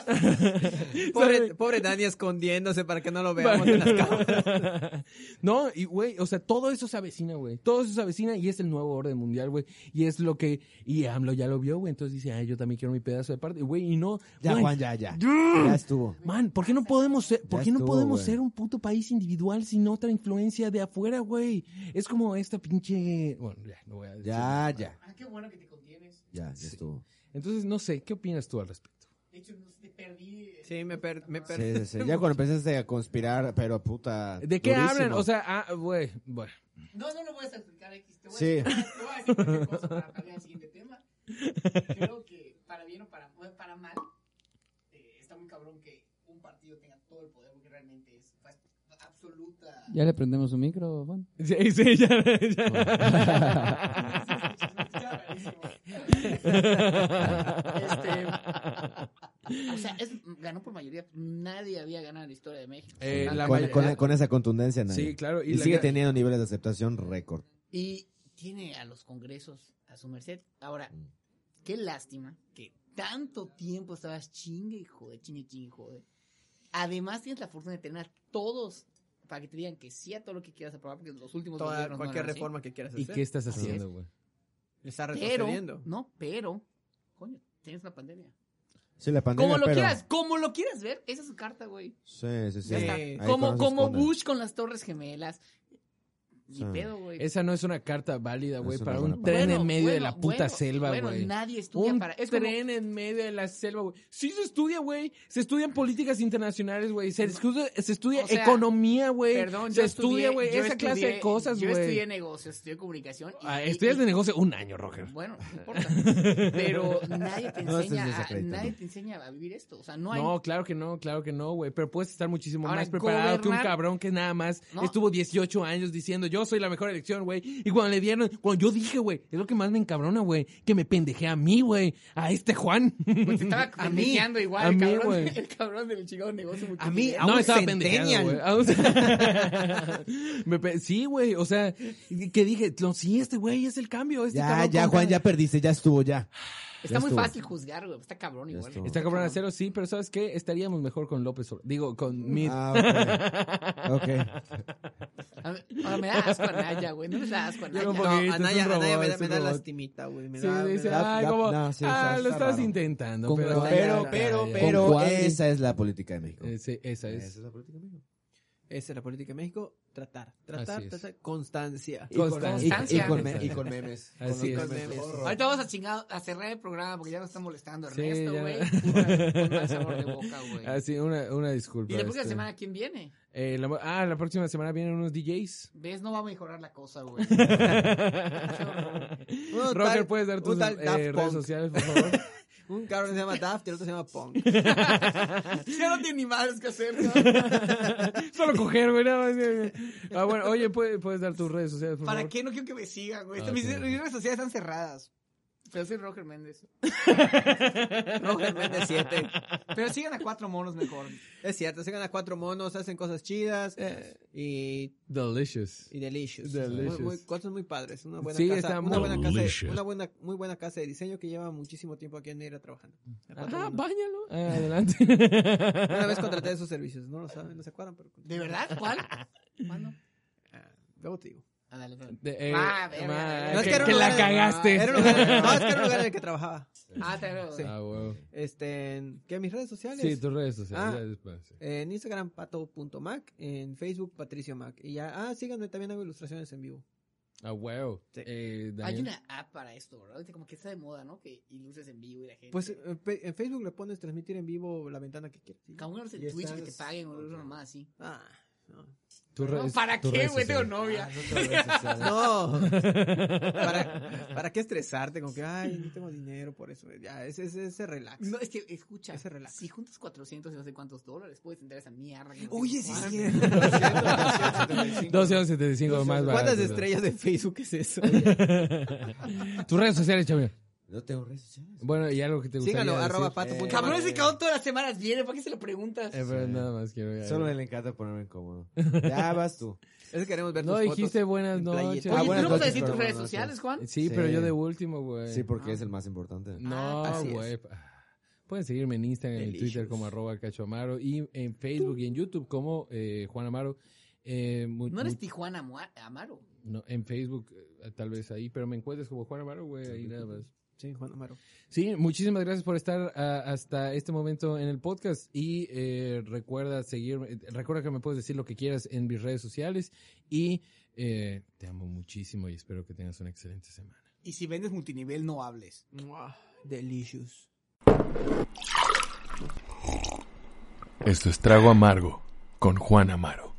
Speaker 2: Pobre, pobre Dani escondiéndose para que no lo veamos en las cámaras.
Speaker 1: No, y güey, o sea, todo eso se avecina, güey. Todo eso se avecina y es el nuevo orden mundial, güey. Y es lo que. Y AMLO ya lo vio, güey. Entonces dice, ah, yo también quiero mi pedazo de parte, güey. Y no.
Speaker 4: Ya,
Speaker 1: güey,
Speaker 4: Juan, ya, ya. Ya estuvo.
Speaker 1: Man, ¿por qué no podemos ser, ¿por
Speaker 4: Ya
Speaker 1: qué no
Speaker 4: estuvo,
Speaker 1: podemos
Speaker 4: güey.
Speaker 1: ser un puto país individual sin otra influencia de afuera, güey? Es como esta pinche, bueno, ya no voy a decir.
Speaker 4: Ya, ya.
Speaker 3: Ah, qué bueno que te contienes.
Speaker 4: Ya, ya estuvo.
Speaker 1: Entonces, no sé, ¿qué opinas tú al respecto?
Speaker 3: De hecho, no te perdí. eh,
Speaker 2: Sí, me, per, me per-
Speaker 4: Sí, sí, sí. Ya cuando empezaste a conspirar, pero puta.
Speaker 1: ¿De qué
Speaker 4: Ah, durísimo.
Speaker 1: hablan? O sea, ah, güey, bueno.
Speaker 3: No, no lo voy a explicar, X. Te voy a
Speaker 4: Sí.
Speaker 3: decir, te voy a decir cualquier cosa para cambiar al siguiente tema. Creo que para bien o para, bueno, para mal, eh, está muy cabrón que un partido tenga todo el poder, porque realmente es fa- absoluta.
Speaker 6: Ya le prendemos su micro, Juan.
Speaker 1: Sí, sí, ya,
Speaker 3: ya. Este, o sea, es- ganó por mayoría. Nadie había ganado en la historia de México.
Speaker 1: Eh,
Speaker 3: Tanta
Speaker 1: la
Speaker 4: Ah, con,
Speaker 1: mayoría-
Speaker 4: con- con esa contundencia, nadie.
Speaker 1: Sí, claro.
Speaker 4: Y,
Speaker 1: la-
Speaker 4: sigue teniendo niveles de aceptación récord.
Speaker 3: Y tiene a los congresos a su merced. Ahora,
Speaker 4: Mm.
Speaker 3: qué lástima que tanto tiempo estabas chingue y jode, chingue, chingue y jode. Además, tienes la fortuna de tener a todos para que te digan que sí a todo lo que quieras aprobar, porque los últimos
Speaker 2: toda,
Speaker 3: gobiernos no
Speaker 2: cualquier
Speaker 3: eran así.
Speaker 2: reforma que quieras
Speaker 1: ¿Y
Speaker 2: hacer.
Speaker 1: qué estás
Speaker 3: Así
Speaker 1: haciendo, güey?
Speaker 2: Está
Speaker 3: Pero,
Speaker 2: retrocediendo.
Speaker 3: no, pero, coño, tienes una pandemia.
Speaker 4: Sí, la pandemia,
Speaker 3: Como lo
Speaker 4: pero...
Speaker 3: quieras, como lo quieras ver, esa es su carta, güey.
Speaker 4: Sí, sí, sí.
Speaker 2: Ya está.
Speaker 4: Ahí
Speaker 3: Como,
Speaker 4: con eso
Speaker 3: como
Speaker 4: esconden.
Speaker 3: Bush con las Torres Gemelas. Ni
Speaker 4: Sí.
Speaker 3: pedo, güey.
Speaker 1: Esa no es una carta válida, güey,
Speaker 4: Es una
Speaker 1: para
Speaker 4: buena
Speaker 1: un
Speaker 4: parte.
Speaker 1: tren
Speaker 3: Bueno,
Speaker 1: en medio de
Speaker 3: bueno,
Speaker 1: la puta
Speaker 3: bueno,
Speaker 1: selva, güey.
Speaker 3: Bueno, nadie estudia
Speaker 1: Un
Speaker 3: para... Es como-
Speaker 1: tren en medio de la selva, güey. Sí se estudia, güey. Se estudian políticas internacionales, güey. Se estudia, se estudia
Speaker 3: O sea,
Speaker 1: economía, güey.
Speaker 3: Perdón,
Speaker 1: se
Speaker 3: yo
Speaker 1: estudia,
Speaker 3: estudié-
Speaker 1: güey.
Speaker 3: yo
Speaker 1: Esa clase
Speaker 3: estudié-
Speaker 1: de cosas,
Speaker 3: Yo estudié
Speaker 1: güey.
Speaker 3: negocios, estudié comunicación. y-
Speaker 1: Ah,
Speaker 3: y-
Speaker 1: Estudias de
Speaker 3: y-
Speaker 1: negocio un año, Roger.
Speaker 3: Bueno, no importa. Pero nadie te
Speaker 4: No, este estás
Speaker 3: enseña, a,
Speaker 4: desacreditando.
Speaker 3: nadie te enseña a vivir esto. O sea, no hay...
Speaker 1: No, claro que no, claro que no, güey. Pero puedes estar muchísimo
Speaker 3: Ahora,
Speaker 1: más preparado que un
Speaker 3: gobernar-
Speaker 1: cabrón que nada más
Speaker 3: No.
Speaker 1: estuvo 18 años diciendo yo soy la mejor elección, güey. Y cuando le dieron, cuando yo dije, güey, es lo que más me encabrona, güey, que me pendejé a mí, güey, a este Juan.
Speaker 3: Pues te estaba
Speaker 2: A mí,
Speaker 3: pendejeando igual
Speaker 1: a
Speaker 3: el,
Speaker 1: mí,
Speaker 3: cabrón,
Speaker 1: güey.
Speaker 3: el cabrón del chingado negocio.
Speaker 2: A mí,
Speaker 1: no,
Speaker 2: un
Speaker 1: estaba pendejeando,
Speaker 2: centennial.
Speaker 1: güey. A un- Me pe- sí, güey, o sea, que dije, no, sí, este güey es el cambio. Este
Speaker 4: Ya,
Speaker 1: cabrón
Speaker 4: ya,
Speaker 1: con
Speaker 4: Juan,
Speaker 1: cara-
Speaker 4: ya perdiste, ya estuvo, ya.
Speaker 3: Está
Speaker 4: Ya
Speaker 3: muy
Speaker 4: estuvo.
Speaker 3: fácil juzgar, güey. Está cabrón
Speaker 4: Ya
Speaker 3: igual.
Speaker 4: estuvo.
Speaker 1: Está cabrón a cero, sí, pero ¿sabes qué? Estaríamos mejor con López Obrador. Digo, con Mid.
Speaker 4: Ah, ok. Ok.
Speaker 3: A mí- Ahora me da asco a Naya, güey. No me da asco a
Speaker 1: Yo
Speaker 3: Naya.
Speaker 1: un
Speaker 2: No,
Speaker 1: poquito, es
Speaker 2: a
Speaker 1: un
Speaker 2: Naya, a Naya
Speaker 1: robot,
Speaker 2: me, da-
Speaker 1: es
Speaker 2: me
Speaker 1: un
Speaker 2: da
Speaker 1: robot.
Speaker 2: lastimita, güey. Me
Speaker 1: Sí,
Speaker 2: da, me
Speaker 1: dice,
Speaker 2: da-
Speaker 4: da-
Speaker 1: ay,
Speaker 4: da-
Speaker 1: como,
Speaker 4: no, sí,
Speaker 1: ah,
Speaker 4: está-
Speaker 1: lo
Speaker 4: está
Speaker 1: estabas
Speaker 4: raro.
Speaker 1: intentando,
Speaker 6: Con
Speaker 1: pero...
Speaker 6: cuál-
Speaker 4: Pero,
Speaker 1: Ay,
Speaker 4: pero,
Speaker 1: ay, ay.
Speaker 6: ¿Con
Speaker 4: pero,
Speaker 6: cuál?
Speaker 1: eh,
Speaker 4: esa es la política de México.
Speaker 1: Ese- Eh, esa es.
Speaker 4: la política de México.
Speaker 2: Esa es la política de México. Tratar, tratar,
Speaker 1: Así es.
Speaker 2: tratar. Constancia.
Speaker 4: Y con-
Speaker 1: Constancia.
Speaker 4: Y, y con, me- y con memes. Con
Speaker 1: Así
Speaker 4: los
Speaker 1: es.
Speaker 4: memes.
Speaker 3: Ahorita vamos a chingado, a cerrar el programa porque ya nos están molestando
Speaker 1: Sí,
Speaker 3: Ernesto,
Speaker 1: ya.
Speaker 3: güey. Puta, Con mal sabor de boca, güey.
Speaker 1: Ah, sí, una, una disculpa.
Speaker 3: Y la próxima
Speaker 1: este.
Speaker 3: semana, ¿quién viene?
Speaker 1: Eh, la- ah, la próxima semana vienen unos DJs.
Speaker 3: ¿Ves? No va a mejorar la cosa, güey.
Speaker 2: Un
Speaker 1: Roger,
Speaker 2: tal-
Speaker 1: ¿puedes dar
Speaker 2: un
Speaker 1: tus
Speaker 2: tal
Speaker 1: eh,
Speaker 2: Daft
Speaker 1: redes
Speaker 2: Punk.
Speaker 1: sociales, por favor?
Speaker 2: Un cabrón se llama Daft y el otro se llama Punk.
Speaker 3: ya no tiene ni madres que hacer, ¿no?
Speaker 1: Solo coger, güey. nada más. Ah, bueno, oye, ¿puedes, puedes dar tus redes sociales, por
Speaker 3: ¿Para
Speaker 1: favor?
Speaker 3: qué? No quiero que me siga, güey.
Speaker 1: Ah,
Speaker 3: mis,
Speaker 1: ok.
Speaker 3: mis redes sociales están cerradas. Pero soy Roger Méndez.
Speaker 2: Roger Méndez 7.
Speaker 3: Pero sigan a cuatro monos mejor.
Speaker 2: Es cierto, se gana cuatro monos, hacen cosas chidas y,
Speaker 1: Delicious.
Speaker 2: y delicious.
Speaker 1: Eh. Delicious.
Speaker 2: Muy, muy- cosas muy padres. Una buena
Speaker 1: Sí,
Speaker 2: casa.
Speaker 1: está
Speaker 2: una
Speaker 1: muy-
Speaker 2: buena casa de,
Speaker 9: Delicious.
Speaker 2: una buena, muy buena casa de diseño que lleva muchísimo tiempo aquí en Neira trabajando. La Cuatro
Speaker 1: Ah,
Speaker 2: Monos.
Speaker 1: báñalo. Ah, adelante.
Speaker 2: Una vez contraté esos servicios, no lo saben, no se acuerdan, pero
Speaker 3: ¿De verdad? ¿Cuál? ¿Cuándo?
Speaker 2: Ah, luego te digo.
Speaker 3: Ah, dale, dale.
Speaker 1: De- eh,
Speaker 3: Ah, verga,
Speaker 1: ma-
Speaker 3: verga.
Speaker 1: que,
Speaker 3: No, es que era
Speaker 1: que
Speaker 2: un
Speaker 1: la
Speaker 2: lugar de-
Speaker 1: cagaste.
Speaker 2: Era un lugar- no, es que era un lugar en el que trabajaba.
Speaker 3: Ah, te veo.
Speaker 2: Sí.
Speaker 1: Ah, huevo.
Speaker 2: Este, que mis redes sociales.
Speaker 1: Sí, tus redes sociales.
Speaker 2: Ah.
Speaker 1: ya después, sí.
Speaker 2: En Instagram, pato.mac. En Facebook, Patricio Mac. Y ya, ah, síganme, también hago ilustraciones en vivo.
Speaker 1: A huevo. Eh,
Speaker 3: Hay
Speaker 1: Daniel.
Speaker 3: una app para esto, ¿verdad? Ahorita Como que está de moda, ¿no? Que ilustres en vivo y la gente.
Speaker 2: Pues eh, pe- en Facebook le pones transmitir en vivo la ventana que quieras. ¿sí?
Speaker 3: Cada uno
Speaker 2: y
Speaker 3: en Twitch que te
Speaker 2: estás-
Speaker 3: paguen o una mamá así.
Speaker 2: Ah, no.
Speaker 1: Tu
Speaker 3: No,
Speaker 1: red-
Speaker 3: ¿Para
Speaker 1: tu
Speaker 3: qué,
Speaker 1: red
Speaker 3: güey? Tengo
Speaker 1: social.
Speaker 3: novia.
Speaker 2: No. ¿Para, para qué estresarte con que, ay, no tengo dinero por eso? Ya, ese, ese, ese relax.
Speaker 3: No, es que, escucha,
Speaker 2: Ese relax.
Speaker 3: si juntas 400 y no sé cuántos dólares, puedes entrar a esa mierda. que no sé
Speaker 2: Oye, sí,
Speaker 3: cuánto.
Speaker 2: sí. ¿Cuántas
Speaker 1: 12.75 más barato.
Speaker 2: estrellas de Facebook es eso?
Speaker 1: Tus redes sociales, Chame.
Speaker 4: No tengo redes sociales.
Speaker 1: Bueno, y algo que te gustaría
Speaker 2: Síganlo,
Speaker 1: decir.
Speaker 2: arroba pato.
Speaker 4: Eh,
Speaker 2: punto
Speaker 3: Cabrón,
Speaker 2: madre.
Speaker 3: ese cabrón todas las semanas viene, ¿para qué se lo preguntas?
Speaker 1: Eh, pero nada más quiero...
Speaker 4: Solo a él le encanta ponerme incómodo. Ya vas tú.
Speaker 2: Ese queremos ver
Speaker 1: No
Speaker 2: tus fotos
Speaker 1: dijiste buenas
Speaker 2: en playita.
Speaker 1: noches.
Speaker 3: Oye,
Speaker 4: Ah,
Speaker 3: ¿tú
Speaker 4: buenas
Speaker 3: no vas a
Speaker 4: noches,
Speaker 3: decir tus
Speaker 4: pero
Speaker 3: redes
Speaker 4: buenas
Speaker 3: sociales, Juan?
Speaker 1: Sí, pero yo de último, güey.
Speaker 4: Sí, porque es el más importante.
Speaker 1: No,
Speaker 2: Ah, así es.
Speaker 1: güey. Pueden seguirme en Instagram, en Twitter como arroba cachoamaro y en Facebook y en YouTube como eh, Juan Amaro. Eh, mu-
Speaker 3: No eres
Speaker 1: mu-
Speaker 3: Tijuana Amua- Amaro.
Speaker 1: no, en Facebook eh, tal vez ahí, pero me encuentres como Juan Amaro, güey, ahí nada más.
Speaker 2: Sí, Juan Amaro.
Speaker 1: Sí, muchísimas gracias por estar ah, hasta este momento en el podcast y eh, recuerda seguirme, eh, recuerda que me puedes decir lo que quieras en mis redes sociales y eh, te amo muchísimo y espero que tengas una excelente semana.
Speaker 7: Y si vendes multinivel, no hables.
Speaker 2: Mua, Delicious.
Speaker 10: Esto es Trago Amargo con Juan Amaro.